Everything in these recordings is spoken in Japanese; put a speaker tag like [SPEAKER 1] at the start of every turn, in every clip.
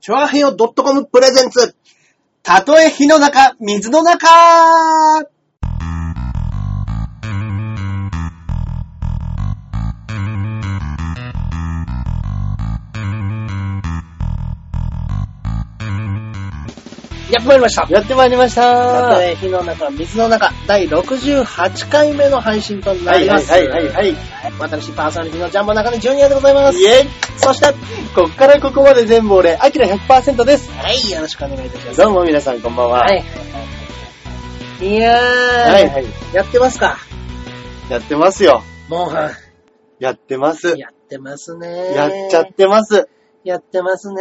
[SPEAKER 1] チョアヘヨ .com プレゼンツ。たとえ火の中、水の中
[SPEAKER 2] やってまいりました。
[SPEAKER 1] やってまいりました
[SPEAKER 2] たとえ火の中、水の中、第68回目の配信とな
[SPEAKER 1] はい
[SPEAKER 2] り
[SPEAKER 1] は
[SPEAKER 2] ま
[SPEAKER 1] い
[SPEAKER 2] す。
[SPEAKER 1] はいはいはい。イ
[SPEAKER 2] 私、パーソナリティのジャンボ中根ジュニアでございます。
[SPEAKER 1] ェイそして、こっからここまで全部俺、アキラ100%です。
[SPEAKER 2] はい、よろしくお願いいたします。
[SPEAKER 1] どうも皆さんこんばんは。
[SPEAKER 2] はい。いやー、
[SPEAKER 1] はいはい。
[SPEAKER 2] やってますか
[SPEAKER 1] やってますよ。
[SPEAKER 2] モンハ
[SPEAKER 1] やってます
[SPEAKER 2] ン。。やってますね
[SPEAKER 1] やっちゃっ。てます。
[SPEAKER 2] やってますね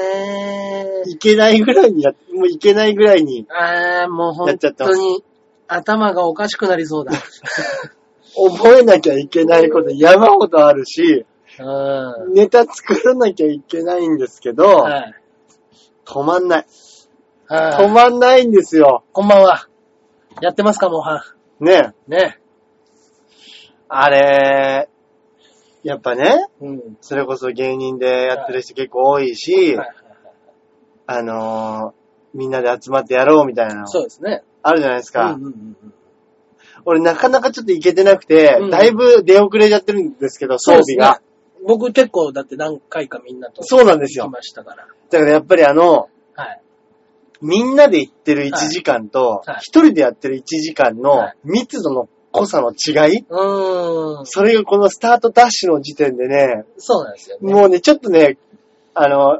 [SPEAKER 1] いけないぐらいにや、もういけないぐらいに、
[SPEAKER 2] あー、もう
[SPEAKER 1] やっ
[SPEAKER 2] 本
[SPEAKER 1] ちゃってま
[SPEAKER 2] 当
[SPEAKER 1] す
[SPEAKER 2] に頭がおかしくなり そうだ。
[SPEAKER 1] 覚えなきゃいけないこと山ほどあるし、
[SPEAKER 2] うん。
[SPEAKER 1] ネタ作らなきゃいけないんですけど、
[SPEAKER 2] はい。
[SPEAKER 1] 止まんない。
[SPEAKER 2] はい
[SPEAKER 1] 止まんないんですよ。
[SPEAKER 2] こんばんは。やってますか、モンハン。
[SPEAKER 1] ね。
[SPEAKER 2] ね。
[SPEAKER 1] あれ、やっぱね、
[SPEAKER 2] うん。
[SPEAKER 1] それこそ芸人でやってる人結構多いし、
[SPEAKER 2] はいはい
[SPEAKER 1] あのー、みんなで集まってやろうみたいなの
[SPEAKER 2] そうですね。
[SPEAKER 1] あるじゃないです
[SPEAKER 2] うん
[SPEAKER 1] か。
[SPEAKER 2] うんうんうん
[SPEAKER 1] 俺なかなかちょっといけてなくて、
[SPEAKER 2] うん
[SPEAKER 1] だいぶ出遅れちゃってるんですけど、装備が。。
[SPEAKER 2] そうですね僕結構だって何回かみんなと
[SPEAKER 1] そうなんです
[SPEAKER 2] 行き
[SPEAKER 1] よ。
[SPEAKER 2] ましたから。
[SPEAKER 1] だからやっぱりあの、
[SPEAKER 2] はい。
[SPEAKER 1] みんなで行ってる1
[SPEAKER 2] はい
[SPEAKER 1] 時間と
[SPEAKER 2] はい、
[SPEAKER 1] 一人でやってる1時間の
[SPEAKER 2] はい
[SPEAKER 1] 密度の濃さの違い、
[SPEAKER 2] うーん。
[SPEAKER 1] それがこのスタートダッシュの時点でね、
[SPEAKER 2] そうなんですよね。
[SPEAKER 1] もうね、ちょっとね、あの、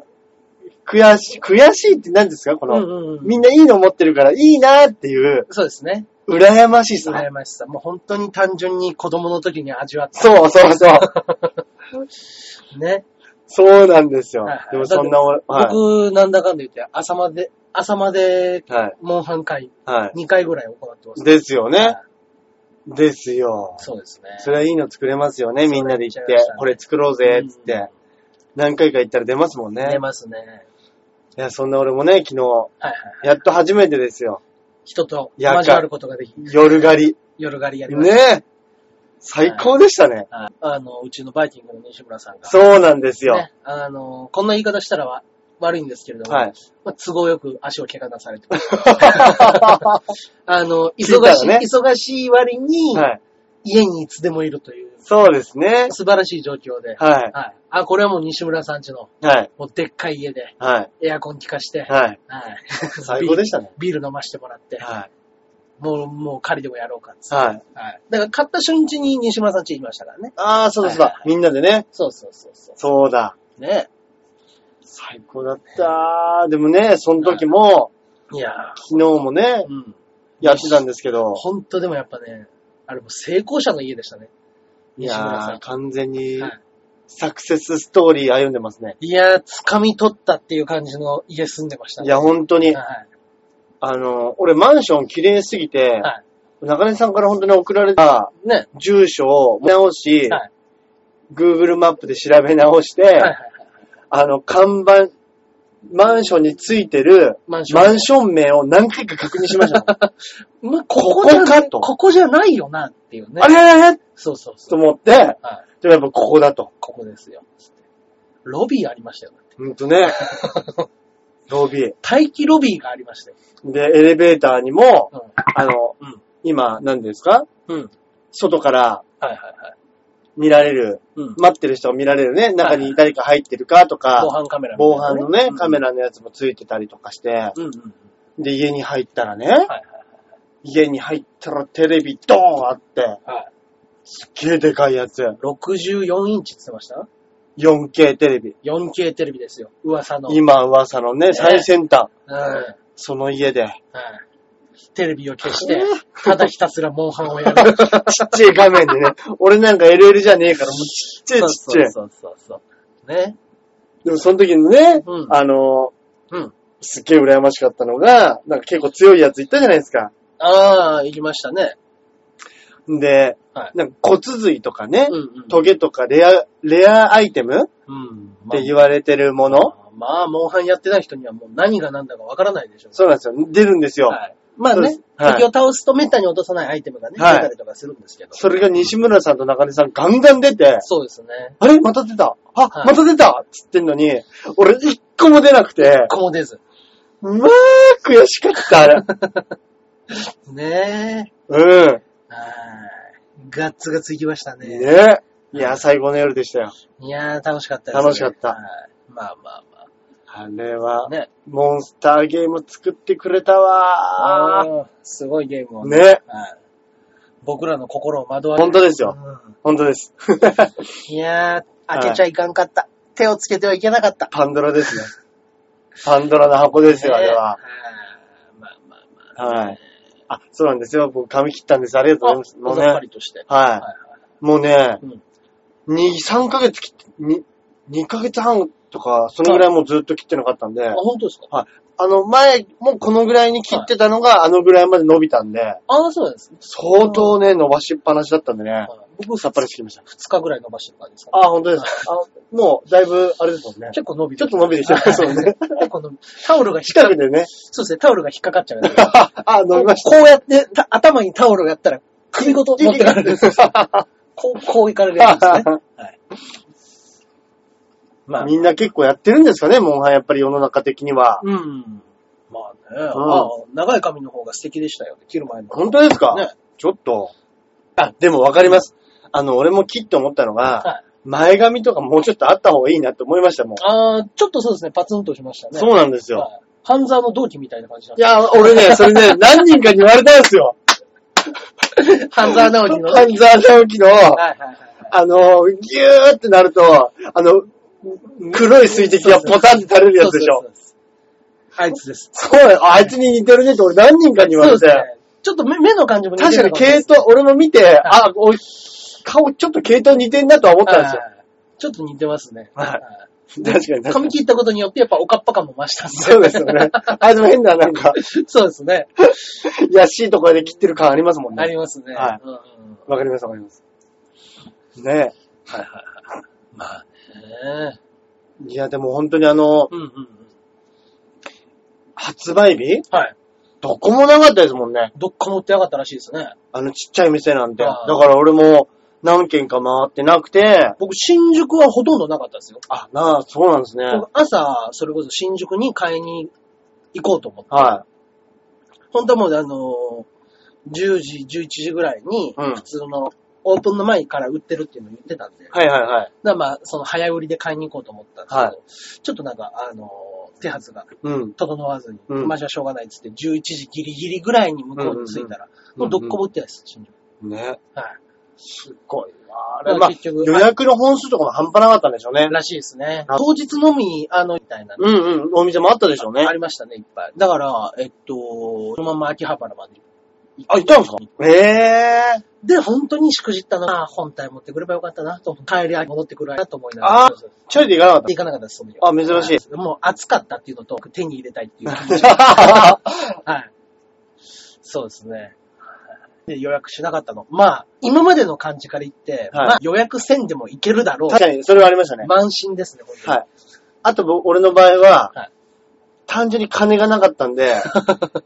[SPEAKER 1] 悔しい、悔しいって何ですかこの、
[SPEAKER 2] うんうんうん。
[SPEAKER 1] みんないいの持ってるからいいなっていう、
[SPEAKER 2] そうですね。
[SPEAKER 1] 羨ましさ。
[SPEAKER 2] 羨ましさ。もう本当に単純に子供の時に味わった。
[SPEAKER 1] そうそう そう。
[SPEAKER 2] ね。
[SPEAKER 1] そうなんですよ
[SPEAKER 2] はいは。い
[SPEAKER 1] でもそんな俺、は
[SPEAKER 2] 僕、なんだかんだ言って、朝まで、朝まで、
[SPEAKER 1] い。はい。
[SPEAKER 2] モンハン会
[SPEAKER 1] は
[SPEAKER 2] 2回ぐらい行ってます
[SPEAKER 1] い。。ですよ
[SPEAKER 2] は
[SPEAKER 1] ね
[SPEAKER 2] い。
[SPEAKER 1] ですよ。
[SPEAKER 2] そうですね。
[SPEAKER 1] それはいいの作れますよね、みんなで行っ
[SPEAKER 2] そうな
[SPEAKER 1] て
[SPEAKER 2] っちゃいました。ね
[SPEAKER 1] これ作ろうぜ、つって。何回か行ったら出ますもんね
[SPEAKER 2] 出。ますね。
[SPEAKER 1] いや、そんな俺もね、昨日、
[SPEAKER 2] はいはい。
[SPEAKER 1] やっと初めてですよ。
[SPEAKER 2] 人と
[SPEAKER 1] やか
[SPEAKER 2] 交わることができ、
[SPEAKER 1] 夜狩
[SPEAKER 2] 夜狩りや
[SPEAKER 1] り。
[SPEAKER 2] りました。
[SPEAKER 1] ねえ。最高でしたね。
[SPEAKER 2] はいあの、うちのバイキングの西村さんが、
[SPEAKER 1] そうなんですよ
[SPEAKER 2] ね。、あの、こんな言い方したらわ悪いんですけれども、
[SPEAKER 1] はい。
[SPEAKER 2] まあ、都合よく足を怪我なされて ます。
[SPEAKER 1] は
[SPEAKER 2] あの、忙
[SPEAKER 1] 聞いた
[SPEAKER 2] し
[SPEAKER 1] ら
[SPEAKER 2] い、
[SPEAKER 1] ね
[SPEAKER 2] 忙しい割に、
[SPEAKER 1] い。
[SPEAKER 2] 家にいつでもいるという、
[SPEAKER 1] そうですね。
[SPEAKER 2] 素晴らしい状況で、
[SPEAKER 1] は
[SPEAKER 2] はい。あ、これはもう西村さんちの、
[SPEAKER 1] い。はい。
[SPEAKER 2] もうでっかい家で、
[SPEAKER 1] はい。
[SPEAKER 2] エアコン効かして、
[SPEAKER 1] はい。
[SPEAKER 2] はい。
[SPEAKER 1] 最高でしたね。
[SPEAKER 2] ビール飲ましてもらって、
[SPEAKER 1] はい。
[SPEAKER 2] もう、もう仮でもやろうかっつって
[SPEAKER 1] はい。
[SPEAKER 2] はい。だから買った初日に西村さんち行きましたからね。
[SPEAKER 1] ああ、そうだそう
[SPEAKER 2] はい
[SPEAKER 1] だ
[SPEAKER 2] は。
[SPEAKER 1] みんなでね。
[SPEAKER 2] そうそうそうそ
[SPEAKER 1] そうだ。
[SPEAKER 2] う。ね
[SPEAKER 1] 最高だった。でもね、その時も、
[SPEAKER 2] いや
[SPEAKER 1] 昨日もね
[SPEAKER 2] ー、、うん。
[SPEAKER 1] やってたんですけど、
[SPEAKER 2] 本当でもやっぱね、あれもう成功者の家でしたね。
[SPEAKER 1] い
[SPEAKER 2] 西村さ
[SPEAKER 1] やー、
[SPEAKER 2] ん
[SPEAKER 1] 完全に
[SPEAKER 2] はい
[SPEAKER 1] サクセスストーリー歩んでますね。
[SPEAKER 2] いやー、掴み取ったっていう感じの家住んでました、
[SPEAKER 1] い
[SPEAKER 2] ね。
[SPEAKER 1] や、本当に、
[SPEAKER 2] はい。
[SPEAKER 1] あの、俺マンション綺麗すぎて、
[SPEAKER 2] は
[SPEAKER 1] 中根さんから本当に送られた
[SPEAKER 2] い。ね。
[SPEAKER 1] 住所を見直し、
[SPEAKER 2] はい。
[SPEAKER 1] Google マップで調べ直して、
[SPEAKER 2] はいはいはい。
[SPEAKER 1] あの、看板、マンションについてる
[SPEAKER 2] マンション名
[SPEAKER 1] マンション名を何回か確認しま したもん。
[SPEAKER 2] まあ、ここじゃ
[SPEAKER 1] ここ
[SPEAKER 2] な
[SPEAKER 1] か
[SPEAKER 2] い、
[SPEAKER 1] と
[SPEAKER 2] ここじゃないよなっていうね。
[SPEAKER 1] あれあれあれ
[SPEAKER 2] そうそうそ
[SPEAKER 1] と
[SPEAKER 2] う。
[SPEAKER 1] 思って、
[SPEAKER 2] はい。
[SPEAKER 1] でもやっぱここだと。
[SPEAKER 2] ここですよ。ロビーありましたよ。
[SPEAKER 1] ほんとね。ロビー。
[SPEAKER 2] 待機ロビーがありましたよ。
[SPEAKER 1] で、エレベーターにも、
[SPEAKER 2] うん。
[SPEAKER 1] あの、
[SPEAKER 2] うん
[SPEAKER 1] 今、何ですか
[SPEAKER 2] うん。
[SPEAKER 1] 外から
[SPEAKER 2] はいはいはい。
[SPEAKER 1] 見られる、
[SPEAKER 2] うん。
[SPEAKER 1] 待ってる人を見られるね、中に誰か入ってるかと
[SPEAKER 2] 防
[SPEAKER 1] か、
[SPEAKER 2] 犯カメラ、
[SPEAKER 1] 防犯のね、カメ
[SPEAKER 2] ラ。
[SPEAKER 1] ラのやつもついてたりとかして、
[SPEAKER 2] うんうんうん。
[SPEAKER 1] で、家に入ったらね、
[SPEAKER 2] はい
[SPEAKER 1] 家に入ったらテレビドーンあって、
[SPEAKER 2] はい。はい。
[SPEAKER 1] すっげえでかいやつ。
[SPEAKER 2] 64インチって言ってました
[SPEAKER 1] 4K テレビ。
[SPEAKER 2] 4K テレビですよ。噂の。
[SPEAKER 1] 今噂のね、最先端。
[SPEAKER 2] うん。はい。
[SPEAKER 1] その家で。
[SPEAKER 2] テレビを消して、ただひたすらモンハンをやる。
[SPEAKER 1] ちっちゃい画面で ね。俺なんか LL じゃねえから、もうちっちゃいち
[SPEAKER 2] そ
[SPEAKER 1] っ
[SPEAKER 2] う
[SPEAKER 1] ちゃい。
[SPEAKER 2] そうそうそう。ね。
[SPEAKER 1] でもその時のね、
[SPEAKER 2] うん
[SPEAKER 1] あの、
[SPEAKER 2] うん。
[SPEAKER 1] すっげえ羨ましかったのが、なんか結構強いやついたじゃないですか。
[SPEAKER 2] ああ、行きましたね。
[SPEAKER 1] で、
[SPEAKER 2] はい
[SPEAKER 1] なんか骨髄とかね、
[SPEAKER 2] うんうん。
[SPEAKER 1] トゲとかレア、レアアイテムっ
[SPEAKER 2] うん。
[SPEAKER 1] て言われてるもの、
[SPEAKER 2] まあ、まあ、モンハンやってない人にはもう何が何だかわからないでしょうね。
[SPEAKER 1] そうなんですよ。出るんですよ。
[SPEAKER 2] はい。まあ
[SPEAKER 1] そうで
[SPEAKER 2] ね
[SPEAKER 1] す、はい
[SPEAKER 2] 敵を倒すと滅多に落とさないアイテムがね、
[SPEAKER 1] はい
[SPEAKER 2] 出たりとかするんですけど。
[SPEAKER 1] それが西村さんと中根さんガンガン出て、
[SPEAKER 2] そうですね。
[SPEAKER 1] あれまた出たあ、
[SPEAKER 2] はい
[SPEAKER 1] また出たっつってんのに、俺一個も出なくて、
[SPEAKER 2] コモデズ。
[SPEAKER 1] まあ、悔しかった、 あれ。
[SPEAKER 2] ね
[SPEAKER 1] うん。
[SPEAKER 2] え。はい。ガッツガツいきましたね。
[SPEAKER 1] ねいや、最高の夜でしたよ。
[SPEAKER 2] いやー、楽しかったです、
[SPEAKER 1] 楽しかった
[SPEAKER 2] はい。まあまあま
[SPEAKER 1] あれは
[SPEAKER 2] あ。、ね。
[SPEAKER 1] モンスターゲーム作ってくれたわー。
[SPEAKER 2] あ。すごいゲームをね。
[SPEAKER 1] ね
[SPEAKER 2] はい。僕らの心を惑われる
[SPEAKER 1] 本当ですよ。
[SPEAKER 2] うん
[SPEAKER 1] 本当です。
[SPEAKER 2] いやー、開けちゃいかんかった。手をつけてはいけなかった。
[SPEAKER 1] パンドラですね。パンドラの箱ですよ、あれは
[SPEAKER 2] ね。いまあまあまあ。
[SPEAKER 1] はい。あ、そうなんですよ。僕、髪切ったんです。ありがとうございます。も
[SPEAKER 2] お
[SPEAKER 1] う
[SPEAKER 2] ざっぱ
[SPEAKER 1] ね。
[SPEAKER 2] りとして。
[SPEAKER 1] はい。
[SPEAKER 2] はい
[SPEAKER 1] もうね
[SPEAKER 2] う、ん
[SPEAKER 1] 2、3ヶ月切って、2、2ヶ月半とか、そのぐらいもうずっと切ってなかったんで
[SPEAKER 2] あ、、本当ですか
[SPEAKER 1] あの、前、もうこのぐらいに切ってたのが、あのぐらいまで伸びたんで、
[SPEAKER 2] ああ、そうなんですね。
[SPEAKER 1] 相当ね、伸ばしっぱなしだったんでね、
[SPEAKER 2] はい僕、
[SPEAKER 1] さっぱりしてきました。
[SPEAKER 2] 2日ぐらい伸ばしてる感じですかね
[SPEAKER 1] あ、本当ですか。あもう、だいぶ、あれですもんね。
[SPEAKER 2] 結構伸び
[SPEAKER 1] ち
[SPEAKER 2] て
[SPEAKER 1] ょっと伸びてきてま
[SPEAKER 2] ます
[SPEAKER 1] もんね。
[SPEAKER 2] 結構伸びタオルが引っか
[SPEAKER 1] 近くでね。
[SPEAKER 2] そうですね、タオルが引っかかっちゃうやつ。
[SPEAKER 1] あ、伸びました。
[SPEAKER 2] こうやって、た頭にタオルをやったら、首ごと持ってかれるんです。 こう、 こういかれるやつですね。はい。まあ、
[SPEAKER 1] みんな結構やってるんですかね、モンハンやっぱり世の中的には。
[SPEAKER 2] うん。まあね、ああ長い髪の方が素敵でしたよね、切る前の。
[SPEAKER 1] 本当ですか、
[SPEAKER 2] ね
[SPEAKER 1] ちょっと。あ、でもわかります。あの、俺も切って思ったのが、
[SPEAKER 2] はい。
[SPEAKER 1] 前髪とかもうちょっとあった方がいいなって思いましたもん。
[SPEAKER 2] ああ、ちょっとそうですね、パツンとしましたね。
[SPEAKER 1] そうなんですよ。
[SPEAKER 2] はい半沢の同期みたいな感じなん
[SPEAKER 1] い
[SPEAKER 2] で
[SPEAKER 1] や、俺ね、それ ね、何人かに言われたんですよ。
[SPEAKER 2] す。半沢直樹の。は
[SPEAKER 1] 半沢直樹の、
[SPEAKER 2] いはいはい。
[SPEAKER 1] あの、ギューってなると、あの、黒い水滴がポタンって垂れるやつでし
[SPEAKER 2] そう
[SPEAKER 1] ょ。
[SPEAKER 2] そうそうそう。あいつです。
[SPEAKER 1] そうなのあいつに似てるねって俺何人かに言わ
[SPEAKER 2] そう
[SPEAKER 1] れ
[SPEAKER 2] です
[SPEAKER 1] て。
[SPEAKER 2] ね。ちょっと目目の感じも似てる
[SPEAKER 1] 確かに
[SPEAKER 2] もしれない
[SPEAKER 1] 系統、俺も見て、あ、お顔ちょっと系統似てんなとは思ったんですよ。
[SPEAKER 2] はいちょっと似てますね。
[SPEAKER 1] はい
[SPEAKER 2] は
[SPEAKER 1] 確かに
[SPEAKER 2] い
[SPEAKER 1] 確か
[SPEAKER 2] 髪
[SPEAKER 1] に。
[SPEAKER 2] 切ったことによってやっぱおかっぱ感も増したんで。
[SPEAKER 1] そうですよね。あ、でも変な、なん か、
[SPEAKER 2] そうですね。
[SPEAKER 1] 安いところで切ってる感ありますもん
[SPEAKER 2] あ
[SPEAKER 1] ね。
[SPEAKER 2] りますね。
[SPEAKER 1] はい
[SPEAKER 2] うんうん
[SPEAKER 1] わかりますわかります。ね
[SPEAKER 2] はいはいはい。まあね。
[SPEAKER 1] え。いや、でも本当にあの、
[SPEAKER 2] うんうんうん。
[SPEAKER 1] 発売日
[SPEAKER 2] はい。
[SPEAKER 1] どこもなかったですもんね。
[SPEAKER 2] どっか持ってなかったらしいですね。
[SPEAKER 1] あのちっちゃい店なんて。だ
[SPEAKER 2] あ
[SPEAKER 1] か
[SPEAKER 2] ー
[SPEAKER 1] ら俺も何軒か回ってなくて、
[SPEAKER 2] 僕、新宿はほとんどなかったですよ。
[SPEAKER 1] あ、なあ、そうなんですね。
[SPEAKER 2] 僕朝、それこそ新宿に買いに行こうと思って。
[SPEAKER 1] は
[SPEAKER 2] 本当はもう、あのー、10時、11時ぐらいに、
[SPEAKER 1] うん
[SPEAKER 2] 普通のオープンの前から売ってるっていうのを言ってたんで、
[SPEAKER 1] い。はいはいはい。
[SPEAKER 2] だからまあ、その早売りで買いに行こうと思ったんですけ
[SPEAKER 1] は
[SPEAKER 2] ど、ちょっとなんか、あのー、手はずが
[SPEAKER 1] うん。
[SPEAKER 2] 整わずに、
[SPEAKER 1] うん
[SPEAKER 2] まあじゃあしょうがないっつって、11時ギリギリぐらいに向こうに着いたら、
[SPEAKER 1] うんうんうん
[SPEAKER 2] もうどっこも売ってないです、新宿。
[SPEAKER 1] ね。
[SPEAKER 2] はい。
[SPEAKER 1] すっごいなあれ、
[SPEAKER 2] だ
[SPEAKER 1] ま
[SPEAKER 2] から
[SPEAKER 1] あ、
[SPEAKER 2] 結局、
[SPEAKER 1] 予約の本数とかも半端なかったんでしょうね。
[SPEAKER 2] らしいですね。
[SPEAKER 1] あ
[SPEAKER 2] 当日のみ、あの、みたいなね、
[SPEAKER 1] うんうん。お店もあったでしょうね
[SPEAKER 2] あ。りましたね、いっぱい。だから、えっと、そのまま秋葉原まで。
[SPEAKER 1] あ、行ったんですかええ
[SPEAKER 2] で、本当にしくじったな。本体持ってくればよかったなと思って。帰り戻ってくるなと思いなが
[SPEAKER 1] あ
[SPEAKER 2] ら。
[SPEAKER 1] ー
[SPEAKER 2] そうそう
[SPEAKER 1] チャリで行かなかっ
[SPEAKER 2] で行かなかったです、その日
[SPEAKER 1] あ珍 しい
[SPEAKER 2] はもう暑かったっていうのと、手に入れたいっていう。
[SPEAKER 1] た。
[SPEAKER 2] はい。そうですね。で予約しなかったの。まあ、今までの感じから言って、
[SPEAKER 1] はい
[SPEAKER 2] まあ予約せんでも行けるだろう。
[SPEAKER 1] 確かに、それはありましたね。
[SPEAKER 2] 満身ですね、本当に。
[SPEAKER 1] はい。あと、僕俺の場合は、
[SPEAKER 2] はい
[SPEAKER 1] 単純に金がなかったん で、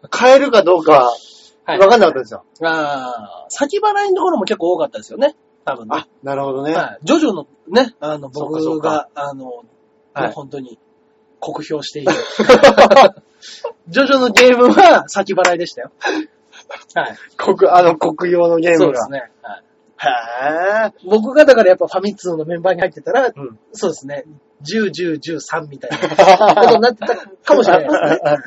[SPEAKER 1] 買えるかどうか、
[SPEAKER 2] は
[SPEAKER 1] 分
[SPEAKER 2] い
[SPEAKER 1] かんなかったんですよ。
[SPEAKER 2] ああ、先払いのところも結構多かったですよね。多分ね。
[SPEAKER 1] あ、なるほどね。
[SPEAKER 2] はい。ジョジョのね、あの、
[SPEAKER 1] そうかそ
[SPEAKER 2] 僕
[SPEAKER 1] うか
[SPEAKER 2] が、あの、ね
[SPEAKER 1] はい
[SPEAKER 2] 本当に、酷評してい る。ジョジョのゲームは 先払いでしたよ。はい。
[SPEAKER 1] 国、あの、国用のゲー
[SPEAKER 2] そう
[SPEAKER 1] ム
[SPEAKER 2] で
[SPEAKER 1] が
[SPEAKER 2] す。ね。
[SPEAKER 1] へ
[SPEAKER 2] はい、
[SPEAKER 1] ぇ
[SPEAKER 2] 僕がだからやっぱファミ通のメンバーに入ってたら、
[SPEAKER 1] うん
[SPEAKER 2] そうですね。10、10、13みた いなことになってたかもしれないで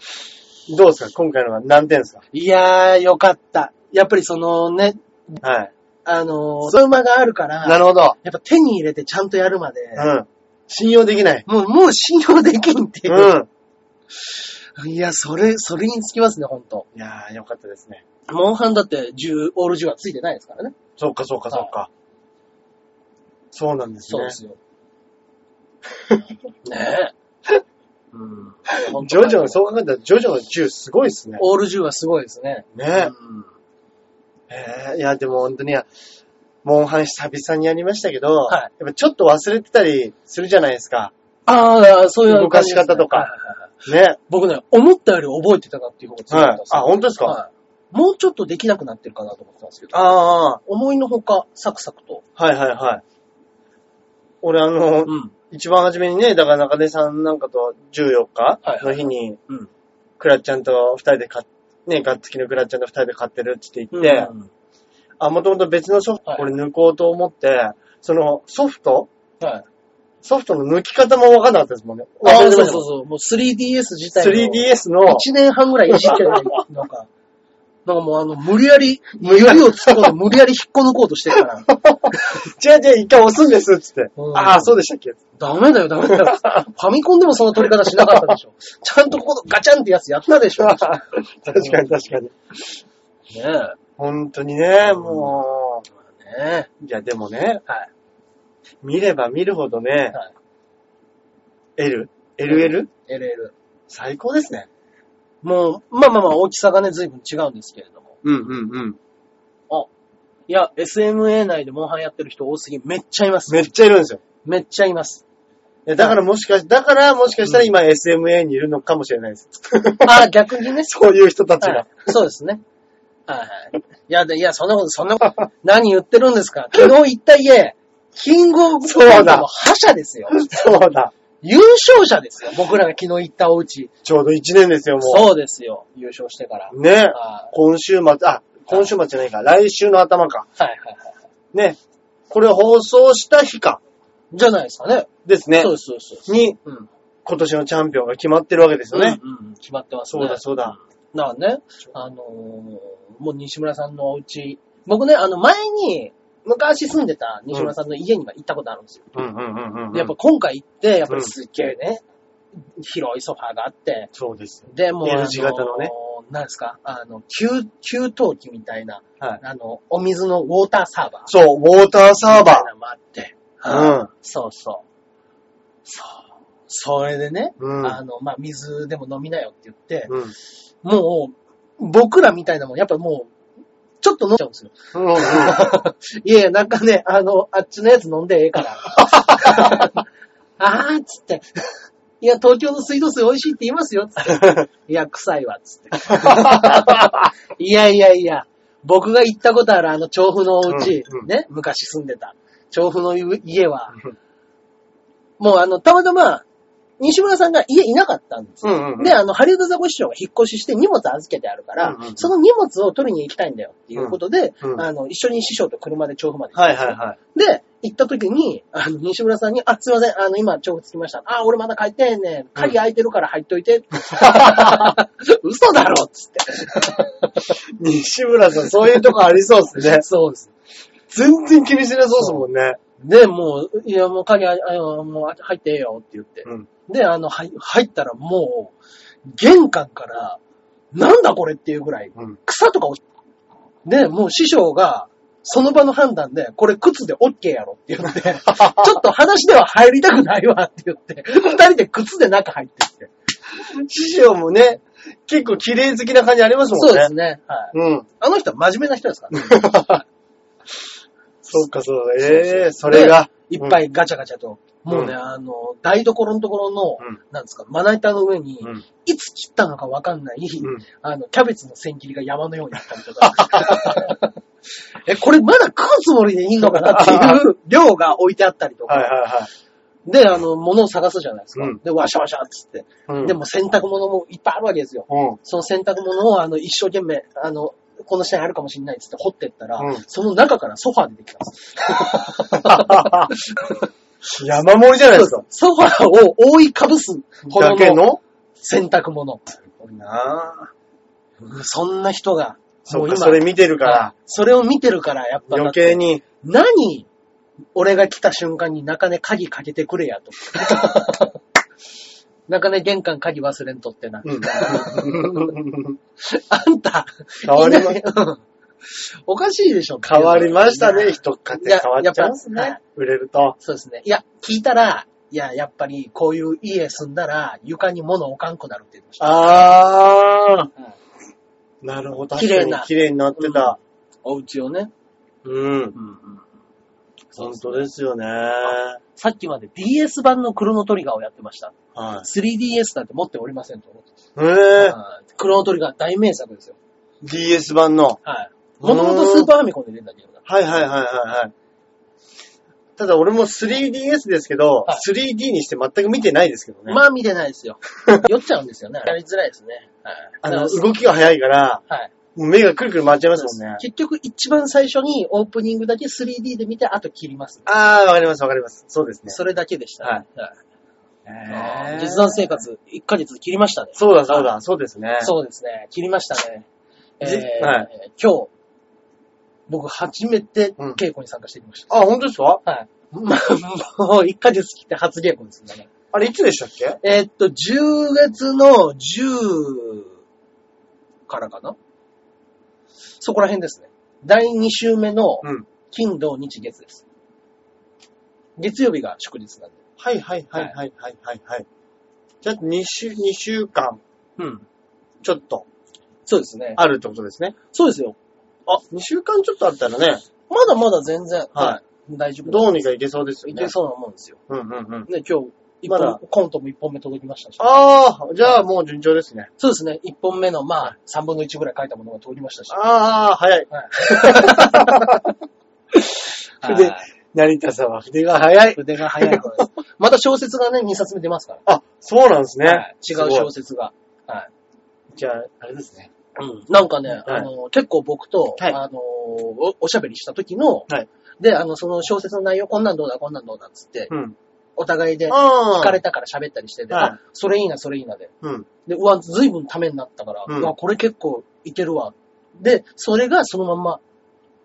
[SPEAKER 2] すね。
[SPEAKER 1] ー。どうですか今回のは何点ですか
[SPEAKER 2] いやー、よかった。やっぱりそのね、
[SPEAKER 1] はい。
[SPEAKER 2] あのー、ゾウマがあるか
[SPEAKER 1] な
[SPEAKER 2] ら、
[SPEAKER 1] るほど。
[SPEAKER 2] やっぱ手に入れてちゃんとやるまで、
[SPEAKER 1] うん。信用できない。
[SPEAKER 2] もう、もう信用できんっていうう。
[SPEAKER 1] ん。
[SPEAKER 2] いや、それ、それにつきますね、ほんと。
[SPEAKER 1] いやー、よかったですね。
[SPEAKER 2] モンハンだって10、オール10はついてないですからね。
[SPEAKER 1] そうか、そうか、そうか。そうなんです
[SPEAKER 2] そう
[SPEAKER 1] ね
[SPEAKER 2] で。すよ。ねえ。うん。ほん
[SPEAKER 1] ジ
[SPEAKER 2] と
[SPEAKER 1] ョジョ、そう考えたら、ジョジョの10すごいですね。
[SPEAKER 2] オール10はすごいですね。
[SPEAKER 1] ね
[SPEAKER 2] うん
[SPEAKER 1] えーいや、でも本当に、モンハン久々にやりましたけど、
[SPEAKER 2] はい
[SPEAKER 1] やっぱちょっと忘れてたりするじゃないですか。
[SPEAKER 2] ああ、そういう
[SPEAKER 1] 動かし方とか
[SPEAKER 2] 感じですねはいはいはい
[SPEAKER 1] ね。
[SPEAKER 2] 僕ね、思ったより覚えてたなっていう方が強
[SPEAKER 1] は
[SPEAKER 2] かったん
[SPEAKER 1] い
[SPEAKER 2] で。すよ
[SPEAKER 1] あ、本当ですか、
[SPEAKER 2] はいもうちょっとできなくなってるかなと思ってたんですけど、
[SPEAKER 1] ああ、
[SPEAKER 2] 思いのほか、サクサクと。
[SPEAKER 1] はいはいはい。俺あの、
[SPEAKER 2] うん。
[SPEAKER 1] 一番初めにね、だから中根さんなんかと14日
[SPEAKER 2] はい
[SPEAKER 1] の日に、
[SPEAKER 2] うん。
[SPEAKER 1] クラッちゃんと二人で買っね、ガッツキのクラッちゃんと二人で買ってるって言って、
[SPEAKER 2] うん
[SPEAKER 1] あ、もともと別のソフト、
[SPEAKER 2] はい
[SPEAKER 1] これ抜こうと思って、そのソフト
[SPEAKER 2] はい。
[SPEAKER 1] ソフトの抜き方もわかんなかったですもんね。
[SPEAKER 2] あ
[SPEAKER 1] 忘れてま
[SPEAKER 2] そう
[SPEAKER 1] した
[SPEAKER 2] そうそう。もう 3DS 自体
[SPEAKER 1] 3DS の、
[SPEAKER 2] 1年半ぐらいいじってない。なんか、 なんかもうあの、無理やり、指を突っ込んで無理やり引っこ抜こうとしてるから、
[SPEAKER 1] 違う違う、一回押すんですっつって。
[SPEAKER 2] うん
[SPEAKER 1] ああ、そうでしたっけ
[SPEAKER 2] ダメだよ、ダメだよ。ファミコンでもその取り方しなかったでしょ。ちゃんとこのガチャンってやつやったでし ょ。ね
[SPEAKER 1] 確かに確かに。
[SPEAKER 2] え。ま
[SPEAKER 1] 本当にね、
[SPEAKER 2] うん
[SPEAKER 1] も
[SPEAKER 2] あね
[SPEAKER 1] う。いや、でもね、
[SPEAKER 2] はい。
[SPEAKER 1] 見れば見るほどね、
[SPEAKER 2] はい
[SPEAKER 1] L、LL?
[SPEAKER 2] LL。
[SPEAKER 1] 最高ですね。
[SPEAKER 2] もう、まあまあまあ、大きさがね、随分違うんですけれども。
[SPEAKER 1] うんうんうん。
[SPEAKER 2] いや、SMA 内でモンハンやってる人多すぎ、めっちゃいます。
[SPEAKER 1] め
[SPEAKER 2] め
[SPEAKER 1] っちゃいるんですよ。
[SPEAKER 2] っちゃいます。
[SPEAKER 1] いやだからもしかし、だからもしかしたら今 SMA にいるのかもしれないです。
[SPEAKER 2] あ、逆にね。
[SPEAKER 1] そういう人たち
[SPEAKER 2] は
[SPEAKER 1] が
[SPEAKER 2] い。そうですね。はいはい。いや、でいや、そんなこと、そんなこと、何言ってるんですか 昨日言った家、キングオブコン
[SPEAKER 1] そう
[SPEAKER 2] ト
[SPEAKER 1] だ
[SPEAKER 2] の覇者ですよ。
[SPEAKER 1] そうだ。
[SPEAKER 2] 優勝者ですよ。僕らが昨日行ったお家。
[SPEAKER 1] ちょうど1年ですよ、もう。
[SPEAKER 2] そうですよ。優勝してから。はい
[SPEAKER 1] ね。
[SPEAKER 2] は
[SPEAKER 1] 今週末、あ、今週末じゃないか。来週の頭か。
[SPEAKER 2] いはいはい。
[SPEAKER 1] ね。これ放送した日か。
[SPEAKER 2] じゃないですかね。
[SPEAKER 1] ですね
[SPEAKER 2] そう。です、そうですそうです。
[SPEAKER 1] に、
[SPEAKER 2] うん。
[SPEAKER 1] 今年のチャンピオンが決まってるわけですよね。
[SPEAKER 2] うんうんうん、決まってますね。
[SPEAKER 1] そうだ、そうだ。
[SPEAKER 2] だからね、あのーもう西村さんのお家、僕ね、あの前に、昔住んでた西村さんの家には行ったことあるんですよ。
[SPEAKER 1] うんうんうんうん。
[SPEAKER 2] でやっぱ、今回行って、やっぱりすっげえね、広いソファーがあって、
[SPEAKER 1] そうです。
[SPEAKER 2] で、もう、
[SPEAKER 1] L 字型のね
[SPEAKER 2] あのーなんですか、あの、給、給湯器みたいな、
[SPEAKER 1] はい。
[SPEAKER 2] あの、お水のウォーターサーバー。
[SPEAKER 1] そう、ウォーターサー
[SPEAKER 2] みたい
[SPEAKER 1] バ
[SPEAKER 2] なのもあって。
[SPEAKER 1] うん
[SPEAKER 2] はいそうそう。そう。それでね、
[SPEAKER 1] うん
[SPEAKER 2] あの、まあ、水でも飲みなよって言って、
[SPEAKER 1] ー。うん。
[SPEAKER 2] もう、僕らみたいなもん、やっぱもう、ちょっと飲んじゃうんですよ。
[SPEAKER 1] うんうん。
[SPEAKER 2] いやいや、なんかね、あの、あっちのやつ飲んでええから。あーっつって。いや、東京の水道水美味しいって言いますよ、つって。いや、臭いわ、つって。いやいやいや、僕が行ったことあるあの調布のお家、
[SPEAKER 1] うんうん
[SPEAKER 2] ね、昔住んでた調布の家は、もうあの、たまたま、西村さんが家いなかったんですよ
[SPEAKER 1] うんうん。
[SPEAKER 2] で、あの、ハリウッドザコシショウが引っ越しして荷物預けてあるから、
[SPEAKER 1] うんうん
[SPEAKER 2] その荷物を取りに行きたいんだよっていうことで、
[SPEAKER 1] うんうん
[SPEAKER 2] あの、一緒に師匠と車で調布まで行っ
[SPEAKER 1] は
[SPEAKER 2] たん
[SPEAKER 1] い
[SPEAKER 2] ですよ
[SPEAKER 1] はいはい。
[SPEAKER 2] で、行った時に、あの、西村さんに、あ、すいません、あの、今、調布着きました。あ、俺まだ帰ってへんねん。鍵開いてるから入っといて。 嘘だろっつって。。
[SPEAKER 1] 西村さん、そういうとこありそうですね
[SPEAKER 2] そうです。
[SPEAKER 1] 全然気にしなそうですもんね。
[SPEAKER 2] で、もう、いや、もう鍵、ああのもう入ってええよって言って。
[SPEAKER 1] うん
[SPEAKER 2] で、あの、はい入ったらもう、玄関から、なんだこれっていうぐらい、
[SPEAKER 1] うん。
[SPEAKER 2] 草とか落ちで、もう師匠が、その場の判断で、これ靴で OK やろって 言って、ちょっと話では入りたくないわって言って、二人で靴で中入ってって。
[SPEAKER 1] 師匠もね、結構綺麗好きな感じありますもんね。
[SPEAKER 2] そうですね。はい。
[SPEAKER 1] うん。
[SPEAKER 2] あの人は真面目な人ですからね。
[SPEAKER 1] そうかそうか。ええそれが。
[SPEAKER 2] いっぱいガチャガチャと。もうね、
[SPEAKER 1] うん
[SPEAKER 2] あの、台所のところの、
[SPEAKER 1] うん
[SPEAKER 2] なんですか、まな板の上に、
[SPEAKER 1] うん
[SPEAKER 2] いつ切ったのかわかんない、
[SPEAKER 1] うん
[SPEAKER 2] あの、キャベツの千切りが山のようにあったりとか。 え、これまだ食うつもりでいいのかなっていう量が置いてあったりとか。
[SPEAKER 1] はいはいはい。
[SPEAKER 2] で、あの、物を探すじゃないですか。
[SPEAKER 1] うん
[SPEAKER 2] で、ワシャワシャっつって。
[SPEAKER 1] うん
[SPEAKER 2] で、も洗濯物もいっぱいあるわけですよ。
[SPEAKER 1] うん。
[SPEAKER 2] その洗濯物を、あの、一生懸命、あの、この下にあるかもしれないっつって掘ってったら、
[SPEAKER 1] うん
[SPEAKER 2] その中からソファー出てきたんです。
[SPEAKER 1] 山盛りじゃないですか。
[SPEAKER 2] ソファーを覆いかぶすほ
[SPEAKER 1] だけ
[SPEAKER 2] どの
[SPEAKER 1] の
[SPEAKER 2] 洗濯物。
[SPEAKER 1] なあ。
[SPEAKER 2] そんな人が、
[SPEAKER 1] そっか、それ見てるから、
[SPEAKER 2] それを見てるから、やっぱ、
[SPEAKER 1] 余計に。
[SPEAKER 2] 何俺が来た瞬間に中根鍵かけてく れやと。中根玄関鍵忘れんとってな。
[SPEAKER 1] うん。
[SPEAKER 2] あんた、
[SPEAKER 1] 変わりま
[SPEAKER 2] いないうんおかしいでしょ。
[SPEAKER 1] 変わりました
[SPEAKER 2] いや
[SPEAKER 1] ね、人っかって変わっちゃうんです
[SPEAKER 2] いややっ
[SPEAKER 1] ね
[SPEAKER 2] ぱ。
[SPEAKER 1] 売れると。
[SPEAKER 2] そうですね。いや、聞いたら、いや、やっぱりこういう家住んだら床に物置かんくなるって言ってました。
[SPEAKER 1] あ
[SPEAKER 2] うん
[SPEAKER 1] ー。なるほど。
[SPEAKER 2] 綺
[SPEAKER 1] 確
[SPEAKER 2] 麗
[SPEAKER 1] か
[SPEAKER 2] な
[SPEAKER 1] に綺麗になってた。
[SPEAKER 2] お家をね。
[SPEAKER 1] うん。
[SPEAKER 2] うんうん。
[SPEAKER 1] 本当ですよね。は
[SPEAKER 2] さっきまで DS 版のクロノトリガーをやってました。
[SPEAKER 1] い。
[SPEAKER 2] 3DS なんて持っておりませんと思って。
[SPEAKER 1] えー、
[SPEAKER 2] はいクロノトリガー大名作ですよ。
[SPEAKER 1] DS 版の。
[SPEAKER 2] はい。もともとスーパーファミコンで出たゲームだ。
[SPEAKER 1] はいはいはいはいはい。ただ俺も 3DS ですけど、
[SPEAKER 2] は
[SPEAKER 1] 3D にして全く見てないですけどね。
[SPEAKER 2] まあ見てな いですよ。酔っちゃうんですよね。やりづらいですね。はい。
[SPEAKER 1] あ
[SPEAKER 2] だか
[SPEAKER 1] の、
[SPEAKER 2] ら
[SPEAKER 1] 動きが早いから、
[SPEAKER 2] はい。
[SPEAKER 1] もう目がくるくる回っちゃいますもんね。
[SPEAKER 2] 結局一番最初にオープニングだけ 3D で見て、あと切ります。
[SPEAKER 1] あー、わかりますわかります。そうですね。
[SPEAKER 2] それだけでした。
[SPEAKER 1] はい
[SPEAKER 2] はい。
[SPEAKER 1] えー
[SPEAKER 2] 実弾生。活1ヶ月切りましたね。
[SPEAKER 1] そうだそうだ、そうですね。
[SPEAKER 2] そうですね。切りましたね。え
[SPEAKER 1] じ
[SPEAKER 2] ー
[SPEAKER 1] は
[SPEAKER 2] 今日、僕初めて稽古に参加してきました。
[SPEAKER 1] あ、本当ですか
[SPEAKER 2] はい。 まあ、もう1ヶ月切って初稽古ですね。
[SPEAKER 1] あれいつでしたっけ
[SPEAKER 2] えーっと、10月の10からかなそこら辺ですね。第2週目の
[SPEAKER 1] うん。
[SPEAKER 2] 金土日月です。月曜日が祝日なんで。
[SPEAKER 1] はいはいはいはいはいはい。はい、じゃあ2週、2週間
[SPEAKER 2] うん。
[SPEAKER 1] ちょっと
[SPEAKER 2] そうですね。
[SPEAKER 1] あるってことですね。
[SPEAKER 2] そうですよ。
[SPEAKER 1] あ、2週間ちょっとあったらね、
[SPEAKER 2] まだまだ全然、。
[SPEAKER 1] はい
[SPEAKER 2] 大丈夫
[SPEAKER 1] どう
[SPEAKER 2] に
[SPEAKER 1] にかいけそうですよ
[SPEAKER 2] い
[SPEAKER 1] ね。
[SPEAKER 2] けそうなもんですよ。
[SPEAKER 1] うんうんうん。
[SPEAKER 2] ね、今日、一
[SPEAKER 1] ま
[SPEAKER 2] 本、
[SPEAKER 1] だ
[SPEAKER 2] コントも一本目届きましたし。
[SPEAKER 1] ああ、じゃあもう順調ですね。
[SPEAKER 2] そうですね。一本目の、まあ、三分の一ぐらい書いたものが通りましたし。
[SPEAKER 1] ああ、早い。
[SPEAKER 2] はい
[SPEAKER 1] で成田さんは筆が早い。
[SPEAKER 2] 筆が早い 頃です。また小説がね、2冊目出ますから。
[SPEAKER 1] あ、そうなんですね。
[SPEAKER 2] はい違う小
[SPEAKER 1] 説。
[SPEAKER 2] 説が。はい。
[SPEAKER 1] じゃあ、あれですね。
[SPEAKER 2] うん。なんかね、
[SPEAKER 1] はい
[SPEAKER 2] あの、結構僕と、
[SPEAKER 1] はい
[SPEAKER 2] あの、おおしゃべりした時の、
[SPEAKER 1] はい
[SPEAKER 2] で、あの、その小説の内容、こんなんどうだ、こんなんどうだっつって、
[SPEAKER 1] うん。
[SPEAKER 2] お互いで、
[SPEAKER 1] ああ。
[SPEAKER 2] 聞かれたから喋ったりしてて、
[SPEAKER 1] はい
[SPEAKER 2] あ、それいいな、それいいなで。
[SPEAKER 1] うん。
[SPEAKER 2] で、うわ、ずいぶんためになったから、
[SPEAKER 1] うん
[SPEAKER 2] うわ、これ結構いけるわ。で、それがそのまんま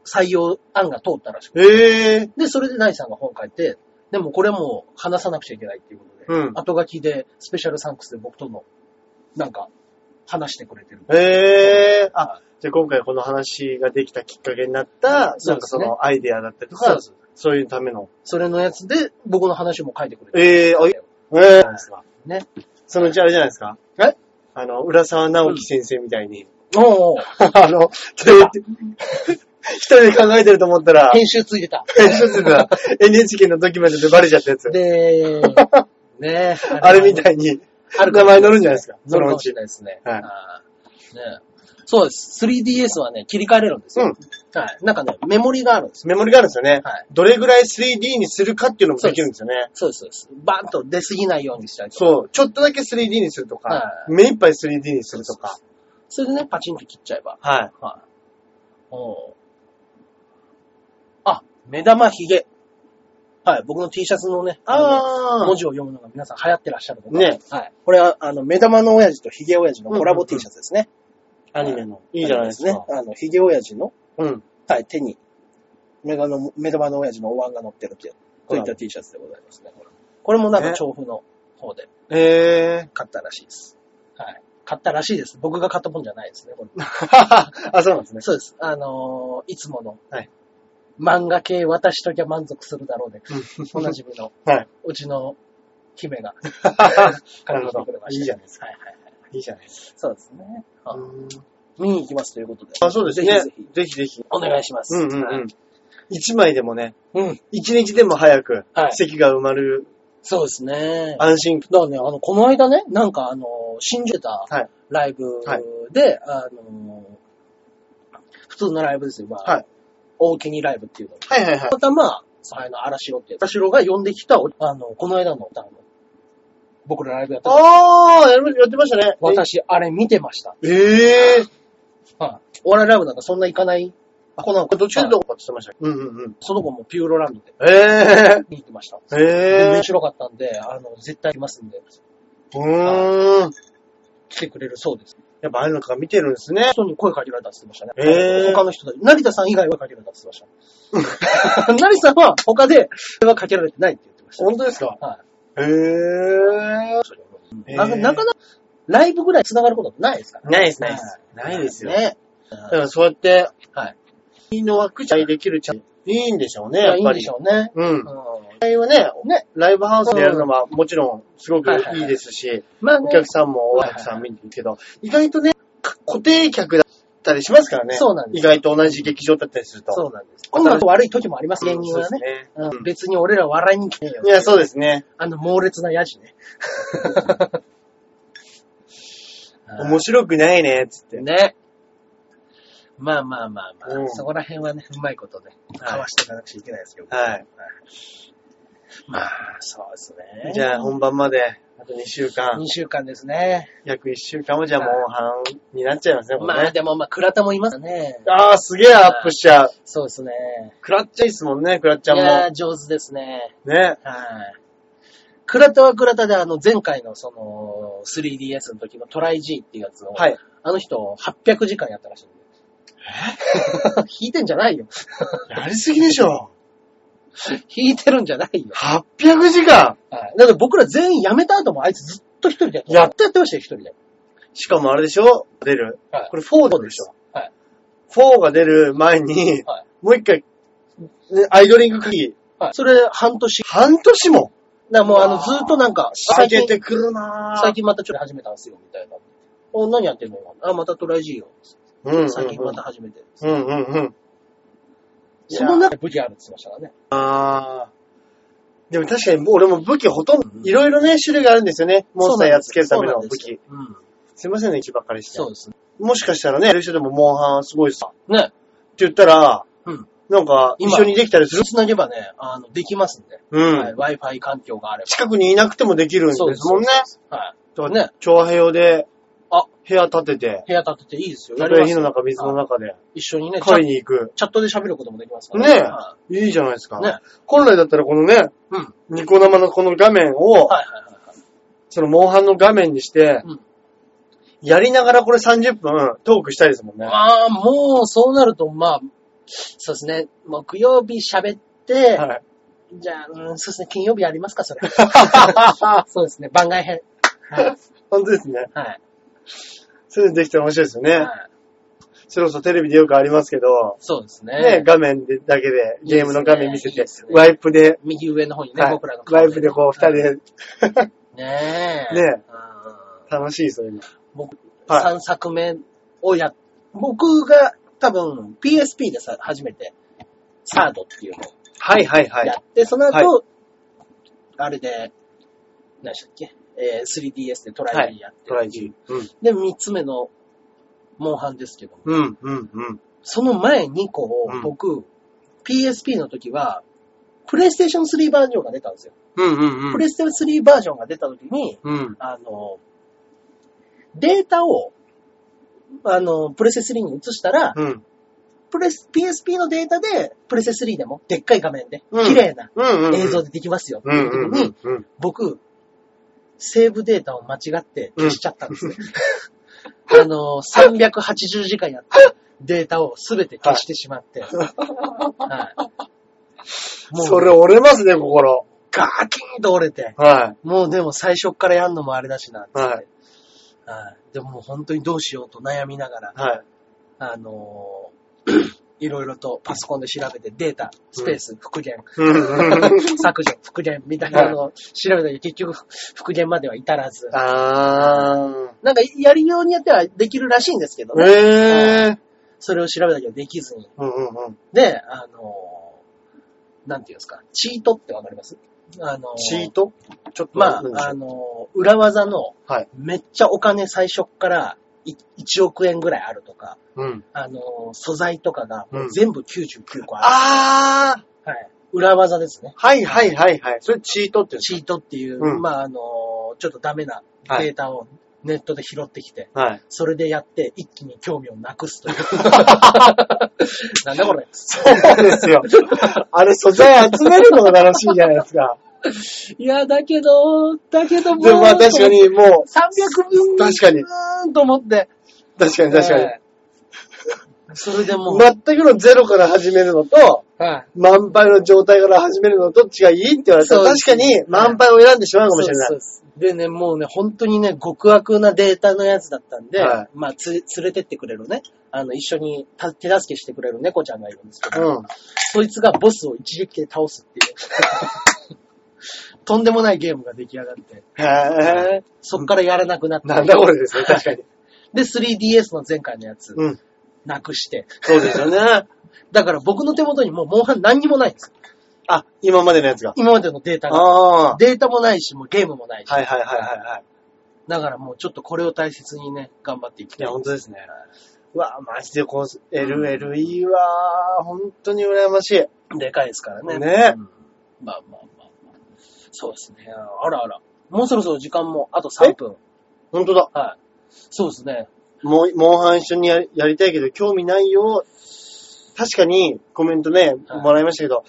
[SPEAKER 2] 採用案が通ったらしくて。
[SPEAKER 1] ええ
[SPEAKER 2] で、それでナイさんが本書いて、でもこれはもう話さなくちゃいけないっていうことで、
[SPEAKER 1] うん
[SPEAKER 2] 後書きでスペシャルサンクスで僕との、なんか、話してくれてる。
[SPEAKER 1] ええあ、じゃあ今回この話ができたきっかけになった、
[SPEAKER 2] そ
[SPEAKER 1] な
[SPEAKER 2] うんで
[SPEAKER 1] か
[SPEAKER 2] す
[SPEAKER 1] そ
[SPEAKER 2] ね
[SPEAKER 1] のアイデアだったりと
[SPEAKER 2] そう
[SPEAKER 1] か
[SPEAKER 2] で、す
[SPEAKER 1] そういうための。
[SPEAKER 2] それのやつで僕の話も書いてくれてる。
[SPEAKER 1] ええあ、いええ
[SPEAKER 2] ね。
[SPEAKER 1] そのうちあれじゃないですか。
[SPEAKER 2] え
[SPEAKER 1] あの、浦沢直樹先生みたいに。
[SPEAKER 2] おうおう
[SPEAKER 1] あの、 一人で考えてると思ったら、
[SPEAKER 2] 編集ついてた。
[SPEAKER 1] 編集室が NHK のドキュメントでバレちゃったやつ。
[SPEAKER 2] で、 ね
[SPEAKER 1] あれみたいに、
[SPEAKER 2] ある
[SPEAKER 1] 名
[SPEAKER 2] かも
[SPEAKER 1] 前
[SPEAKER 2] しれ
[SPEAKER 1] 乗
[SPEAKER 2] ない
[SPEAKER 1] るんじゃないですか、そ
[SPEAKER 2] 乗るか
[SPEAKER 1] のう
[SPEAKER 2] もしれ
[SPEAKER 1] ち。
[SPEAKER 2] ないですね。
[SPEAKER 1] はい
[SPEAKER 2] あーねそうです。3DS はね、切り替えれるんですよ。はい。なんかね、メモリがあるんですよ。
[SPEAKER 1] メモリがあるんですよね。
[SPEAKER 2] はい
[SPEAKER 1] どれぐらい 3D にするかっていうのもできるんですよね。
[SPEAKER 2] そうです、そうです。バーンと出過ぎないようにしちゃいと。
[SPEAKER 1] そう。ちょっとだけ 3D にするとか、
[SPEAKER 2] はい
[SPEAKER 1] 目いっぱい 3D にするとか。
[SPEAKER 2] それでね、パチンと切っちゃえば。
[SPEAKER 1] はい。
[SPEAKER 2] はい。おーあ、目玉ひげ。はい。僕の T シャツのね、の
[SPEAKER 1] あ
[SPEAKER 2] 文字を読むのが皆さん流行ってらっしゃると思う
[SPEAKER 1] ね。
[SPEAKER 2] はい。これは、あの、目玉の親父とひげ親父のコラボ
[SPEAKER 1] うんうんうん
[SPEAKER 2] T シャツですね。
[SPEAKER 1] ー、アニメの。いいじゃないです
[SPEAKER 2] ね
[SPEAKER 1] か。。
[SPEAKER 2] あの、ひげ親父の
[SPEAKER 1] うん。
[SPEAKER 2] はい、手に、メガの、目玉の親父のお椀が乗ってるっていう、
[SPEAKER 1] ほ
[SPEAKER 2] そうい
[SPEAKER 1] ら
[SPEAKER 2] った T シャツでございますね。これもなんか調布の方で
[SPEAKER 1] え
[SPEAKER 2] 買ったらしいです。はい。買ったらしいです。僕が買ったもんじゃないですね。これ
[SPEAKER 1] ー。 あ、そうなんですね。
[SPEAKER 2] そうです。あのーいつもの、
[SPEAKER 1] はい
[SPEAKER 2] 漫画系渡しときゃ満足するだろうで、おなじみの、
[SPEAKER 1] はい。
[SPEAKER 2] うちの姫 が買ってきてくれました。
[SPEAKER 1] なるほどいいじゃないです
[SPEAKER 2] か。はいはいはい。
[SPEAKER 1] いいじゃないです
[SPEAKER 2] そうですね。
[SPEAKER 1] か。
[SPEAKER 2] あ見に行きますということで。
[SPEAKER 1] あ、そうですね
[SPEAKER 2] ぜひぜひ。
[SPEAKER 1] ぜひぜひ。
[SPEAKER 2] お願いします。
[SPEAKER 1] うんうん
[SPEAKER 2] は
[SPEAKER 1] う
[SPEAKER 2] い
[SPEAKER 1] ん。一枚でもね、
[SPEAKER 2] うん。
[SPEAKER 1] 一日でも早く
[SPEAKER 2] はい
[SPEAKER 1] 席が埋まる
[SPEAKER 2] そうですね。
[SPEAKER 1] 安心
[SPEAKER 2] だからね、あの、この間ね、なんかあの、新宿た
[SPEAKER 1] はい
[SPEAKER 2] ライブ
[SPEAKER 1] はい
[SPEAKER 2] で、あの、普通のライブですよ、まあ、
[SPEAKER 1] はい
[SPEAKER 2] 大きにライブっていうの。
[SPEAKER 1] はいはいはい
[SPEAKER 2] た。またまあ、あの、荒城っていう、荒城が呼んできた、あの、この間の、あの、僕らライブやった時
[SPEAKER 1] ああ、やるやってましたね。
[SPEAKER 2] 私、あれ見てました。
[SPEAKER 1] ええー。
[SPEAKER 2] はい。お笑いライブなんかそんな行かない、
[SPEAKER 1] あ、この、どっちかどうかって言ってましたね。うんうんうん。
[SPEAKER 2] その子もピューロランドで
[SPEAKER 1] え
[SPEAKER 2] 見に行ってました。
[SPEAKER 1] えー。え
[SPEAKER 2] で
[SPEAKER 1] え
[SPEAKER 2] 面白かったんで、あの、絶対行きますんで、
[SPEAKER 1] ー。うーん。
[SPEAKER 2] 来てくれるそうです。
[SPEAKER 1] やっぱああいうのとか見てるんですね。
[SPEAKER 2] 人に声かけられたって言ってましたね。
[SPEAKER 1] へー
[SPEAKER 2] 他の人たち。成田さん以外はかけられたって言ってま した。成田さんは他で声はかけられてないって言ってました。
[SPEAKER 1] 本当ですか
[SPEAKER 2] はい。
[SPEAKER 1] ええー。
[SPEAKER 2] ななかなかライブぐらい繋がることってないですから
[SPEAKER 1] ないです
[SPEAKER 2] ね。
[SPEAKER 1] ないですよ。
[SPEAKER 2] ね。
[SPEAKER 1] だからそうやって、
[SPEAKER 2] はい。
[SPEAKER 1] いの枠ちゃいできるちゃいいんでしょうね、
[SPEAKER 2] い
[SPEAKER 1] や
[SPEAKER 2] や
[SPEAKER 1] っ
[SPEAKER 2] いいん
[SPEAKER 1] ぱ
[SPEAKER 2] で
[SPEAKER 1] り
[SPEAKER 2] し。ょうね。
[SPEAKER 1] うん
[SPEAKER 2] うん。
[SPEAKER 1] 会はね、
[SPEAKER 2] ね。
[SPEAKER 1] ライブハウスでやるのはもちろんすごく
[SPEAKER 2] はいはいはい
[SPEAKER 1] いいですし、
[SPEAKER 2] まあ
[SPEAKER 1] お
[SPEAKER 2] ね。
[SPEAKER 1] 客さんもたくさん見に行くけど、意外とね、か固定客だったりしますからね。
[SPEAKER 2] そうなんです
[SPEAKER 1] 意外と同じ劇場だったりすると。
[SPEAKER 2] そうなんです。音楽悪い時もあります、芸人は
[SPEAKER 1] そう
[SPEAKER 2] ね。
[SPEAKER 1] です
[SPEAKER 2] う
[SPEAKER 1] ね
[SPEAKER 2] ん、別に俺ら笑いに来てよ
[SPEAKER 1] うん。い。や、そうですね。
[SPEAKER 2] あの猛烈なヤ ジね。
[SPEAKER 1] 面白くないね、つって。
[SPEAKER 2] ね。まあまあまあまあ、
[SPEAKER 1] うん
[SPEAKER 2] そこら辺はね、うまいことね、かわしていかなくちゃいけないですけど。
[SPEAKER 1] はい。
[SPEAKER 2] まあ、そうですね。
[SPEAKER 1] じゃあ、本番まで、あと2週間
[SPEAKER 2] 2、週間ですね。
[SPEAKER 1] 約1週間もじゃあもう半になっちゃいますね、こ
[SPEAKER 2] まあ
[SPEAKER 1] れね。
[SPEAKER 2] でも、まあ、倉田もいますね。
[SPEAKER 1] あー、すげえアップしちゃう。
[SPEAKER 2] そうですね。
[SPEAKER 1] クラッチャいいっすもんね、クラッ
[SPEAKER 2] い
[SPEAKER 1] チャも。
[SPEAKER 2] やー上手ですね。
[SPEAKER 1] ね。
[SPEAKER 2] はい。倉田は倉田で、あの、前回のその、3DS の時のトライ G っていうやつを、
[SPEAKER 1] はい。
[SPEAKER 2] あの人、800時間やったらしいんで。え 弾いてんじゃないよ。
[SPEAKER 1] やりすぎでしょ。
[SPEAKER 2] 弾いてるんじゃないよ。
[SPEAKER 1] 800時間
[SPEAKER 2] はい。だから僕ら全員辞めた後もあいつずっと一人でやって
[SPEAKER 1] や
[SPEAKER 2] っとやってましたよ、一人で。
[SPEAKER 1] しかもあれでしょ出る。
[SPEAKER 2] はい
[SPEAKER 1] これ4
[SPEAKER 2] そ
[SPEAKER 1] 度
[SPEAKER 2] う
[SPEAKER 1] で
[SPEAKER 2] で
[SPEAKER 1] し
[SPEAKER 2] し
[SPEAKER 1] ょ
[SPEAKER 2] ょ。はい。
[SPEAKER 1] ?4 が出る前に、
[SPEAKER 2] はい
[SPEAKER 1] もう一回、ねアイドリング区切
[SPEAKER 2] はい。それ、半年。
[SPEAKER 1] 半年も
[SPEAKER 2] だからもうあの、ずっとなんか、
[SPEAKER 1] 上
[SPEAKER 2] 最
[SPEAKER 1] げ
[SPEAKER 2] 近、
[SPEAKER 1] てくるなぁ
[SPEAKER 2] 最近またちょっと始めたんですよ、みたいな。お、何やってんの今あ、またトライ G よ。
[SPEAKER 1] うんうんうん
[SPEAKER 2] 最近また始めてる。
[SPEAKER 1] うんうんうん。いや
[SPEAKER 2] その中で VR って言ってましたからね。
[SPEAKER 1] あーでも確かに俺も武器ほとんど、いろいろね、種類があるんですよね。モンスターやっつけるための武器。
[SPEAKER 2] そうなんですよ。うん。
[SPEAKER 1] すいませんね、気ばっかりして
[SPEAKER 2] そう。ですね。
[SPEAKER 1] もしかしたらね、やる人でもモンハンすごいさ。っ
[SPEAKER 2] ね。
[SPEAKER 1] て言ったら、
[SPEAKER 2] うん。
[SPEAKER 1] なんか、一
[SPEAKER 2] 今
[SPEAKER 1] 緒にできたりする。
[SPEAKER 2] つなげばね、あの、できますんで。
[SPEAKER 1] うん。
[SPEAKER 2] はい。Wi-Fi 環境があれば。
[SPEAKER 1] 近くにいなくてもできるんですもんね。
[SPEAKER 2] はい。
[SPEAKER 1] と
[SPEAKER 2] ね
[SPEAKER 1] 調和用で、
[SPEAKER 2] あ、
[SPEAKER 1] 部屋建てて、
[SPEAKER 2] 部屋建てていいですよ。
[SPEAKER 1] た
[SPEAKER 2] や
[SPEAKER 1] と
[SPEAKER 2] り
[SPEAKER 1] え
[SPEAKER 2] ます
[SPEAKER 1] 火
[SPEAKER 2] よ
[SPEAKER 1] の中、水の中で、
[SPEAKER 2] 一緒にね、チャ
[SPEAKER 1] 狩りに行く。
[SPEAKER 2] チャットで喋ることもできますから
[SPEAKER 1] ねえ
[SPEAKER 2] はい
[SPEAKER 1] いじゃないですか。
[SPEAKER 2] ね
[SPEAKER 1] 本来だったらこのね、
[SPEAKER 2] いうん。
[SPEAKER 1] ニコ生のこの画面を、
[SPEAKER 2] はいはいはいはい。
[SPEAKER 1] そのモンハンの画面にして、
[SPEAKER 2] うん
[SPEAKER 1] やりながらこれ30分トークしたいですもんね。
[SPEAKER 2] まあ、もう、そうなると、まあ、そうですね、木曜日喋って、
[SPEAKER 1] はい。
[SPEAKER 2] じゃあ、うん、そうですね、金曜日やります か、それ。そうですね、番外編。はい。
[SPEAKER 1] 本当ですね。
[SPEAKER 2] はい。
[SPEAKER 1] そういうのできたら面白いですよね。
[SPEAKER 2] はい
[SPEAKER 1] それこそテレビでよくありますけど、
[SPEAKER 2] そうです
[SPEAKER 1] ね
[SPEAKER 2] ね、。
[SPEAKER 1] 画面でだけで、
[SPEAKER 2] いいですね
[SPEAKER 1] ゲームの画面見せ
[SPEAKER 2] いいで
[SPEAKER 1] て
[SPEAKER 2] す、ね
[SPEAKER 1] ワイプで、
[SPEAKER 2] 右上の方にね、
[SPEAKER 1] はい
[SPEAKER 2] 僕らの顔
[SPEAKER 1] ワ
[SPEAKER 2] ね
[SPEAKER 1] イプでこう二人。で、
[SPEAKER 2] ねえ。
[SPEAKER 1] ねえ
[SPEAKER 2] うん
[SPEAKER 1] 楽しい、そういうの。
[SPEAKER 2] 僕、
[SPEAKER 1] はい
[SPEAKER 2] 3作目をやっ、僕が多分 PSP でさ、初めて、サードっていうのを
[SPEAKER 1] はいはいは
[SPEAKER 2] やって、その後、
[SPEAKER 1] は
[SPEAKER 2] あれで、何でしたっけ、えー 3DS でトライアルやって、
[SPEAKER 1] トライジー。うん。
[SPEAKER 2] で、3つ目の、モンハンですけども、
[SPEAKER 1] うん、うん、うん。
[SPEAKER 2] その前2個を
[SPEAKER 1] うん
[SPEAKER 2] 僕、PSP の時は、プレイステーション3バージョンが出たんですよ。
[SPEAKER 1] うん、うん、う
[SPEAKER 2] プ
[SPEAKER 1] ん。
[SPEAKER 2] レイステーション3バージョンが出た時に、
[SPEAKER 1] うん。
[SPEAKER 2] あの、データを、あの、プレセ3に移したら、
[SPEAKER 1] うん。
[SPEAKER 2] プレス PSP のデータで、プレセ3でも、でっかい画面で、
[SPEAKER 1] うん
[SPEAKER 2] 綺麗な
[SPEAKER 1] うん、うん。
[SPEAKER 2] 映像でできますよって
[SPEAKER 1] う、
[SPEAKER 2] いうん
[SPEAKER 1] うん、
[SPEAKER 2] 時
[SPEAKER 1] う
[SPEAKER 2] に
[SPEAKER 1] ん、。うん。
[SPEAKER 2] 僕、セーブデータを間違って消しちゃったんですね。 あの、380時間やったデータをすべて消してしま って。はいもう、
[SPEAKER 1] それ折れますね、心。
[SPEAKER 2] ガキンと折れて。
[SPEAKER 1] は
[SPEAKER 2] もうでも最初っからやんのもあれだしな、つって。
[SPEAKER 1] はい
[SPEAKER 2] はいでももう本当にどうしようと悩みながら
[SPEAKER 1] い。、はい。
[SPEAKER 2] あの ーいろいろとパソコンで調べてデータ、スペース、復元、
[SPEAKER 1] うんうんうん
[SPEAKER 2] 削除、復元みたいなのを調べたけど、結局復元までは至らず、
[SPEAKER 1] あ
[SPEAKER 2] なんかやりようによってはできるらしいんですけど
[SPEAKER 1] ー。
[SPEAKER 2] ね、
[SPEAKER 1] えー。
[SPEAKER 2] それを調べたけどできずに。
[SPEAKER 1] うん、うん、うん。
[SPEAKER 2] で、あのーなんていうんですか、チートってわかりますあのー
[SPEAKER 1] チートちょっと、な
[SPEAKER 2] ま
[SPEAKER 1] んでし
[SPEAKER 2] あ、
[SPEAKER 1] ょ
[SPEAKER 2] あ
[SPEAKER 1] う
[SPEAKER 2] のー裏技の、
[SPEAKER 1] はい。
[SPEAKER 2] めっちゃお金最初からい1億円ぐらいあるとか、
[SPEAKER 1] うん。
[SPEAKER 2] あの、素材とかがもううん全部99個あ
[SPEAKER 1] あー。
[SPEAKER 2] る。はい。裏技ですね。
[SPEAKER 1] はい、はい、はい、はい。それチートって言
[SPEAKER 2] チートっていう、
[SPEAKER 1] うん
[SPEAKER 2] まあ、あの、ちょっとダメな
[SPEAKER 1] はい
[SPEAKER 2] データをネットで拾ってきて、
[SPEAKER 1] うはい。
[SPEAKER 2] それでやって一気に興味をなく すという。なんだこれ。
[SPEAKER 1] そうですよ。 あれ、素材集めるのが楽しいじゃないですか。
[SPEAKER 2] いや、だけど、だけどもう
[SPEAKER 1] でもまあ確か。に、もう、
[SPEAKER 2] 300分
[SPEAKER 1] 確かに
[SPEAKER 2] うーんと思って。
[SPEAKER 1] 確かに確かに。
[SPEAKER 2] ええそれでもう、
[SPEAKER 1] 全くのゼロから始めるのと、
[SPEAKER 2] はい
[SPEAKER 1] 満杯の状態から始めるのどっちがいいって言われたら
[SPEAKER 2] そうで
[SPEAKER 1] 確
[SPEAKER 2] す
[SPEAKER 1] かに満杯を選んでしまうかもしれな
[SPEAKER 2] そう
[SPEAKER 1] い。
[SPEAKER 2] ですそうですでね、もうね、本当にね、極悪なデータのやつだったんで、
[SPEAKER 1] はい
[SPEAKER 2] まあ、つ、連れてってくれるね、あの、一緒にた手助けしてくれる猫ちゃんがいるんですけど、
[SPEAKER 1] うん。
[SPEAKER 2] そいつがボスを一撃で倒すっていう、とんでもないゲームが出来上がって、
[SPEAKER 1] へぇ
[SPEAKER 2] そっからやらなくなっ
[SPEAKER 1] ー。
[SPEAKER 2] た。
[SPEAKER 1] なんだこれですね、確かに。
[SPEAKER 2] で、3DS の前回のやつ、
[SPEAKER 1] うん。
[SPEAKER 2] なくして。
[SPEAKER 1] そうですよね。
[SPEAKER 2] だから僕の手元にもうモンハン何にもないんです。
[SPEAKER 1] あ、今までのやつが。
[SPEAKER 2] 今までのデータが。
[SPEAKER 1] ああー。
[SPEAKER 2] データもないし、もうゲームもないし。
[SPEAKER 1] はいはいはいはいはい。
[SPEAKER 2] だからもうちょっとこれを大切にね、頑張っていき
[SPEAKER 1] い
[SPEAKER 2] たい
[SPEAKER 1] や、。本当ですね。うわ、マジでこう、LLE は、本当に羨ましい。
[SPEAKER 2] でかいですからね。
[SPEAKER 1] ね
[SPEAKER 2] うんまあまあまあまあ。そうですね。あらあら。もうそろそろ時間もあと3分。
[SPEAKER 1] 本当だ。
[SPEAKER 2] はい。そうですね。
[SPEAKER 1] もう、モンハン一緒にやりやりたいけど、興味ないよ。確かに、コメントね、
[SPEAKER 2] はい
[SPEAKER 1] もらいましたけど、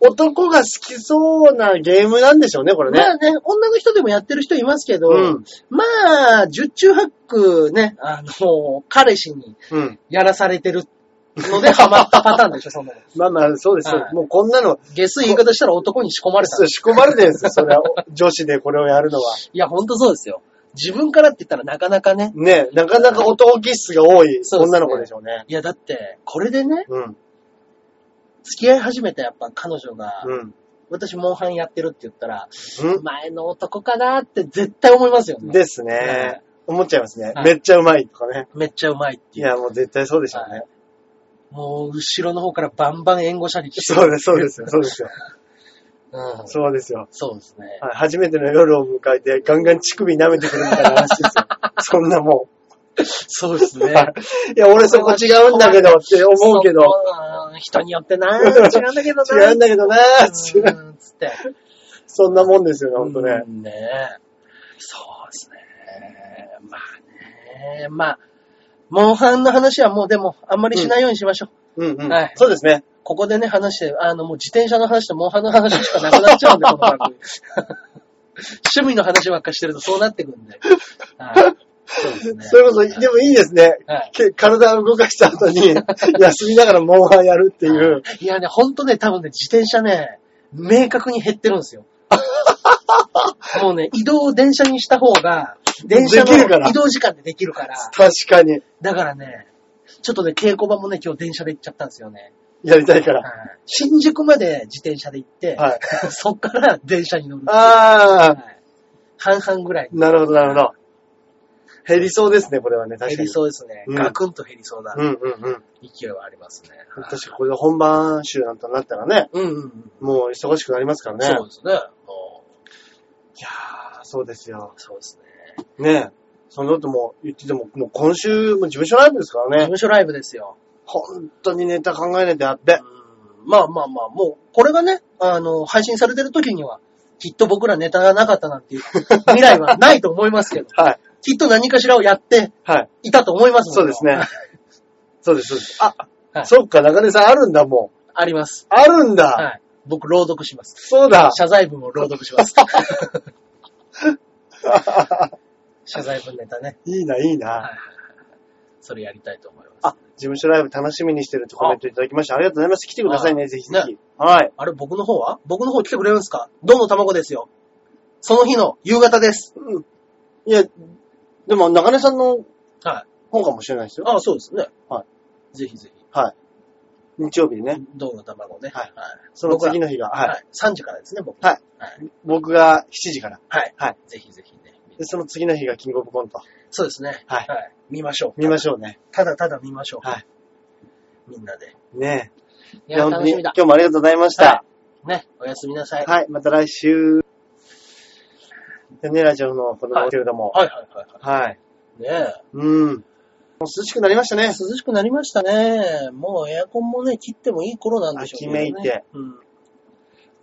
[SPEAKER 1] 男が好きそうなゲームなんでしょうね、これね。
[SPEAKER 2] まあね、女の人でもやってる人いますけど、
[SPEAKER 1] うん
[SPEAKER 2] まあ、十中八九ね、あの、彼氏に
[SPEAKER 1] うん。
[SPEAKER 2] やらされてるのでハマったパターンでしょ、そんなの。
[SPEAKER 1] まあまあ、そうですよ、
[SPEAKER 2] はい
[SPEAKER 1] もうこんなの、
[SPEAKER 2] 下水言い方したら男に仕込まれた
[SPEAKER 1] そう。仕込まれてるんですよ、それは。女子でこれをやるのは。
[SPEAKER 2] いや、ほんとそうですよ。自分からって言ったらなかなかね。
[SPEAKER 1] ねなかなか男気質が多い
[SPEAKER 2] そうですね
[SPEAKER 1] 女の子でしょうね。
[SPEAKER 2] いや、だって、これでね、
[SPEAKER 1] うん。
[SPEAKER 2] 付き合い始めたやっぱ彼女が、
[SPEAKER 1] うん。
[SPEAKER 2] 私、モンハンやってるって言ったら、
[SPEAKER 1] うん
[SPEAKER 2] 前の男かなって絶対思いますよね。
[SPEAKER 1] です
[SPEAKER 2] は
[SPEAKER 1] ね
[SPEAKER 2] い。
[SPEAKER 1] 思っちゃいますね。
[SPEAKER 2] はい
[SPEAKER 1] めっちゃうまいとかね。
[SPEAKER 2] めっちゃうまいって
[SPEAKER 1] い
[SPEAKER 2] いう。
[SPEAKER 1] や、もう絶対そうでしょうね。
[SPEAKER 2] もう、後ろの方からバンバン援護射撃して
[SPEAKER 1] そうです、そうですよ、そうですよ。
[SPEAKER 2] うん。
[SPEAKER 1] そうですよ。
[SPEAKER 2] そうですね。
[SPEAKER 1] はい初めての夜を迎えて、ガンガン乳首舐めてくるみたいな話 ですよ。そんなも
[SPEAKER 2] そうです
[SPEAKER 1] ん。
[SPEAKER 2] ね。
[SPEAKER 1] はいいや、俺そこ違うんだけどって思うけど、
[SPEAKER 2] そううん人によってな、 違うんだけどな。
[SPEAKER 1] 違うんだけどなー
[SPEAKER 2] うんつって。
[SPEAKER 1] そんなもんですよね、ほんとね
[SPEAKER 2] う。んねえそうですね。まあね。まあ、モンハンの話はもうでも、あんまりしないようにしましょう。
[SPEAKER 1] うんうん
[SPEAKER 2] はい。
[SPEAKER 1] そうですね。
[SPEAKER 2] ここでね、話して、あの、もう自転車の話とモンハンの話しかなくなっちゃうんで、この番組。趣味の話ばっかしてるとそうなってくんで。はい。そうですね。
[SPEAKER 1] それこそ、でもいいですね。
[SPEAKER 2] はい
[SPEAKER 1] け体を動かした後に、休みながらモンハンやるっていう。
[SPEAKER 2] いやね、ほんとね、多分ね、自転車ね、明確に減ってるんです よ。もうね、移動を電車にした方が、電車
[SPEAKER 1] できるから
[SPEAKER 2] の移動時間でできるから、
[SPEAKER 1] 確かに、
[SPEAKER 2] だからね、ちょっとね、稽古場もね、今日電車で行っちゃったんですよね。
[SPEAKER 1] やりたいか
[SPEAKER 2] は
[SPEAKER 1] ら。
[SPEAKER 2] い新宿まで自転車で行って、
[SPEAKER 1] はい
[SPEAKER 2] そっから電車に乗る。
[SPEAKER 1] あ
[SPEAKER 2] はい半々ぐらい
[SPEAKER 1] ー、なるほど、なるほど。減りそうですね、これはね、確
[SPEAKER 2] 減
[SPEAKER 1] か
[SPEAKER 2] り
[SPEAKER 1] に。
[SPEAKER 2] そうですね。
[SPEAKER 1] うん
[SPEAKER 2] ガクンと減りそうな
[SPEAKER 1] うんうんうん。
[SPEAKER 2] 勢いはありますね。はい
[SPEAKER 1] 確かにこれが本番集なんてなったらね、
[SPEAKER 2] うんうんうん。
[SPEAKER 1] もう忙しくなりますからね。
[SPEAKER 2] そうですね。もう
[SPEAKER 1] いやー、そうですよ。
[SPEAKER 2] そうですね。
[SPEAKER 1] ねえ。その後も言ってても、もう今週、もう事務所ライブですか
[SPEAKER 2] 事
[SPEAKER 1] らね。
[SPEAKER 2] 務所ライブですよ。
[SPEAKER 1] 本当にネタ考えないとやって。
[SPEAKER 2] うんまあまあまあ、もう、これがね、あの、配信されてる時には、きっと僕らネタがなかったなんて いう未来はないと思いますけど、
[SPEAKER 1] はい。
[SPEAKER 2] きっと何かしらをやって
[SPEAKER 1] はい。
[SPEAKER 2] いたと思いますもん
[SPEAKER 1] そうですね。そうです、そうです。あ、
[SPEAKER 2] はい
[SPEAKER 1] そっか、中根さんあるんだ、もう。
[SPEAKER 2] あります。
[SPEAKER 1] あるんだ。
[SPEAKER 2] はい。僕、朗読します。
[SPEAKER 1] そうだ。
[SPEAKER 2] 謝罪文を朗読します。 謝罪文ネタね。
[SPEAKER 1] いいな、いい
[SPEAKER 2] は
[SPEAKER 1] な。
[SPEAKER 2] いそれやりたいと思います。
[SPEAKER 1] あ、事務所ライブ楽しみにしてるってコメントいただきました。ありがとうございます。来てくださいね、ぜひぜひ。はい。
[SPEAKER 2] あれ、僕の方は僕の方来てくれるんですかどの卵ですよ。その日の夕方です。
[SPEAKER 1] うん。いや、でも中根さんの
[SPEAKER 2] はい。
[SPEAKER 1] 本かもしれないですよ。
[SPEAKER 2] ああ、そうですね。
[SPEAKER 1] は
[SPEAKER 2] ぜひぜひ。
[SPEAKER 1] 日曜日にね。
[SPEAKER 2] 銅の卵ね。
[SPEAKER 1] はい
[SPEAKER 2] はい。
[SPEAKER 1] その次の日が。
[SPEAKER 2] は
[SPEAKER 1] はい。
[SPEAKER 2] い。3時からですね、僕。
[SPEAKER 1] はい。
[SPEAKER 2] はい。
[SPEAKER 1] 僕が7時から。
[SPEAKER 2] はい。
[SPEAKER 1] はい
[SPEAKER 2] ぜひぜひね。
[SPEAKER 1] で、その次の日がキングオブコント。
[SPEAKER 2] そうですね。
[SPEAKER 1] はい
[SPEAKER 2] 見ましょう。
[SPEAKER 1] 見ましょうね。
[SPEAKER 2] ただただ見ましょう。
[SPEAKER 1] はい。
[SPEAKER 2] みんなで。
[SPEAKER 1] ねえ。
[SPEAKER 2] いや、
[SPEAKER 1] 本当
[SPEAKER 2] 楽
[SPEAKER 1] に
[SPEAKER 2] しみ
[SPEAKER 1] 今
[SPEAKER 2] だ。
[SPEAKER 1] 日もありがとうございました。
[SPEAKER 2] ね。おやすみなさい。
[SPEAKER 1] はい、また来週。でね、ラジオの子供ですけれども。
[SPEAKER 2] はいはいはいは
[SPEAKER 1] はい。
[SPEAKER 2] い。ねえ。
[SPEAKER 1] うん。もう涼しくなりましたね。
[SPEAKER 2] 涼しくなりましたね。もうエアコンもね、切ってもいい頃なんでしょうけどね。
[SPEAKER 1] 秋めいて。
[SPEAKER 2] うん。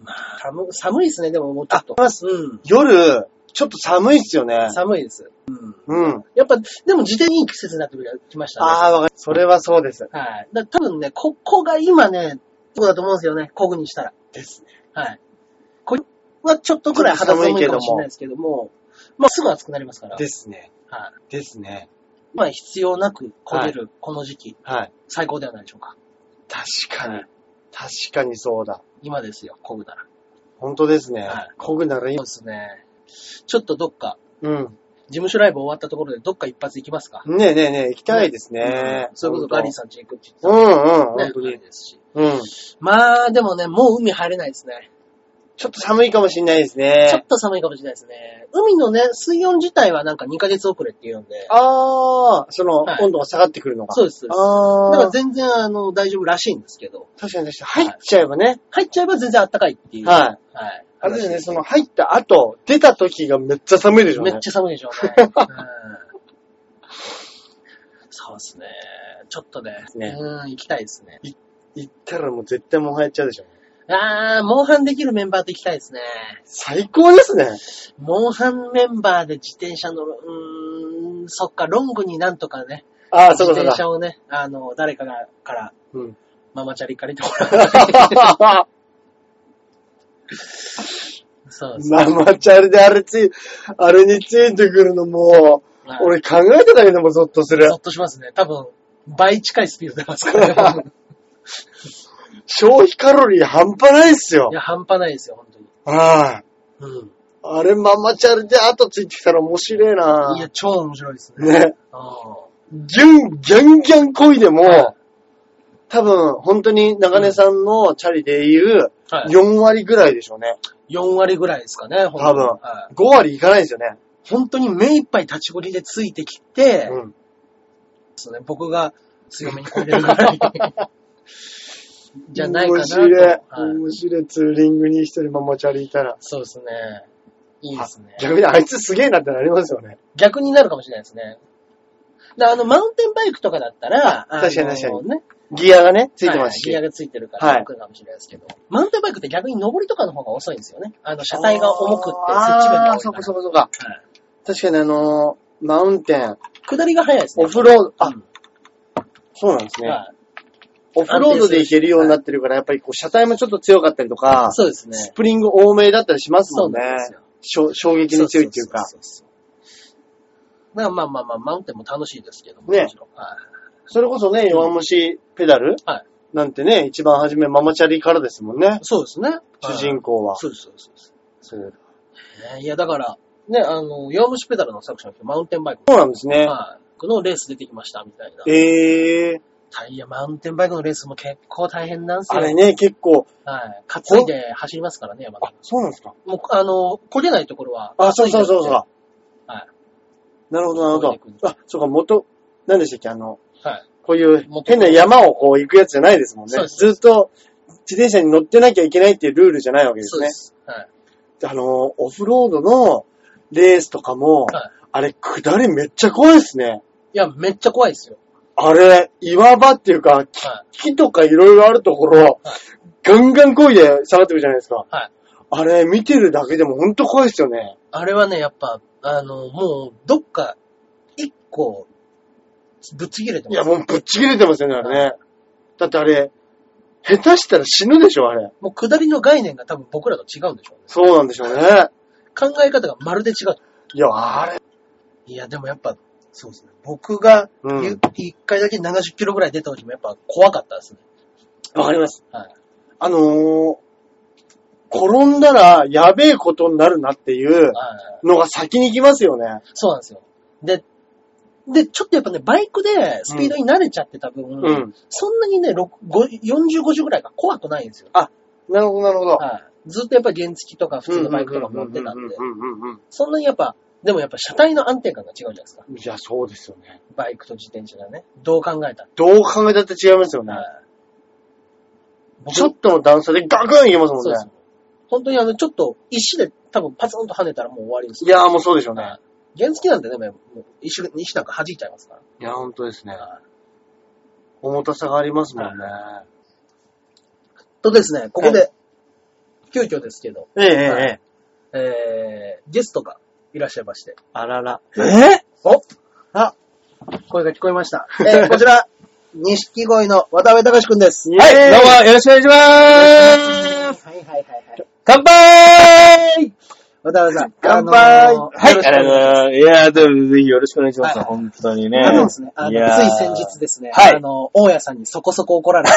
[SPEAKER 2] まあ、寒寒いですね、でももうちょっと。
[SPEAKER 1] あます
[SPEAKER 2] うん。
[SPEAKER 1] 夜、ちょっと寒いっすよね。
[SPEAKER 2] 寒いです。うん。
[SPEAKER 1] うん。
[SPEAKER 2] やっぱ、でも自転いい季節になってきましたね。
[SPEAKER 1] ああ、わかる。それはそうです。
[SPEAKER 2] はい。だから多分ね、ここが今ね、とこだと思うんですよね。こぐにしたら。
[SPEAKER 1] ですね。
[SPEAKER 2] はい。これはちょっとくらい肌寒いかもしれないですけども、まあすぐ暑くなりますから。
[SPEAKER 1] ですね。
[SPEAKER 2] はい。
[SPEAKER 1] ですね。
[SPEAKER 2] まあ必要なく焦げるこの時期、
[SPEAKER 1] はい。
[SPEAKER 2] 最高ではないでしょうか。
[SPEAKER 1] 確か
[SPEAKER 2] は
[SPEAKER 1] に
[SPEAKER 2] い。
[SPEAKER 1] 確かにそうだ。
[SPEAKER 2] 今ですよ、焦ぐなら。
[SPEAKER 1] 本当ですね
[SPEAKER 2] はい。
[SPEAKER 1] こぐならいい
[SPEAKER 2] そう。ですね。ちょっとどっか、
[SPEAKER 1] うん。
[SPEAKER 2] 事務所ライブ終わったところでどっか一発行きますか。
[SPEAKER 1] ねえねえねえ、行きたいですね
[SPEAKER 2] う。んそういうこと、ガリーさんち行くって
[SPEAKER 1] うんうん、
[SPEAKER 2] 言っ
[SPEAKER 1] 本
[SPEAKER 2] てた
[SPEAKER 1] 当
[SPEAKER 2] ね、あれ
[SPEAKER 1] に。
[SPEAKER 2] ですし。
[SPEAKER 1] うん。
[SPEAKER 2] まあでもね、もう海入れないですね。
[SPEAKER 1] ちょっと寒いかもしれないです
[SPEAKER 2] ちょ
[SPEAKER 1] ね
[SPEAKER 2] っ。と寒いかもしれないですね。海のね、水温自体はなんか2ヶ月遅れっていうんで。
[SPEAKER 1] ああ、その、
[SPEAKER 2] はい
[SPEAKER 1] 温度が下がってくるのが。
[SPEAKER 2] そう
[SPEAKER 1] う
[SPEAKER 2] です、そうです。だか
[SPEAKER 1] あ
[SPEAKER 2] ら
[SPEAKER 1] あ、
[SPEAKER 2] 全然、あの、大丈夫らしいんですけど。
[SPEAKER 1] 確かに確かに。入っちゃえばね。
[SPEAKER 2] 入っちゃえば全然暖かいっていう。。
[SPEAKER 1] はい
[SPEAKER 2] はい。
[SPEAKER 1] あれですね、その入った後、出た時がめっちゃ寒いでしょう
[SPEAKER 2] め
[SPEAKER 1] ね。
[SPEAKER 2] っちゃ寒 いでしょうね。うんそうですね。ちょっとね。
[SPEAKER 1] ね
[SPEAKER 2] うん、行きたいですね。
[SPEAKER 1] 行ったらもう絶対もう入っちゃうでしょうね。
[SPEAKER 2] あー、モンハンできるメンバーと行きたいですね。
[SPEAKER 1] 最高ですね。
[SPEAKER 2] モンハンメンバーで自転車乗る、うーん、そっか、ロングになんとかね、
[SPEAKER 1] ああ、
[SPEAKER 2] 自
[SPEAKER 1] そうかそう
[SPEAKER 2] 転
[SPEAKER 1] か。
[SPEAKER 2] 車をね、あの、誰かが、から、
[SPEAKER 1] うん。
[SPEAKER 2] ママチャリ借りても らう。そうですね。
[SPEAKER 1] 生チャリであれつい、あれについてくるのもう、
[SPEAKER 2] はい
[SPEAKER 1] 俺考えただけでもゾッとする
[SPEAKER 2] ゾ。ッとしますね。多分、倍近いスピード出ます からね。
[SPEAKER 1] 消費カロリー半端ないっすよ
[SPEAKER 2] い。や、半端ないですよ、本当に。
[SPEAKER 1] はい。
[SPEAKER 2] うん。
[SPEAKER 1] あれママチャリで後ついてきたら面白いない
[SPEAKER 2] や、超面白いですね。
[SPEAKER 1] ね。
[SPEAKER 2] う
[SPEAKER 1] ギュン、ギャンギャンこいでも、
[SPEAKER 2] はい
[SPEAKER 1] 多分本当に中根さんのチャリで言うん
[SPEAKER 2] はい、
[SPEAKER 1] 4割ぐらいでしょうね。
[SPEAKER 2] 4割ぐらいですかね、ほんと
[SPEAKER 1] 多分
[SPEAKER 2] はい
[SPEAKER 1] 5割いかないですよね。
[SPEAKER 2] 本当に目いっぱい立ちこりでついてきて、
[SPEAKER 1] うん。
[SPEAKER 2] そうね、僕が強めにこいでるぐら い。じゃないかな
[SPEAKER 1] 面
[SPEAKER 2] と。
[SPEAKER 1] 白い。
[SPEAKER 2] はい
[SPEAKER 1] 面白いツーリングに一人ママチャリいたら。
[SPEAKER 2] そうですね。いいですね。
[SPEAKER 1] 逆にあいつすげえなってなりますよね。
[SPEAKER 2] 逆になるかもしれないですね。だあの、マウンテンバイクとかだったら、あの
[SPEAKER 1] 確かに確かに
[SPEAKER 2] ね、
[SPEAKER 1] ギアがね、ついてますし。
[SPEAKER 2] はいギアがついてるから、
[SPEAKER 1] はい
[SPEAKER 2] 楽かもしれないですけど、マウンテンバイクって逆に上りとかの方が遅いんですよね。あの、車体が重くって、接地面が
[SPEAKER 1] あ
[SPEAKER 2] 多
[SPEAKER 1] ー
[SPEAKER 2] い
[SPEAKER 1] そう
[SPEAKER 2] か。
[SPEAKER 1] からそうかそうか。
[SPEAKER 2] はい
[SPEAKER 1] 確かにあのー、マウンテン、
[SPEAKER 2] 下りが早いですね。
[SPEAKER 1] オフロード、あ
[SPEAKER 2] う、ん
[SPEAKER 1] そうなんですね。
[SPEAKER 2] はい
[SPEAKER 1] オフロードで行けるようになってるから、やっぱりこう車体もちょっと強かったりとか、
[SPEAKER 2] そうですね。
[SPEAKER 1] スプリング多めだったりします
[SPEAKER 2] そ
[SPEAKER 1] も
[SPEAKER 2] うんなん
[SPEAKER 1] ね
[SPEAKER 2] です。よ。
[SPEAKER 1] しょ衝撃に強いっていうか。
[SPEAKER 2] そそそうそうだからまあまあまあ、マウンテンも楽しいですけども。
[SPEAKER 1] ね
[SPEAKER 2] もちろんはい
[SPEAKER 1] それこそね、弱虫ペダル
[SPEAKER 2] はい
[SPEAKER 1] なんてね、一番初めママチャリからですもんね。
[SPEAKER 2] そうですね。
[SPEAKER 1] 主
[SPEAKER 2] 公
[SPEAKER 1] 人公は。
[SPEAKER 2] そうです、そうですそうです。
[SPEAKER 1] そう
[SPEAKER 2] ねいや、だから、ね、あの、弱虫ペダルの作者の人、マウンテンバイク。
[SPEAKER 1] そうなんですね。
[SPEAKER 2] はい。このレース出てきました、みたいな。
[SPEAKER 1] ええ
[SPEAKER 2] タイヤ、マウンテンバイクのレースも結構大変なんです
[SPEAKER 1] あ
[SPEAKER 2] よ。
[SPEAKER 1] れね、結構、
[SPEAKER 2] はい。担いで走りますからね、山田
[SPEAKER 1] あ、そうなんですか。
[SPEAKER 2] もう、あの、焦げないところは。
[SPEAKER 1] あ、そうそうそうそう。
[SPEAKER 2] はい
[SPEAKER 1] なるほど、なるほ
[SPEAKER 2] こういうふうに
[SPEAKER 1] ど。あ、そうか、元、何でしたっけ、あの、
[SPEAKER 2] はい。
[SPEAKER 1] こういう変な山をこう行くやつじゃないですもんね
[SPEAKER 2] そう。です
[SPEAKER 1] ずっと自転車に乗ってなきゃいけないっていうルールじゃないわけで
[SPEAKER 2] そ
[SPEAKER 1] す
[SPEAKER 2] うで
[SPEAKER 1] ね。
[SPEAKER 2] す。はい。
[SPEAKER 1] あの、オフロードのレースとかも、
[SPEAKER 2] はい
[SPEAKER 1] あれ、下りめっちゃ怖いですね。
[SPEAKER 2] いや、めっちゃ怖いですよ。
[SPEAKER 1] あれ、岩場っていうか、木
[SPEAKER 2] は
[SPEAKER 1] 木とかいろいろあるところ、
[SPEAKER 2] はい
[SPEAKER 1] ガンガン漕いで下がってくるじゃないですか。
[SPEAKER 2] はい
[SPEAKER 1] あれ、見てるだけでもほんと怖いですよね。
[SPEAKER 2] あれはね、やっぱ、あの、もう、どっか、一個、ぶっちぎれて
[SPEAKER 1] い
[SPEAKER 2] ます。
[SPEAKER 1] や、もうぶっちぎれてますよね、あれね。だってあれ、下手したら死ぬでしょ、あれ。
[SPEAKER 2] もう下りの概念が多分僕らと違うんでしょうね。
[SPEAKER 1] そうなんでしょうね。
[SPEAKER 2] 考え方がまるで違う。
[SPEAKER 1] いや、あれ、
[SPEAKER 2] いや、でもやっぱ、そうですね。僕が、
[SPEAKER 1] うん
[SPEAKER 2] ゆ一、回だけ70キロぐらい出た時もやっぱ怖かったですね。
[SPEAKER 1] わかります。
[SPEAKER 2] はい。
[SPEAKER 1] あのー、転んだらやべえことになるなっていう
[SPEAKER 2] はい
[SPEAKER 1] のが先に来ますよね。
[SPEAKER 2] そうなんですよ。で、で、ちょっとやっぱね、バイクでスピードに慣れちゃってた分、
[SPEAKER 1] うん。
[SPEAKER 2] そんなにね、ろくご40、50ぐらいが怖くないんですよ。
[SPEAKER 1] なるほど、なるほど。
[SPEAKER 2] はい。ずっとやっぱ原付とか普通のバイクとか持ってたんで、
[SPEAKER 1] うんうんうんうんうん
[SPEAKER 2] そんなにやっぱ、でもやっぱ車体の安定感が違うじゃないですか。
[SPEAKER 1] うんいや、そうですよね。
[SPEAKER 2] バイクと自転車がね。どう考えたって。
[SPEAKER 1] どう考えたって違いますよね。
[SPEAKER 2] 僕
[SPEAKER 1] ちょっとの段差でガクンいけますもん
[SPEAKER 2] そうで
[SPEAKER 1] ね
[SPEAKER 2] す。。本当にあの、ちょっと石で多分パツンと跳ねたらもう終わりです
[SPEAKER 1] い
[SPEAKER 2] よ。
[SPEAKER 1] やーもうそうでしょうね
[SPEAKER 2] は。い原付なんてね、もう石石なんか弾いちゃいますから。
[SPEAKER 1] いや、ほんとですね
[SPEAKER 2] は
[SPEAKER 1] 重たさがありますもんね。
[SPEAKER 2] とですね、ここで、急遽ですけど、
[SPEAKER 1] えええ
[SPEAKER 2] は
[SPEAKER 1] えええ。
[SPEAKER 2] えー、ゲストがいらっしゃいまして、
[SPEAKER 1] あらら。え
[SPEAKER 2] おあ、声が聞こえました。えー、こちら、錦鯉の渡辺隆くんです。
[SPEAKER 1] はい
[SPEAKER 3] はい、どうもよろしくお願いします。
[SPEAKER 2] はいはいはいはい。
[SPEAKER 3] 乾杯
[SPEAKER 2] 渡辺さん、
[SPEAKER 1] 乾杯
[SPEAKER 3] はい、ありがとうご
[SPEAKER 2] あ
[SPEAKER 3] ざいます。いやー、でもぜひよろしくお願いします。
[SPEAKER 2] はい
[SPEAKER 3] 本当にね。
[SPEAKER 2] のあのですね、あ
[SPEAKER 3] い
[SPEAKER 2] の、
[SPEAKER 3] やー
[SPEAKER 2] つい先日ですね、
[SPEAKER 3] はい
[SPEAKER 2] あの、大家さんにそこそこ怒られて、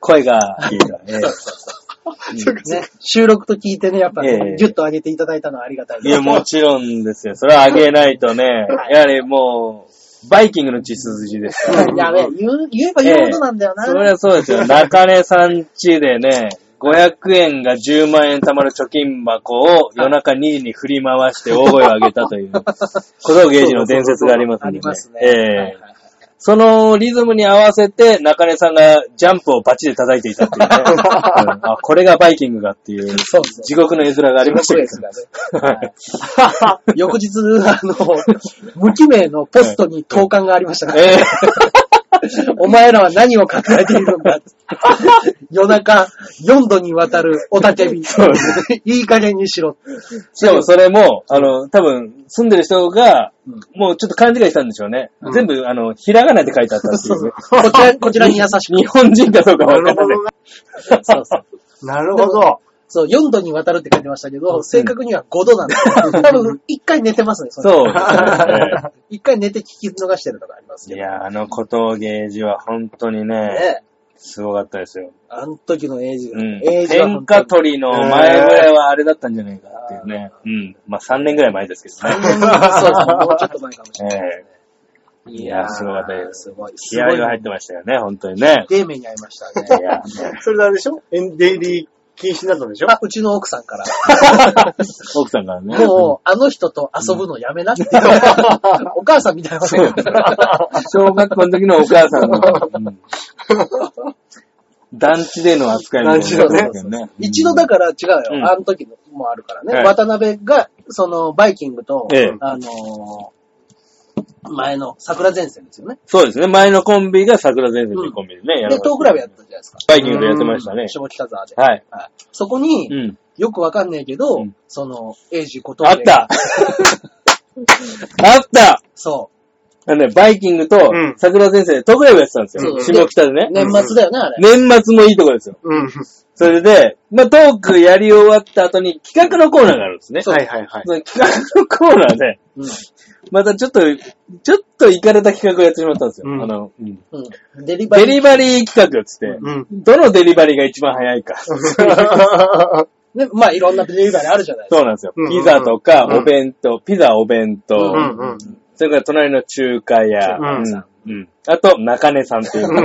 [SPEAKER 3] 声がいい からね。
[SPEAKER 2] ね、収録と聞いてね、やっぱね、
[SPEAKER 3] ええ
[SPEAKER 2] ギュッと上げていただいたのはありがたい
[SPEAKER 3] い
[SPEAKER 2] です。
[SPEAKER 3] や、もちろんですよ。それはあげないとね。やはりもう、バイキングの血筋ですから。
[SPEAKER 2] やべえ、言う言えば言うほどなんだよな。
[SPEAKER 3] それはそうですよ。中根さんちでね、 500円が10万円貯まる貯金箱を夜中2時に振り回して大声を上げたと いう、小道芸人の伝説があります
[SPEAKER 2] あ
[SPEAKER 3] んで、
[SPEAKER 2] りますね。
[SPEAKER 3] え
[SPEAKER 2] はい
[SPEAKER 3] え
[SPEAKER 2] はいはい
[SPEAKER 3] そのリズムに合わせて、中根さんがジャンプをバチで叩いていたっていう ね。うんあ、これがバイキングだっていう、
[SPEAKER 2] そうそう。
[SPEAKER 3] 地獄の絵面がありまし
[SPEAKER 2] そ
[SPEAKER 3] た
[SPEAKER 2] う
[SPEAKER 3] け
[SPEAKER 2] です
[SPEAKER 3] ど。
[SPEAKER 2] がね。はい翌日、あの、無記名のポストに投函がありましたから、
[SPEAKER 3] ええ
[SPEAKER 2] お前らは何を考えているんだって夜中4度にわたるおたけび。
[SPEAKER 3] そうで
[SPEAKER 2] いい加減にしろ。
[SPEAKER 3] しかもそれも、あの、多分、住んでる人が
[SPEAKER 2] うん、
[SPEAKER 3] もうちょっと勘違いしたんでしょうね。
[SPEAKER 2] うん
[SPEAKER 3] 全部、あの、ひらがなで書いてあったっていうね。
[SPEAKER 2] こちら、こちらに優しく。
[SPEAKER 3] 日本人かどうかわからない。
[SPEAKER 2] そうそう
[SPEAKER 1] なるほど。
[SPEAKER 2] そう、4度にわたるって書いてましたけど、正確には5度なんですよ。 多分、1回寝てますね、れ
[SPEAKER 3] そうですね。
[SPEAKER 2] 一回寝て聞き逃してるとかあります
[SPEAKER 3] い
[SPEAKER 2] けど。
[SPEAKER 3] やー、あの小峠寺は本当にね、
[SPEAKER 2] ね
[SPEAKER 3] すごかったですよ。
[SPEAKER 2] あの時のエイジ、
[SPEAKER 3] うん。
[SPEAKER 2] エイジは
[SPEAKER 3] 天
[SPEAKER 2] 本
[SPEAKER 3] 下
[SPEAKER 2] 当に
[SPEAKER 3] 取りの前ぐらいはあれだったんじゃないかっていうね。うん。まあ3年ぐらい前ですけど ね。
[SPEAKER 2] そうですね、もうちょっと前かもしれない。
[SPEAKER 3] ええいやー、すごかったです。
[SPEAKER 2] すごい。
[SPEAKER 3] 気合が入ってましたよね、本当にね。
[SPEAKER 2] デーメに会いました
[SPEAKER 3] い
[SPEAKER 2] ね。
[SPEAKER 3] や、
[SPEAKER 1] それであれでしょエンデイリー禁止になったんでしょ
[SPEAKER 2] あうちの奥さんから、
[SPEAKER 3] 奥さんからね。
[SPEAKER 2] もう、あの人と遊ぶのやめなって。お母さんみたいなこと言う
[SPEAKER 3] 小学校の時のお母さんの、うん団地での扱いみたいなことですけどね。
[SPEAKER 2] 一度だから違う
[SPEAKER 3] うん
[SPEAKER 2] よ。あの時のもあるから
[SPEAKER 3] は
[SPEAKER 2] ね。
[SPEAKER 3] い
[SPEAKER 2] 渡辺が、その、バイキングと、
[SPEAKER 3] ええ
[SPEAKER 2] あのー、前の桜前線ですよね。
[SPEAKER 3] そうですね。前のコンビが桜前線というコンビでね、や
[SPEAKER 2] で、
[SPEAKER 3] らせて
[SPEAKER 2] トークライブやったじゃないですか。
[SPEAKER 3] バイキングでやってましたね。
[SPEAKER 2] 下北沢で。
[SPEAKER 3] はい。
[SPEAKER 2] はいそこに、
[SPEAKER 3] うん。
[SPEAKER 2] よくわかんないけど、
[SPEAKER 3] うん
[SPEAKER 2] その、エイジこと
[SPEAKER 3] あ ったあった
[SPEAKER 2] そ
[SPEAKER 3] あのね、バイキングと
[SPEAKER 1] うん
[SPEAKER 3] 桜前線でトークライブやってたんですよ。
[SPEAKER 2] そう
[SPEAKER 3] 下北でね
[SPEAKER 2] う。。年末だよね、あれ。
[SPEAKER 3] 年末もいいとこですよ。
[SPEAKER 1] うん。
[SPEAKER 3] それで、まあ、トークやり終わった後に企画のコーナーがあるんですね。
[SPEAKER 1] はいはいはい。
[SPEAKER 3] その企画のコーナーで、
[SPEAKER 2] うん
[SPEAKER 3] またちょっと、ちょっと行かれた企画をやってしまったんですよ。
[SPEAKER 1] うん
[SPEAKER 3] あの、うん
[SPEAKER 2] うん。デリバリ
[SPEAKER 3] デ
[SPEAKER 2] ー。
[SPEAKER 3] リバリー企画っつって、
[SPEAKER 1] うん。
[SPEAKER 3] どのデリバリーが一番早いか。
[SPEAKER 2] ね、まあ、いろんなデリバリーあるじゃないです
[SPEAKER 3] そ
[SPEAKER 2] か。
[SPEAKER 3] うなんですよ。
[SPEAKER 1] うんうん
[SPEAKER 3] ピザとか、
[SPEAKER 1] うん
[SPEAKER 3] お弁当、ピザ、お弁当、
[SPEAKER 1] う んうん。
[SPEAKER 3] それから隣の中華屋、
[SPEAKER 1] うん
[SPEAKER 3] うんうんあと、中根さんっていう。
[SPEAKER 1] うんうん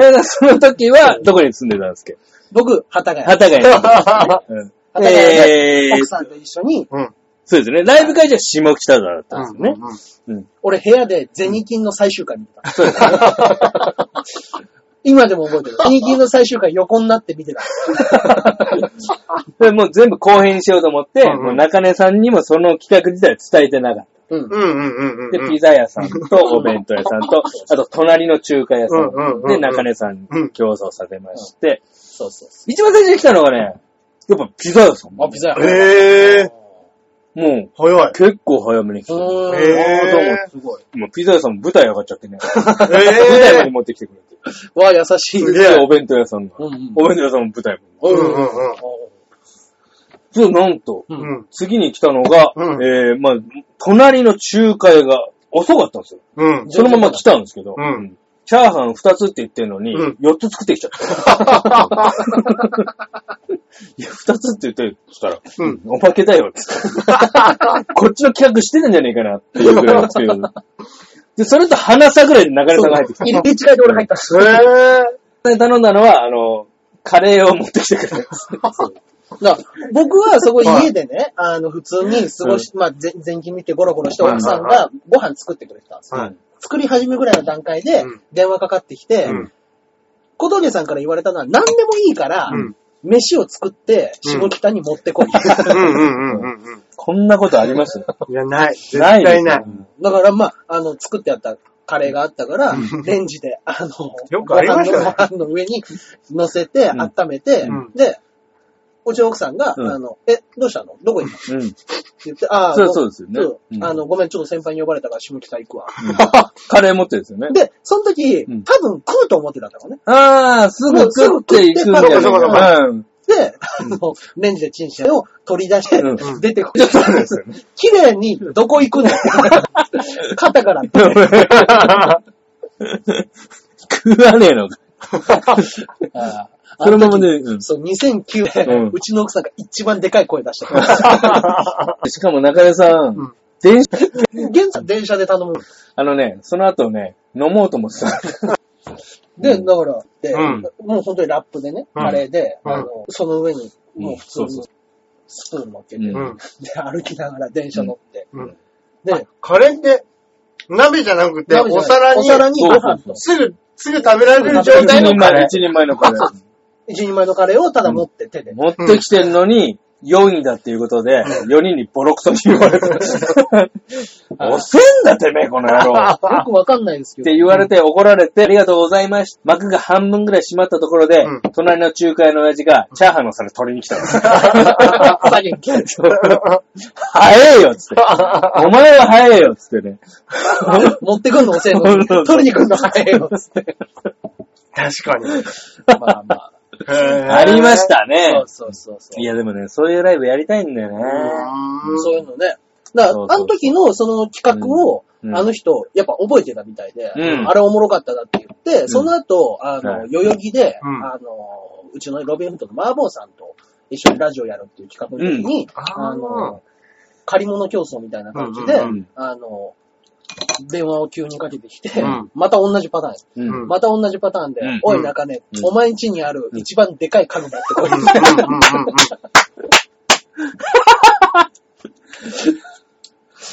[SPEAKER 3] でその時は、どこに住んでたんですっけ
[SPEAKER 2] 僕、畑谷。
[SPEAKER 3] 畑が
[SPEAKER 2] 畑谷
[SPEAKER 3] え
[SPEAKER 2] で、
[SPEAKER 3] ー
[SPEAKER 2] 奥、さんと一緒に、
[SPEAKER 1] うん。
[SPEAKER 3] そうですね。ライブ会場は下北沢だったんですよね。
[SPEAKER 2] 俺部屋で銭金の最終回見てた。今でも覚えてる。銭金の最終回横になって見てた。
[SPEAKER 3] でもう全部後編にしようと思って、
[SPEAKER 1] うんうん
[SPEAKER 3] もう中根さんにもその企画自体は伝えてなかった。
[SPEAKER 2] うん。
[SPEAKER 1] うんうんうんうん。
[SPEAKER 3] で、ピザ屋さん とお弁当屋さんと、あと隣の中華屋さ
[SPEAKER 1] うんうんうん
[SPEAKER 3] ん
[SPEAKER 1] うん
[SPEAKER 3] で中根さんに競争させまして、
[SPEAKER 2] そうそうそ
[SPEAKER 3] 一番最初に来たのがね、やっぱピザ屋さん。
[SPEAKER 2] う。あ、ピザ屋。
[SPEAKER 1] へえ
[SPEAKER 3] も
[SPEAKER 1] ー、早い。
[SPEAKER 3] う結構早めに来
[SPEAKER 2] う
[SPEAKER 3] た。
[SPEAKER 2] ーん。
[SPEAKER 1] へー
[SPEAKER 2] どうもすごい。
[SPEAKER 3] もうピザ屋さんも舞台上がっちゃってね。舞台ま
[SPEAKER 1] え
[SPEAKER 3] で
[SPEAKER 1] ー、
[SPEAKER 3] 持ってきてくれて。
[SPEAKER 2] わあ、優しい。
[SPEAKER 1] すげえ
[SPEAKER 3] で、お弁当屋さんが。
[SPEAKER 2] うん
[SPEAKER 3] お
[SPEAKER 2] うん
[SPEAKER 3] 弁当屋さんも舞台も。
[SPEAKER 1] うんうん
[SPEAKER 3] そう、なんと、
[SPEAKER 2] う。
[SPEAKER 1] うんん。
[SPEAKER 3] 次に来たのが、
[SPEAKER 1] うん
[SPEAKER 3] えー、まあ、隣の中華屋が遅かったんですよ。
[SPEAKER 1] うん。
[SPEAKER 3] そのまま来たんですけど、
[SPEAKER 1] うん
[SPEAKER 3] チャーハン2つって言ってるのに、
[SPEAKER 1] うん
[SPEAKER 3] 四4つ作ってきち ゃった。いや、2つって言ってるから、
[SPEAKER 1] うん
[SPEAKER 3] おまけだよって。こっちの企画してたんじゃねえかなっていうぐらいっていう。で、それと花さぐらいで流れさんが入ってきた。
[SPEAKER 2] 入り違いで俺入った。
[SPEAKER 1] えー、
[SPEAKER 3] で頼んだのは、あの、カレーを持ってきてくれた。
[SPEAKER 2] だから僕はそこ家でね、あの、普通に過ごし、まあ、ぜ前期見てゴロゴロして
[SPEAKER 1] はい
[SPEAKER 2] 奥さんがご飯作ってくれてたんですよ。
[SPEAKER 1] はい
[SPEAKER 2] 作り始めぐらいの段階で
[SPEAKER 1] うん
[SPEAKER 2] 電話かかってきて、
[SPEAKER 1] うん
[SPEAKER 2] 小峠さんから言われたのは何でもいいから、
[SPEAKER 1] うん
[SPEAKER 2] 飯を作って下北に持ってこい。だ
[SPEAKER 1] うんうんうんうん
[SPEAKER 3] こんなことありました
[SPEAKER 1] うん。いや、ない。絶
[SPEAKER 3] ない
[SPEAKER 1] 対
[SPEAKER 3] で
[SPEAKER 1] な
[SPEAKER 3] す
[SPEAKER 1] い。
[SPEAKER 2] からまあ、あの、作ってあったカレーがあったから、レンジで、あ の、
[SPEAKER 1] よくありましたね
[SPEAKER 2] ご飯のご飯の上に乗せて、
[SPEAKER 3] ん
[SPEAKER 2] 温めて、
[SPEAKER 1] うん
[SPEAKER 2] で、うちの奥さんが、
[SPEAKER 3] うん
[SPEAKER 2] あの、え、どうしたのどこ行ったの
[SPEAKER 3] うん。
[SPEAKER 2] って言って、ああ、
[SPEAKER 3] そう
[SPEAKER 2] ご
[SPEAKER 3] そうですよね
[SPEAKER 2] そう
[SPEAKER 3] うん
[SPEAKER 2] あの、ごめん、ちょっと先輩に呼ばれたから下北行くわ。
[SPEAKER 3] カレー持ってるんですよね。
[SPEAKER 2] で、その時、
[SPEAKER 3] うん
[SPEAKER 2] 多分食うと思ってたんだろうね。
[SPEAKER 3] ああ、すぐ食っていくんじゃない
[SPEAKER 1] そうかそうかそう
[SPEAKER 3] か。うん。
[SPEAKER 2] で、あの、レンジでチンしてを取り出して
[SPEAKER 3] うん、
[SPEAKER 2] 出てこい。綺麗に、どこ行 くの肩から。
[SPEAKER 3] 食わねえのか。
[SPEAKER 2] ああ
[SPEAKER 3] それもね、うん
[SPEAKER 2] そう、2009年、
[SPEAKER 3] うん
[SPEAKER 2] うちの奥さんが一番でかい声出した から。
[SPEAKER 3] しかも中根さん、
[SPEAKER 1] うん
[SPEAKER 3] 電車、
[SPEAKER 2] 現在、電車で頼む。
[SPEAKER 3] あのね、その後ね、飲もうと思ってた。
[SPEAKER 2] で、だから、で、
[SPEAKER 1] うん
[SPEAKER 2] もう本当にラップでね、
[SPEAKER 1] うん
[SPEAKER 2] カレーで、
[SPEAKER 1] うん
[SPEAKER 2] あの、その上に、
[SPEAKER 3] うん
[SPEAKER 2] もう普通
[SPEAKER 3] そう
[SPEAKER 2] に
[SPEAKER 3] そ
[SPEAKER 2] スプーン乗っけて、
[SPEAKER 3] う
[SPEAKER 1] うんん。
[SPEAKER 2] で、歩きながら電車乗って、
[SPEAKER 1] うん。
[SPEAKER 2] で、
[SPEAKER 1] カレーって、鍋じゃなくて、
[SPEAKER 2] 鍋じゃ
[SPEAKER 1] お皿
[SPEAKER 2] ない
[SPEAKER 1] に、
[SPEAKER 2] お皿にご
[SPEAKER 3] そうそう
[SPEAKER 2] 飯
[SPEAKER 3] そ
[SPEAKER 2] と、
[SPEAKER 3] う
[SPEAKER 1] すぐ、すぐ食べられる
[SPEAKER 2] そ
[SPEAKER 1] 状
[SPEAKER 2] う
[SPEAKER 1] 態
[SPEAKER 3] 一
[SPEAKER 1] の
[SPEAKER 3] 人
[SPEAKER 1] カレ
[SPEAKER 3] 前、
[SPEAKER 1] ー。
[SPEAKER 3] 一人前のカレー。
[SPEAKER 2] 一人前のカレーをただ持って手で。
[SPEAKER 3] 持ってきてるのに、4位だっていうことで、4人にボロクソに言 われて、押せんだてめえ、この野郎。
[SPEAKER 2] よくわかんないですけ
[SPEAKER 3] っ
[SPEAKER 2] ど
[SPEAKER 3] て。言われて怒られて、ありがとうございました。幕が半分ぐらい閉まったところで、
[SPEAKER 1] うん
[SPEAKER 3] 隣の仲介の親父が、チャーハンの皿取りに来た の。
[SPEAKER 2] さっき言った
[SPEAKER 3] 早えよっつって。お前は早えよっつってね。
[SPEAKER 2] 持ってくんの遅いのに、取りに来んの早いよ、つって。
[SPEAKER 1] 確かに。
[SPEAKER 2] まあまあ。
[SPEAKER 3] ありまし。た
[SPEAKER 2] そ
[SPEAKER 3] ね
[SPEAKER 2] う。そうそうそう
[SPEAKER 3] い。やでもね、そういうライブやりたいんだよね。
[SPEAKER 2] そういう
[SPEAKER 1] う
[SPEAKER 2] のね。だか
[SPEAKER 3] そうそう
[SPEAKER 2] ら、あの時のその企画を、
[SPEAKER 3] うん
[SPEAKER 2] あの人、やっぱ覚えてたみたいで、
[SPEAKER 3] うん
[SPEAKER 2] あれおもろかったなって言って、その後、あの、
[SPEAKER 3] はい
[SPEAKER 2] 代々木で、
[SPEAKER 1] うん
[SPEAKER 2] あの、うちのロビンフットのマーボーさんと一緒にラジオやるっていう企画の時に、
[SPEAKER 1] うん
[SPEAKER 2] あの、借り物競争みたいな感じで、
[SPEAKER 1] うんうん
[SPEAKER 2] あの、電話を急にかけてきて、
[SPEAKER 1] うん
[SPEAKER 2] また同じパターン。
[SPEAKER 3] うん
[SPEAKER 1] うん
[SPEAKER 2] また同じパターンで、
[SPEAKER 3] うん
[SPEAKER 2] おい中根、
[SPEAKER 3] うん
[SPEAKER 2] お前ん家にある一番でかい家具持ってこい。
[SPEAKER 1] んうんうん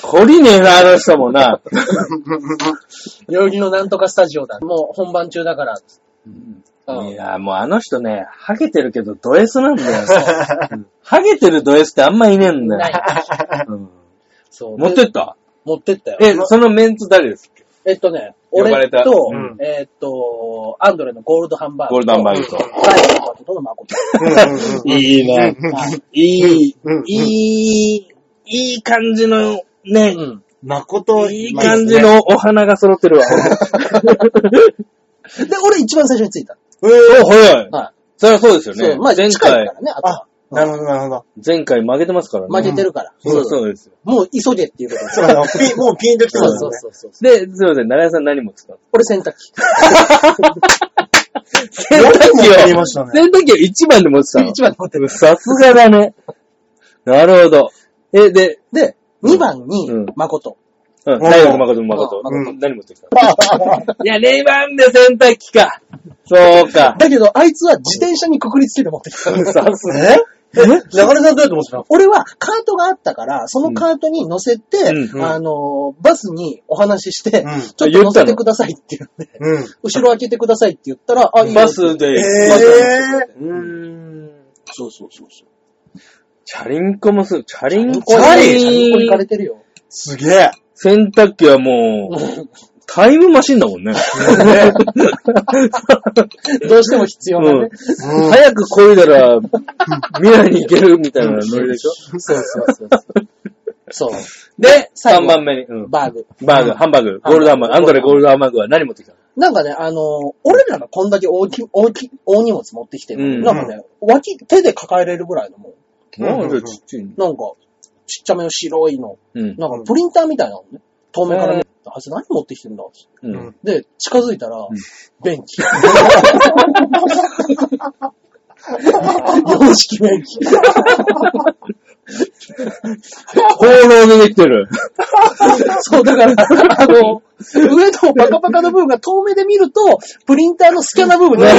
[SPEAKER 3] 懲りねえな、あの人もな。
[SPEAKER 2] 代々木のなんとかスタジオだ。もう本番中だから。うん
[SPEAKER 3] いや、もうあの人ね、ハゲてるけどド S なんだよ。うんハゲてるド S ってあんまいねえん
[SPEAKER 2] な
[SPEAKER 3] だ
[SPEAKER 2] い
[SPEAKER 3] よ。。うん
[SPEAKER 2] そう。
[SPEAKER 3] 持ってった
[SPEAKER 2] 持ってったよ。
[SPEAKER 3] え、そのメンツ誰ですか
[SPEAKER 2] えっとね、
[SPEAKER 3] 呼ばれ
[SPEAKER 2] 俺
[SPEAKER 3] た
[SPEAKER 2] と、
[SPEAKER 1] うん
[SPEAKER 2] えっと、アンドレのゴールドハンバーグ。
[SPEAKER 3] ゴールドハンバーグ
[SPEAKER 1] と
[SPEAKER 3] と。
[SPEAKER 2] ダイヤの誠との誠。
[SPEAKER 1] うん
[SPEAKER 3] いいね。いい、
[SPEAKER 1] うん
[SPEAKER 3] いい、いい感じの、ね、
[SPEAKER 2] うん。
[SPEAKER 1] 誠
[SPEAKER 3] いい感じ。のお花が揃ってるわ。
[SPEAKER 2] で、俺一番最初に着いた。
[SPEAKER 3] えー、早い。
[SPEAKER 2] は
[SPEAKER 3] そりゃそうですよ
[SPEAKER 2] い。そう、
[SPEAKER 3] ね。
[SPEAKER 2] まあ近
[SPEAKER 3] 前
[SPEAKER 2] いから
[SPEAKER 3] 回、
[SPEAKER 2] ね、あとは。
[SPEAKER 1] なるほど、なるほど。
[SPEAKER 3] 前回負けてますから
[SPEAKER 2] 負
[SPEAKER 3] ね。
[SPEAKER 2] けてるから。
[SPEAKER 3] そうそうですよ。
[SPEAKER 2] もう急げっていうことで
[SPEAKER 1] そうだねピンもうピンときて
[SPEAKER 2] そ
[SPEAKER 1] ま
[SPEAKER 2] う
[SPEAKER 1] す
[SPEAKER 2] そ
[SPEAKER 1] よ
[SPEAKER 2] う
[SPEAKER 1] ね。
[SPEAKER 2] そうそう。
[SPEAKER 3] で、すいません、長屋さん何持ってたの
[SPEAKER 2] 俺洗濯機。
[SPEAKER 3] 洗
[SPEAKER 1] よくもやり
[SPEAKER 3] 濯機を、
[SPEAKER 1] ましたね
[SPEAKER 3] 洗濯機を一番で持ってたの。
[SPEAKER 2] 一番持ってる。
[SPEAKER 3] さすがだね。なるほど。え、で、
[SPEAKER 2] で、2番に
[SPEAKER 3] うん
[SPEAKER 2] 誠。
[SPEAKER 3] うん、
[SPEAKER 1] おー
[SPEAKER 3] 大学誠も誠。
[SPEAKER 2] あ
[SPEAKER 1] 誠
[SPEAKER 3] 何持ってきたいや、レイバンで洗濯機か。そうか。
[SPEAKER 2] だけど、あいつは自転車にくくりつけて持ってきた。
[SPEAKER 3] さす
[SPEAKER 1] え中根さんどうやって持ってたの
[SPEAKER 2] 俺はカートがあったから、そのカートに乗せて、
[SPEAKER 3] うん
[SPEAKER 1] うん
[SPEAKER 2] あの、バスにお話しして、
[SPEAKER 1] うん
[SPEAKER 2] ちょっと乗せてくださいって言って、
[SPEAKER 1] うん。
[SPEAKER 2] 後ろ開けてくださいって言った ら、あ、いいよ
[SPEAKER 3] バスで、
[SPEAKER 1] え
[SPEAKER 3] うーん。
[SPEAKER 2] そうそうそうそう。
[SPEAKER 3] チャリンコもする。チャリンコ
[SPEAKER 2] チャ
[SPEAKER 1] リ
[SPEAKER 2] リンコ行かれてるよ。
[SPEAKER 1] すげえ。
[SPEAKER 3] 洗濯機はもう、タイムマシンだもんね。
[SPEAKER 2] どうしても必要なね。
[SPEAKER 1] うん
[SPEAKER 3] 早くこいだら、未来に行けるみたいなノリでしょ。
[SPEAKER 2] そうそうそうそう。そ
[SPEAKER 3] で、
[SPEAKER 2] 最後
[SPEAKER 3] 3番目に、うん
[SPEAKER 2] う。バーグ。
[SPEAKER 3] バーグ、ハンバーグ、ゴールドハンバーグ、アンドレゴールドハンバーグは何持ってきたの
[SPEAKER 2] なんかね、あの、俺らがこんだけ大き、大き、大荷物持ってきてるのに、
[SPEAKER 3] うん
[SPEAKER 2] なんかね、脇、手で抱えれるぐらいのも
[SPEAKER 1] うん
[SPEAKER 3] ああじゃあちっちゃいね
[SPEAKER 2] う、なんか、ちっちゃめの白いの、
[SPEAKER 3] うん。
[SPEAKER 2] なんかプリンターみたいなのね、透明から見て、あいつ何持ってきてんだ
[SPEAKER 3] う
[SPEAKER 1] うん
[SPEAKER 3] ん。
[SPEAKER 2] で、近づいたら、便器。洋式便器。
[SPEAKER 3] 放浪でできてる。
[SPEAKER 2] そう、だから、あの、上のパカパカの部分が透明で見ると、プリンターのスキャナ部分に
[SPEAKER 3] あ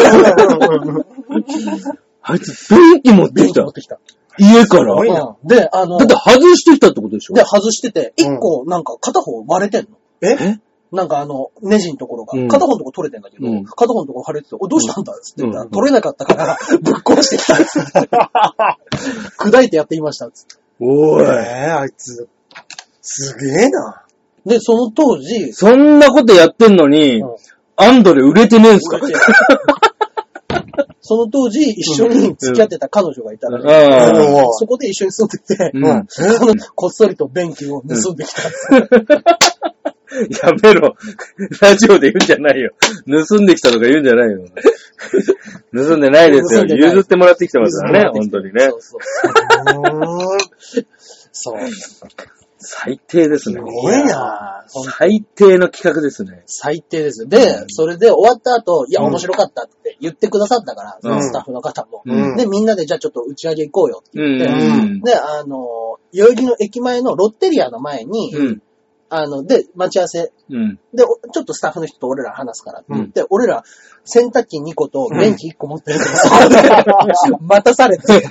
[SPEAKER 3] いつ、電気持って
[SPEAKER 2] 便
[SPEAKER 3] き
[SPEAKER 2] 器
[SPEAKER 3] た
[SPEAKER 2] 持っ。てきた。
[SPEAKER 3] 家か
[SPEAKER 1] ご
[SPEAKER 3] ら。
[SPEAKER 1] い
[SPEAKER 3] だ
[SPEAKER 1] な
[SPEAKER 2] うんで、あの、
[SPEAKER 3] って外してきたってことでしょ
[SPEAKER 2] で、外してて、一個、なんか片方割れてんの。
[SPEAKER 1] え
[SPEAKER 2] なんかあの、ネジのところが、
[SPEAKER 3] うん
[SPEAKER 2] 片方のところ取れてんだけど、
[SPEAKER 3] うん
[SPEAKER 2] 片方のところ腫れてて、お、どうしたんだっつって言ったら、
[SPEAKER 3] うん
[SPEAKER 2] 取れなかったから、ぶっ壊してきたっつ って。砕いてやっていましたっつって。
[SPEAKER 1] おい、あいつ。すげえな。
[SPEAKER 2] で、その当時、
[SPEAKER 3] そんなことやってんのに
[SPEAKER 2] うん、
[SPEAKER 3] アンドレ売れてねえんすか
[SPEAKER 2] その当時、一緒に付き合ってた彼女がいたので、
[SPEAKER 3] ああ
[SPEAKER 2] そこで一緒に住んでて、
[SPEAKER 3] うん
[SPEAKER 2] そのこっそりと便器を盗んできた。
[SPEAKER 3] やめろ。ラジオで言うんじゃないよ。盗んできたとか言うんじゃない よ。盗んでないですよ。
[SPEAKER 2] 盗んでない
[SPEAKER 3] 譲ってもらってきてますからね、
[SPEAKER 2] 盗ん
[SPEAKER 3] 本
[SPEAKER 2] でき
[SPEAKER 3] 当に
[SPEAKER 2] た
[SPEAKER 3] ね
[SPEAKER 2] そ。うそうそう。
[SPEAKER 3] 最低ですね
[SPEAKER 1] す。ごいな。
[SPEAKER 3] 最低の企画ですね。
[SPEAKER 2] 最低ですよ。で、それで終わった後、いや、
[SPEAKER 1] うん
[SPEAKER 2] 面白かったって言ってくださったから、その
[SPEAKER 3] うん
[SPEAKER 2] スタッフの方も。
[SPEAKER 1] うん
[SPEAKER 2] で、みんなでじゃあちょっと打ち上げ行こうよって
[SPEAKER 3] う
[SPEAKER 2] 言って、
[SPEAKER 1] ん
[SPEAKER 3] ん。
[SPEAKER 2] で、あの、代々木の駅前のロッテリアの前に、
[SPEAKER 3] うん。
[SPEAKER 2] あの、で、待ち合わせ。
[SPEAKER 3] うん。
[SPEAKER 2] で、おちょっとスタッフの人と俺ら話すからって言って、俺ら、洗濯機2個とベンチ1個持ってるから、そこ で待たされて、で、そ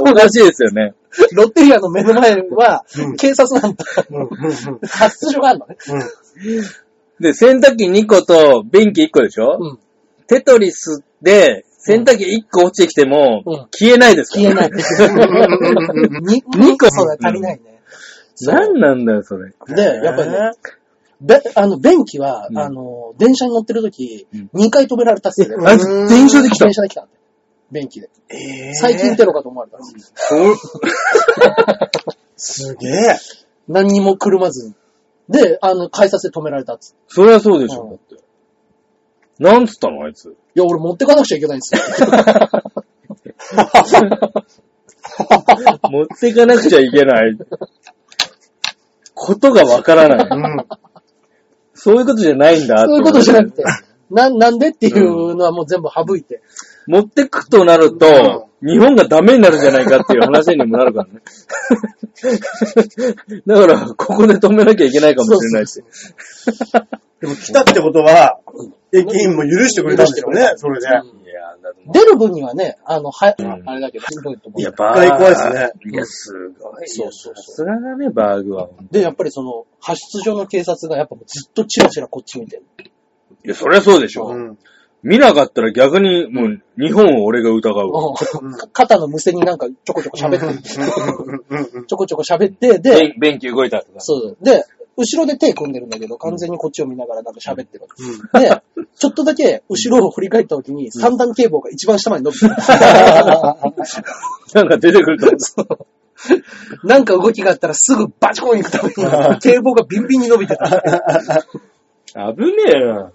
[SPEAKER 3] お
[SPEAKER 2] の
[SPEAKER 3] かしいですよね。
[SPEAKER 2] ロッテリアの目の前は
[SPEAKER 1] うん、
[SPEAKER 2] 警察なんだ。
[SPEAKER 1] うんうんうん
[SPEAKER 2] 発出所があるのね。
[SPEAKER 3] で、洗濯機2個と便器1個でしょ、
[SPEAKER 2] うん。
[SPEAKER 3] テトリスで洗濯機1個落ちてきても、
[SPEAKER 2] うん
[SPEAKER 3] 消えないですから
[SPEAKER 2] 消えない。
[SPEAKER 1] う ん
[SPEAKER 2] に2個そうだ、足りないね。
[SPEAKER 3] 何なんだよ、それ。
[SPEAKER 2] で、やっぱりね、べ、あの、便器は、
[SPEAKER 3] うん
[SPEAKER 2] あの、電車に乗ってる時、
[SPEAKER 3] うん
[SPEAKER 2] 2回止められたっすよね。
[SPEAKER 3] あいつ
[SPEAKER 1] うーん
[SPEAKER 3] 電車で来た
[SPEAKER 2] 電。車で来たんだよ。便器で。
[SPEAKER 1] えー
[SPEAKER 2] 最近テロかと思われたらしい
[SPEAKER 1] すげえ。
[SPEAKER 2] 何にもくるまずに。で、あの、改札で止められたっつって。
[SPEAKER 3] そりゃそうでし
[SPEAKER 2] うん
[SPEAKER 3] ょ、だって。なんつったの、あい
[SPEAKER 2] い
[SPEAKER 3] つ。
[SPEAKER 2] や、俺持ってかなくちゃいけないんですよ。
[SPEAKER 3] 持っていかなくちゃいけない。ことがわから
[SPEAKER 1] う
[SPEAKER 3] ない。
[SPEAKER 1] ん。
[SPEAKER 3] そういうことじゃないんだ。
[SPEAKER 2] そういうことじゃなく
[SPEAKER 3] て
[SPEAKER 2] て。な、なんでっていうのはもう全部省いて。
[SPEAKER 3] 思って。持ってくとなると、日本がダメになるじゃないかっていう話にもなるからね。だから、ここで止めなきゃいけないかもしれないし。
[SPEAKER 1] でも来たってことは、駅員も許してくれたんですよね、それで。
[SPEAKER 3] いやー、だってもう
[SPEAKER 2] 出る分にはね、あの、は、
[SPEAKER 3] うん
[SPEAKER 2] あれだけど、すごいと思う。
[SPEAKER 3] いや、バ
[SPEAKER 1] バー
[SPEAKER 3] ー
[SPEAKER 1] グ
[SPEAKER 3] グ。
[SPEAKER 1] 怖いっすね。
[SPEAKER 3] いや、すごいよ。
[SPEAKER 2] そうそうそう
[SPEAKER 3] さすがだね、バーグは。
[SPEAKER 2] で、やっぱりその、発出所の警察がやっぱずっとチラチラこっち見てる。
[SPEAKER 3] いや、そりゃそうでしょ。
[SPEAKER 1] うん。
[SPEAKER 3] 見なかったら逆に、もう、日本を俺が疑うわ。
[SPEAKER 2] うん肩のむせになんかちょこちょこ喋ってる。
[SPEAKER 1] うんうんうんうん
[SPEAKER 2] ちょこちょこ喋って、で、
[SPEAKER 3] 便便器動いたとか。
[SPEAKER 2] そう。で、後ろで手組んでるんだけど、完全にこっちを見ながらなんか喋ってる。
[SPEAKER 1] うん
[SPEAKER 2] で、ちょっとだけ後ろを振り返った時に、三段警棒が一番下まで伸び てる。
[SPEAKER 3] なんか出てくると思った
[SPEAKER 2] なんか動きがあったらすぐバチコン行くため に、警棒がビンビンに伸びてた。
[SPEAKER 3] 危ねえな。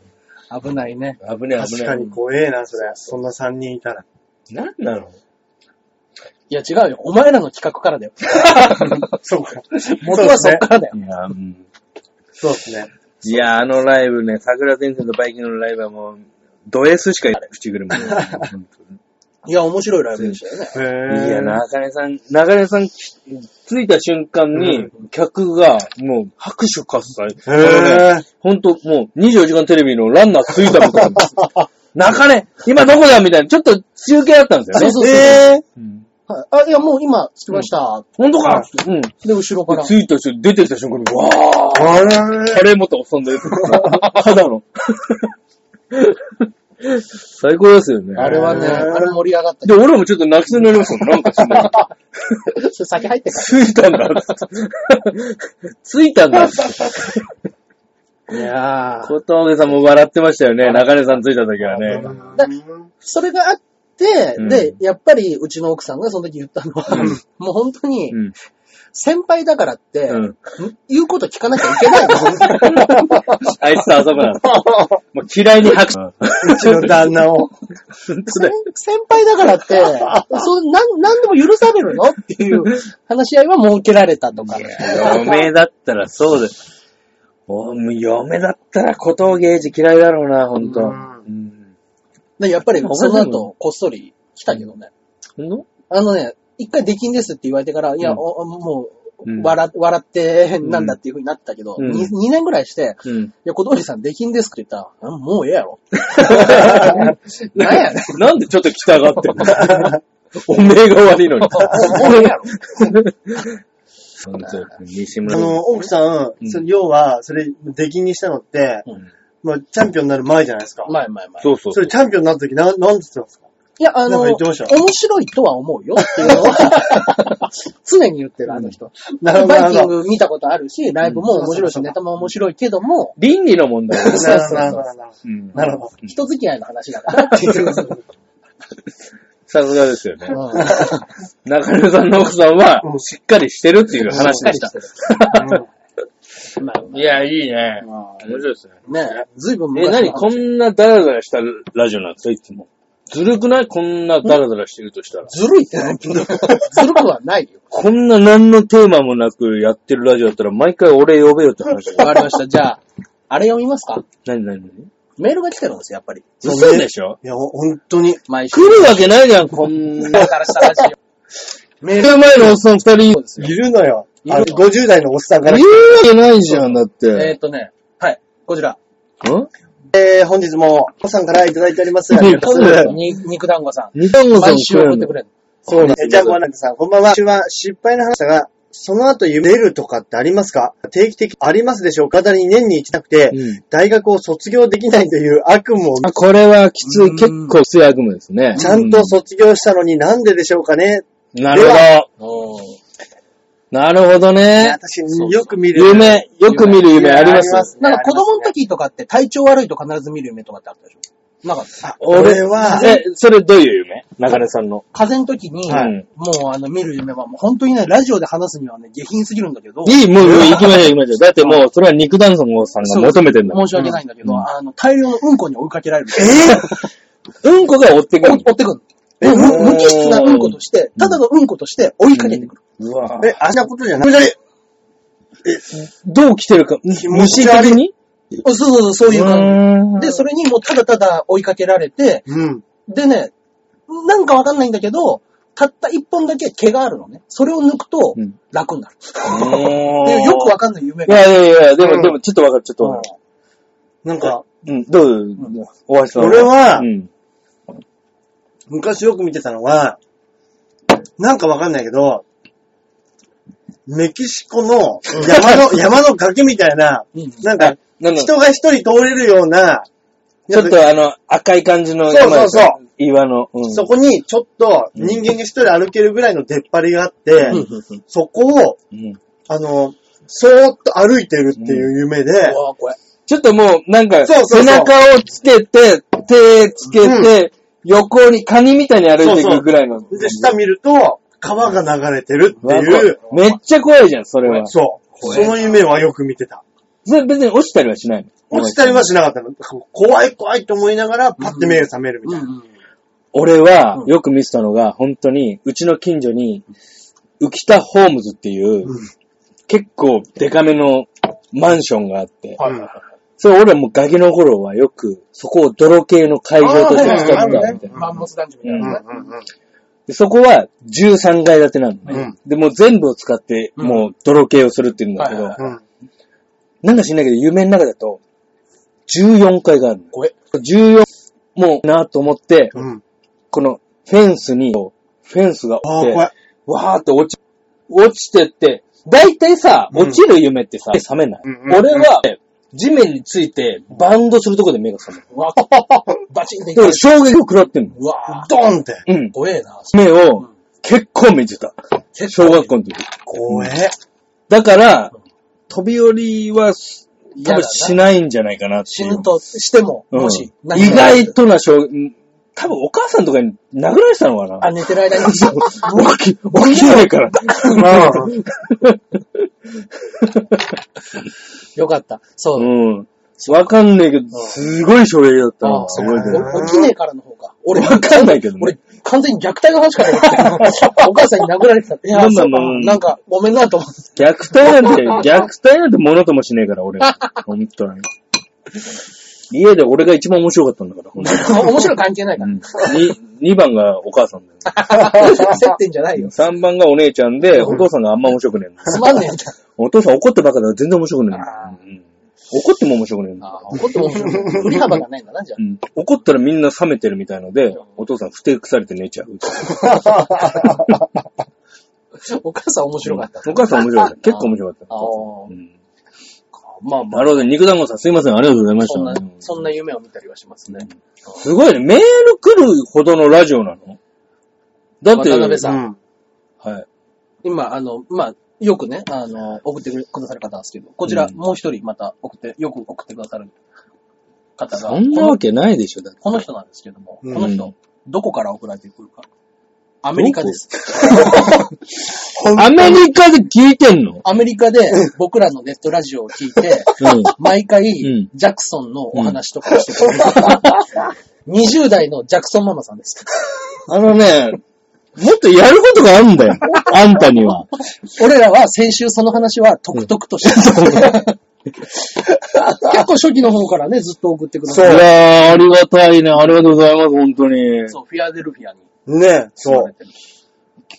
[SPEAKER 2] 危ないね。
[SPEAKER 3] 危ねえ、危
[SPEAKER 1] 確
[SPEAKER 3] ねえ。
[SPEAKER 1] かに怖えな、それ。そんな3人いたら。
[SPEAKER 3] なんなの
[SPEAKER 2] いや違うよ。お前らの企画からだよ。
[SPEAKER 1] そうか。
[SPEAKER 2] 元はそっからだよ。
[SPEAKER 3] いや、うん
[SPEAKER 1] そうですね。
[SPEAKER 3] いや、あのライブね、桜前線とバイキングのライブはもう、ド S しか口 車で。本
[SPEAKER 2] いや、面白いライブでしたよね。
[SPEAKER 1] へ
[SPEAKER 3] 当
[SPEAKER 1] え。
[SPEAKER 3] にいや、中根さん、中根さん、き着いた瞬間に、客が、もう、拍手喝采。
[SPEAKER 1] へ
[SPEAKER 3] あのね
[SPEAKER 1] え。
[SPEAKER 3] ほんと、もう、24時間テレビのランナー着いたみたい な。中根、今どこだみたいな、ちょっと中継だったんですよね。
[SPEAKER 2] そうそうそう
[SPEAKER 3] えー
[SPEAKER 2] はいあ、いや、もう今着きました。
[SPEAKER 3] ほんとかうん。で
[SPEAKER 2] で、後ろから。
[SPEAKER 3] 着いた瞬間、出てきた瞬間に、わー
[SPEAKER 1] あれ
[SPEAKER 3] カレーもと遊んでる。肌の。最高ですよね。
[SPEAKER 2] あれはね、
[SPEAKER 1] へー
[SPEAKER 2] あれ盛り上がった
[SPEAKER 3] で、。俺らもちょっと泣きそうになりましたもん。なんかそんな。
[SPEAKER 2] それ先入ってか
[SPEAKER 3] 着いたんだっつって。着いたんだっつって。
[SPEAKER 1] いやー
[SPEAKER 3] 小峠さんも笑ってましたよね。中根さん着いた時はね。
[SPEAKER 2] だそれがあって、
[SPEAKER 3] うん
[SPEAKER 2] で、やっぱりうちの奥さんがその時言ったのは、もう本当に、
[SPEAKER 3] うん。
[SPEAKER 2] 先輩だからって、
[SPEAKER 3] うん。
[SPEAKER 2] 言うこと聞かなきゃいけないの。
[SPEAKER 3] あいつと遊ぶな。もう嫌いに拍手。
[SPEAKER 1] うちの旦那を。
[SPEAKER 2] 先先輩だからって、そう、なん、なんでも許されるのっていう話し合いは設けられたとか。
[SPEAKER 3] 嫁だったらそうだ。おもう嫁だったら小峠英二嫌いだろうな、ほんと。
[SPEAKER 1] う
[SPEAKER 3] うんん。
[SPEAKER 2] でやっぱりその
[SPEAKER 3] 他にも
[SPEAKER 2] 後、こっそり来たけどね。
[SPEAKER 3] ほんと
[SPEAKER 2] あのね、一回出禁ですって言われてから、いや、
[SPEAKER 3] うん
[SPEAKER 2] おおもう、
[SPEAKER 3] うん
[SPEAKER 2] 笑笑って、なんだっていう風になったけど、
[SPEAKER 3] うん
[SPEAKER 2] に 2, 年ぐらいして、
[SPEAKER 3] うん。
[SPEAKER 2] いや、小峠さん出禁ですって言ったら、あもうええや ろ。なんやねん。
[SPEAKER 3] なんでちょっと来たがってんのおめえが悪いのに。
[SPEAKER 2] もうええやろ。
[SPEAKER 3] 本当に西
[SPEAKER 1] あ
[SPEAKER 3] 村
[SPEAKER 1] の、奥さ、
[SPEAKER 3] うんん
[SPEAKER 1] それ要は、それ、出禁にしたのって
[SPEAKER 2] うん、
[SPEAKER 1] まあ、チャンピオンになる前じゃないですか。
[SPEAKER 2] まあまあまあ。
[SPEAKER 3] そうそう
[SPEAKER 1] それ、チャンピオンになった時、な、なんつってたんですか
[SPEAKER 2] いや、あの、
[SPEAKER 1] なん
[SPEAKER 2] 面
[SPEAKER 1] か言ってました
[SPEAKER 2] 白いとは思うよっていうの は、常に言ってる、あの人。
[SPEAKER 1] なるほど
[SPEAKER 2] バイキ
[SPEAKER 1] なる
[SPEAKER 2] ン
[SPEAKER 1] ほど
[SPEAKER 2] グ見たことあるし、ライブも面白いし、
[SPEAKER 1] うん
[SPEAKER 2] ネタも面白いけども、
[SPEAKER 3] 倫理の問題です。
[SPEAKER 1] なるほどなるほど
[SPEAKER 3] うん
[SPEAKER 1] なるほど。
[SPEAKER 2] 人付き合いの話だ からっていう。
[SPEAKER 3] さすがですよね。
[SPEAKER 2] うん
[SPEAKER 3] 中根さんの奥さんは
[SPEAKER 1] う、ん
[SPEAKER 3] しっかりしてるっていう話でした。
[SPEAKER 2] ま
[SPEAKER 3] いや、いいね。
[SPEAKER 2] あま
[SPEAKER 3] 面白いですね。
[SPEAKER 2] あ、ねずいぶん
[SPEAKER 3] え、なにこんなダラダラしたラジオなんですかいつも。ずるくないこんなダラダラしてるとしたら。
[SPEAKER 2] ずるいってないけど、ずるくはないよ。
[SPEAKER 3] こんな何のテーマもなくやってるラジオだったら、毎回俺呼べよって話 だ
[SPEAKER 2] わ
[SPEAKER 3] よ。
[SPEAKER 2] かりました。じゃあ、あれ読みますか
[SPEAKER 3] 何何何
[SPEAKER 2] メールが来てるんですよ、やっぱり。
[SPEAKER 3] 嘘でしょ
[SPEAKER 1] いや、ほ本当に。
[SPEAKER 2] 毎週
[SPEAKER 3] 来。るわけないじゃん、こんな。
[SPEAKER 2] だからしたらしいよ。メー
[SPEAKER 3] 目
[SPEAKER 2] ル
[SPEAKER 3] の前のおっさん二人
[SPEAKER 2] そうですよ
[SPEAKER 1] いるのよ。
[SPEAKER 2] い
[SPEAKER 1] あの、
[SPEAKER 2] るの
[SPEAKER 1] 50代のおっさんから
[SPEAKER 3] 言うわ
[SPEAKER 1] 来
[SPEAKER 3] けないじゃん、だって。
[SPEAKER 2] えーっとね、はい、こちら。
[SPEAKER 3] ん
[SPEAKER 1] た。えー、本日も、おっさんからいただいております。ありがとうございます
[SPEAKER 2] に肉団子さん。
[SPEAKER 3] 二段子さん
[SPEAKER 2] 毎
[SPEAKER 3] も
[SPEAKER 2] 週
[SPEAKER 3] 来
[SPEAKER 2] 送っ
[SPEAKER 3] る
[SPEAKER 2] て
[SPEAKER 3] の
[SPEAKER 2] くれる。
[SPEAKER 1] そうなんで。
[SPEAKER 3] ですす
[SPEAKER 1] じゃあ、ご覧さん、こんばんは。今週は失敗の話だが、その後夢出るとかってありますか定期的ありますでしょうかだに年に行きたくて、
[SPEAKER 3] うん
[SPEAKER 1] 大学を卒業できないという悪夢を見
[SPEAKER 3] あこれはきつい、
[SPEAKER 2] うん
[SPEAKER 3] 結構きつい悪夢ですね。
[SPEAKER 1] ちゃんと卒業したのになんででしょうかね、
[SPEAKER 3] うん。なるほ
[SPEAKER 1] で
[SPEAKER 3] ど。
[SPEAKER 2] おー
[SPEAKER 3] なるほど
[SPEAKER 1] いや
[SPEAKER 3] ね。
[SPEAKER 1] 私
[SPEAKER 2] そうそう
[SPEAKER 1] よく見る。
[SPEAKER 3] 夢、よく見る夢ありま
[SPEAKER 1] いやありますす。
[SPEAKER 2] なんか子供の時とかって体調悪いと必ず見る夢とかってあったでしょなんかった、
[SPEAKER 1] 俺は、
[SPEAKER 3] え、それどういう夢中根さんの。
[SPEAKER 2] 風邪の時に、
[SPEAKER 3] はい
[SPEAKER 2] もうあの見る夢はもう本当にね、ラジオで話すにはね、下品すぎるんだけど、
[SPEAKER 3] いい、もう、もう行きましょう、行きましょう。だってもう、それは肉弾子さんが求めてんだもん
[SPEAKER 2] 申し訳ないんだけど、
[SPEAKER 3] うん
[SPEAKER 2] あの、大量のうんこに追いかけられる。
[SPEAKER 3] うんこが追ってくる
[SPEAKER 2] 追。ってくる。でむ無機質なうんことして、ただのうんことして追いかけてくる。
[SPEAKER 3] うわ
[SPEAKER 1] え、あんなことじゃない。
[SPEAKER 3] どう来てるか、
[SPEAKER 1] 持
[SPEAKER 3] 虫
[SPEAKER 1] ち悪い
[SPEAKER 3] 的に
[SPEAKER 2] そうそうそう、そういう感
[SPEAKER 3] うーん
[SPEAKER 2] じ。で、それにもうただただ追いかけられて、
[SPEAKER 1] うん。
[SPEAKER 2] でね、なんかわかんないんだけど、たった一本だけ毛があるのね。それを抜くと
[SPEAKER 3] うん
[SPEAKER 2] 楽になる。
[SPEAKER 3] う
[SPEAKER 2] で
[SPEAKER 3] ーん
[SPEAKER 2] よくわかんない夢
[SPEAKER 3] いやいやいや、で
[SPEAKER 1] うん
[SPEAKER 3] も、でも、ちょっとわかる、ちょっと
[SPEAKER 2] う
[SPEAKER 3] わ
[SPEAKER 2] ん
[SPEAKER 3] かる。
[SPEAKER 1] なんか、
[SPEAKER 3] うん、どう
[SPEAKER 2] うん
[SPEAKER 3] お橋さん。
[SPEAKER 1] 俺は
[SPEAKER 3] うん。
[SPEAKER 1] 昔よく見てたのは、なんかわかんないけど、メキシコの山の、 山の崖みたいな、
[SPEAKER 2] うん
[SPEAKER 1] なん
[SPEAKER 3] あ
[SPEAKER 1] か、
[SPEAKER 3] なんだ
[SPEAKER 1] 人が一人通れるような、
[SPEAKER 3] ちょっとあの、赤い感じの
[SPEAKER 1] そうそうそう
[SPEAKER 3] う。岩の。うん
[SPEAKER 1] そこにちょっと人間が一人歩けるぐらいの出っ張りがあって、
[SPEAKER 2] うん
[SPEAKER 1] そこを、
[SPEAKER 3] うん
[SPEAKER 1] あの、そーっと歩いてるっていう夢で、
[SPEAKER 2] うわーこれ。
[SPEAKER 3] ちょっともう、なんか、
[SPEAKER 1] そうそうそう
[SPEAKER 3] 背中をつけて、手つけて、横にカニみたいに歩いていくぐらいの。
[SPEAKER 1] で、下見ると、川が流れてるっていう、
[SPEAKER 3] うわめっちゃ怖いじゃん、それは。
[SPEAKER 1] そう。その夢はよく見てた。
[SPEAKER 3] それ別に落ちたりはしないの
[SPEAKER 1] 落ちたりはしなかったの。怖い怖いと思いながら、パッて目が覚めるみ
[SPEAKER 2] う
[SPEAKER 1] たい
[SPEAKER 2] ん
[SPEAKER 1] な。
[SPEAKER 2] うん
[SPEAKER 3] 俺は
[SPEAKER 2] う、ん
[SPEAKER 3] よく見てたのが、本当に、うちの近所に、浮田ホームズっていう、結構デカめのマンションがあって、
[SPEAKER 1] はいはいはい
[SPEAKER 3] それ俺はもうガキの頃はよく、そこを泥系の会場として使って
[SPEAKER 1] あーは
[SPEAKER 3] た
[SPEAKER 1] いはいはい
[SPEAKER 3] みたいな。
[SPEAKER 2] マンモス団地みた
[SPEAKER 1] う
[SPEAKER 2] いな
[SPEAKER 1] ん
[SPEAKER 2] やつね。
[SPEAKER 1] うんうん
[SPEAKER 3] でそこは13階建てなのね。
[SPEAKER 1] うん
[SPEAKER 3] で、もう全部を使って、
[SPEAKER 2] うん
[SPEAKER 3] もう泥系をするっていうんだけど、
[SPEAKER 2] はいはい
[SPEAKER 1] う
[SPEAKER 2] は
[SPEAKER 1] ん
[SPEAKER 3] なんか知んないけど、夢の中だと、14階があるの。
[SPEAKER 2] 怖え
[SPEAKER 3] 14、もうなと思って、
[SPEAKER 1] うん。
[SPEAKER 3] このフェンスに、フェンスが
[SPEAKER 1] あ
[SPEAKER 3] あ
[SPEAKER 1] あ、
[SPEAKER 3] って、
[SPEAKER 1] 怖い。
[SPEAKER 3] わーって落ち、落ちてって、大体さ、
[SPEAKER 1] うん
[SPEAKER 3] 落ちる夢ってさ、目覚めない、
[SPEAKER 1] うんうんうん
[SPEAKER 3] 俺は、地面について、バウンドするとこで目が覚める。
[SPEAKER 2] うわバチンってい
[SPEAKER 3] で、俺衝撃を食らってんの。
[SPEAKER 2] うわー
[SPEAKER 1] ドーンって。
[SPEAKER 3] うん。
[SPEAKER 2] 怖えな。
[SPEAKER 3] 目を
[SPEAKER 2] うん、
[SPEAKER 3] 結構見てた。小学校の時。
[SPEAKER 1] 怖え。
[SPEAKER 3] だから、飛び降りはす、多
[SPEAKER 2] 嫌だ
[SPEAKER 3] 分
[SPEAKER 2] な
[SPEAKER 3] しないんじゃないかなって
[SPEAKER 2] 死
[SPEAKER 3] いう。
[SPEAKER 2] ぬとしても、
[SPEAKER 3] うん
[SPEAKER 2] もし、
[SPEAKER 3] 意外。とな衝撃、多分お母さんとかに殴られてたのかな
[SPEAKER 2] あ、寝てる間に。
[SPEAKER 3] 起き、起きないから。
[SPEAKER 2] よかった。そうう。
[SPEAKER 3] ん。わかんないけど、すごい衝撃だった
[SPEAKER 2] あ
[SPEAKER 3] の。
[SPEAKER 2] あ
[SPEAKER 3] 覚えてる。
[SPEAKER 2] お起きねえからの方か。俺、
[SPEAKER 3] わかんないけどね
[SPEAKER 2] 俺、完全に虐待の話から思 ってたお母さんに殴られてたって。いや、
[SPEAKER 3] まあま
[SPEAKER 2] そ
[SPEAKER 3] あ
[SPEAKER 2] う
[SPEAKER 3] まあ
[SPEAKER 2] かなんか、ごめんなと思って。
[SPEAKER 3] 虐待なんて、虐待なんて物ともしねえから、俺。本当に。家で俺が一番面白かったんだから、本
[SPEAKER 2] 面白い関係ないか
[SPEAKER 3] 当に。2, 番がお母さんだよ。
[SPEAKER 2] ら。 接点じゃないよ。
[SPEAKER 3] 3番がお姉ちゃんで、お父さんがあんま面白くねえんだ。
[SPEAKER 2] つまんねえんだ。
[SPEAKER 3] お父さん怒ってばっかだから全然面白くねえんだ。うん怒っても面白くねえんだ。
[SPEAKER 2] あ怒っても面白い。振り幅がないんだな、じゃ
[SPEAKER 3] うん怒ったらみんな冷めてるみたいので、お父さんふてくされて寝ちゃう。
[SPEAKER 2] あ。お母さん面白かった。
[SPEAKER 3] お母さん面白かった。結構面白かった。
[SPEAKER 2] ああ
[SPEAKER 3] うん
[SPEAKER 2] まあまあ
[SPEAKER 3] なるほど。肉団子さんすいません。ありがとうございまし
[SPEAKER 2] そん
[SPEAKER 3] た
[SPEAKER 2] な。、そんな夢を見たりはしますね。
[SPEAKER 3] すごいね。メール来るほどのラジオなのだって、
[SPEAKER 2] 渡辺さ
[SPEAKER 1] うん。
[SPEAKER 3] はい。
[SPEAKER 2] 今、あの、まあ、よくね、あの、送ってくださる方なんですけど、こちら、
[SPEAKER 3] うん
[SPEAKER 2] もう一人また送って、よく送ってくださる方が、
[SPEAKER 3] そんな
[SPEAKER 2] こ
[SPEAKER 3] わ
[SPEAKER 2] の
[SPEAKER 3] けないでしょ、だって。
[SPEAKER 2] この人なんですけども、
[SPEAKER 1] うん
[SPEAKER 2] この人、どこから送られてくるか。アメリカです。
[SPEAKER 3] アメリカで聞いてんの
[SPEAKER 2] アメリカで僕らのネットラジオを聞いて、
[SPEAKER 3] うん。
[SPEAKER 2] 毎回、
[SPEAKER 3] ん
[SPEAKER 2] ジャクソンのお話とかをしてくれる。20代 のジャクソンママさんです。
[SPEAKER 3] あのね、もっとやることがあるんだよ。あんたには。
[SPEAKER 2] 俺らは先週その話はとくとくとしてた。結構初期の方からね、ずっと送ってくだ
[SPEAKER 3] い
[SPEAKER 2] さる。
[SPEAKER 3] やー、ありがたいね。ありがとうございます、本当に。
[SPEAKER 2] そう、フィアデルフィアに
[SPEAKER 1] ねえ、
[SPEAKER 2] 住
[SPEAKER 1] そ
[SPEAKER 2] ま
[SPEAKER 1] う。
[SPEAKER 2] れてる。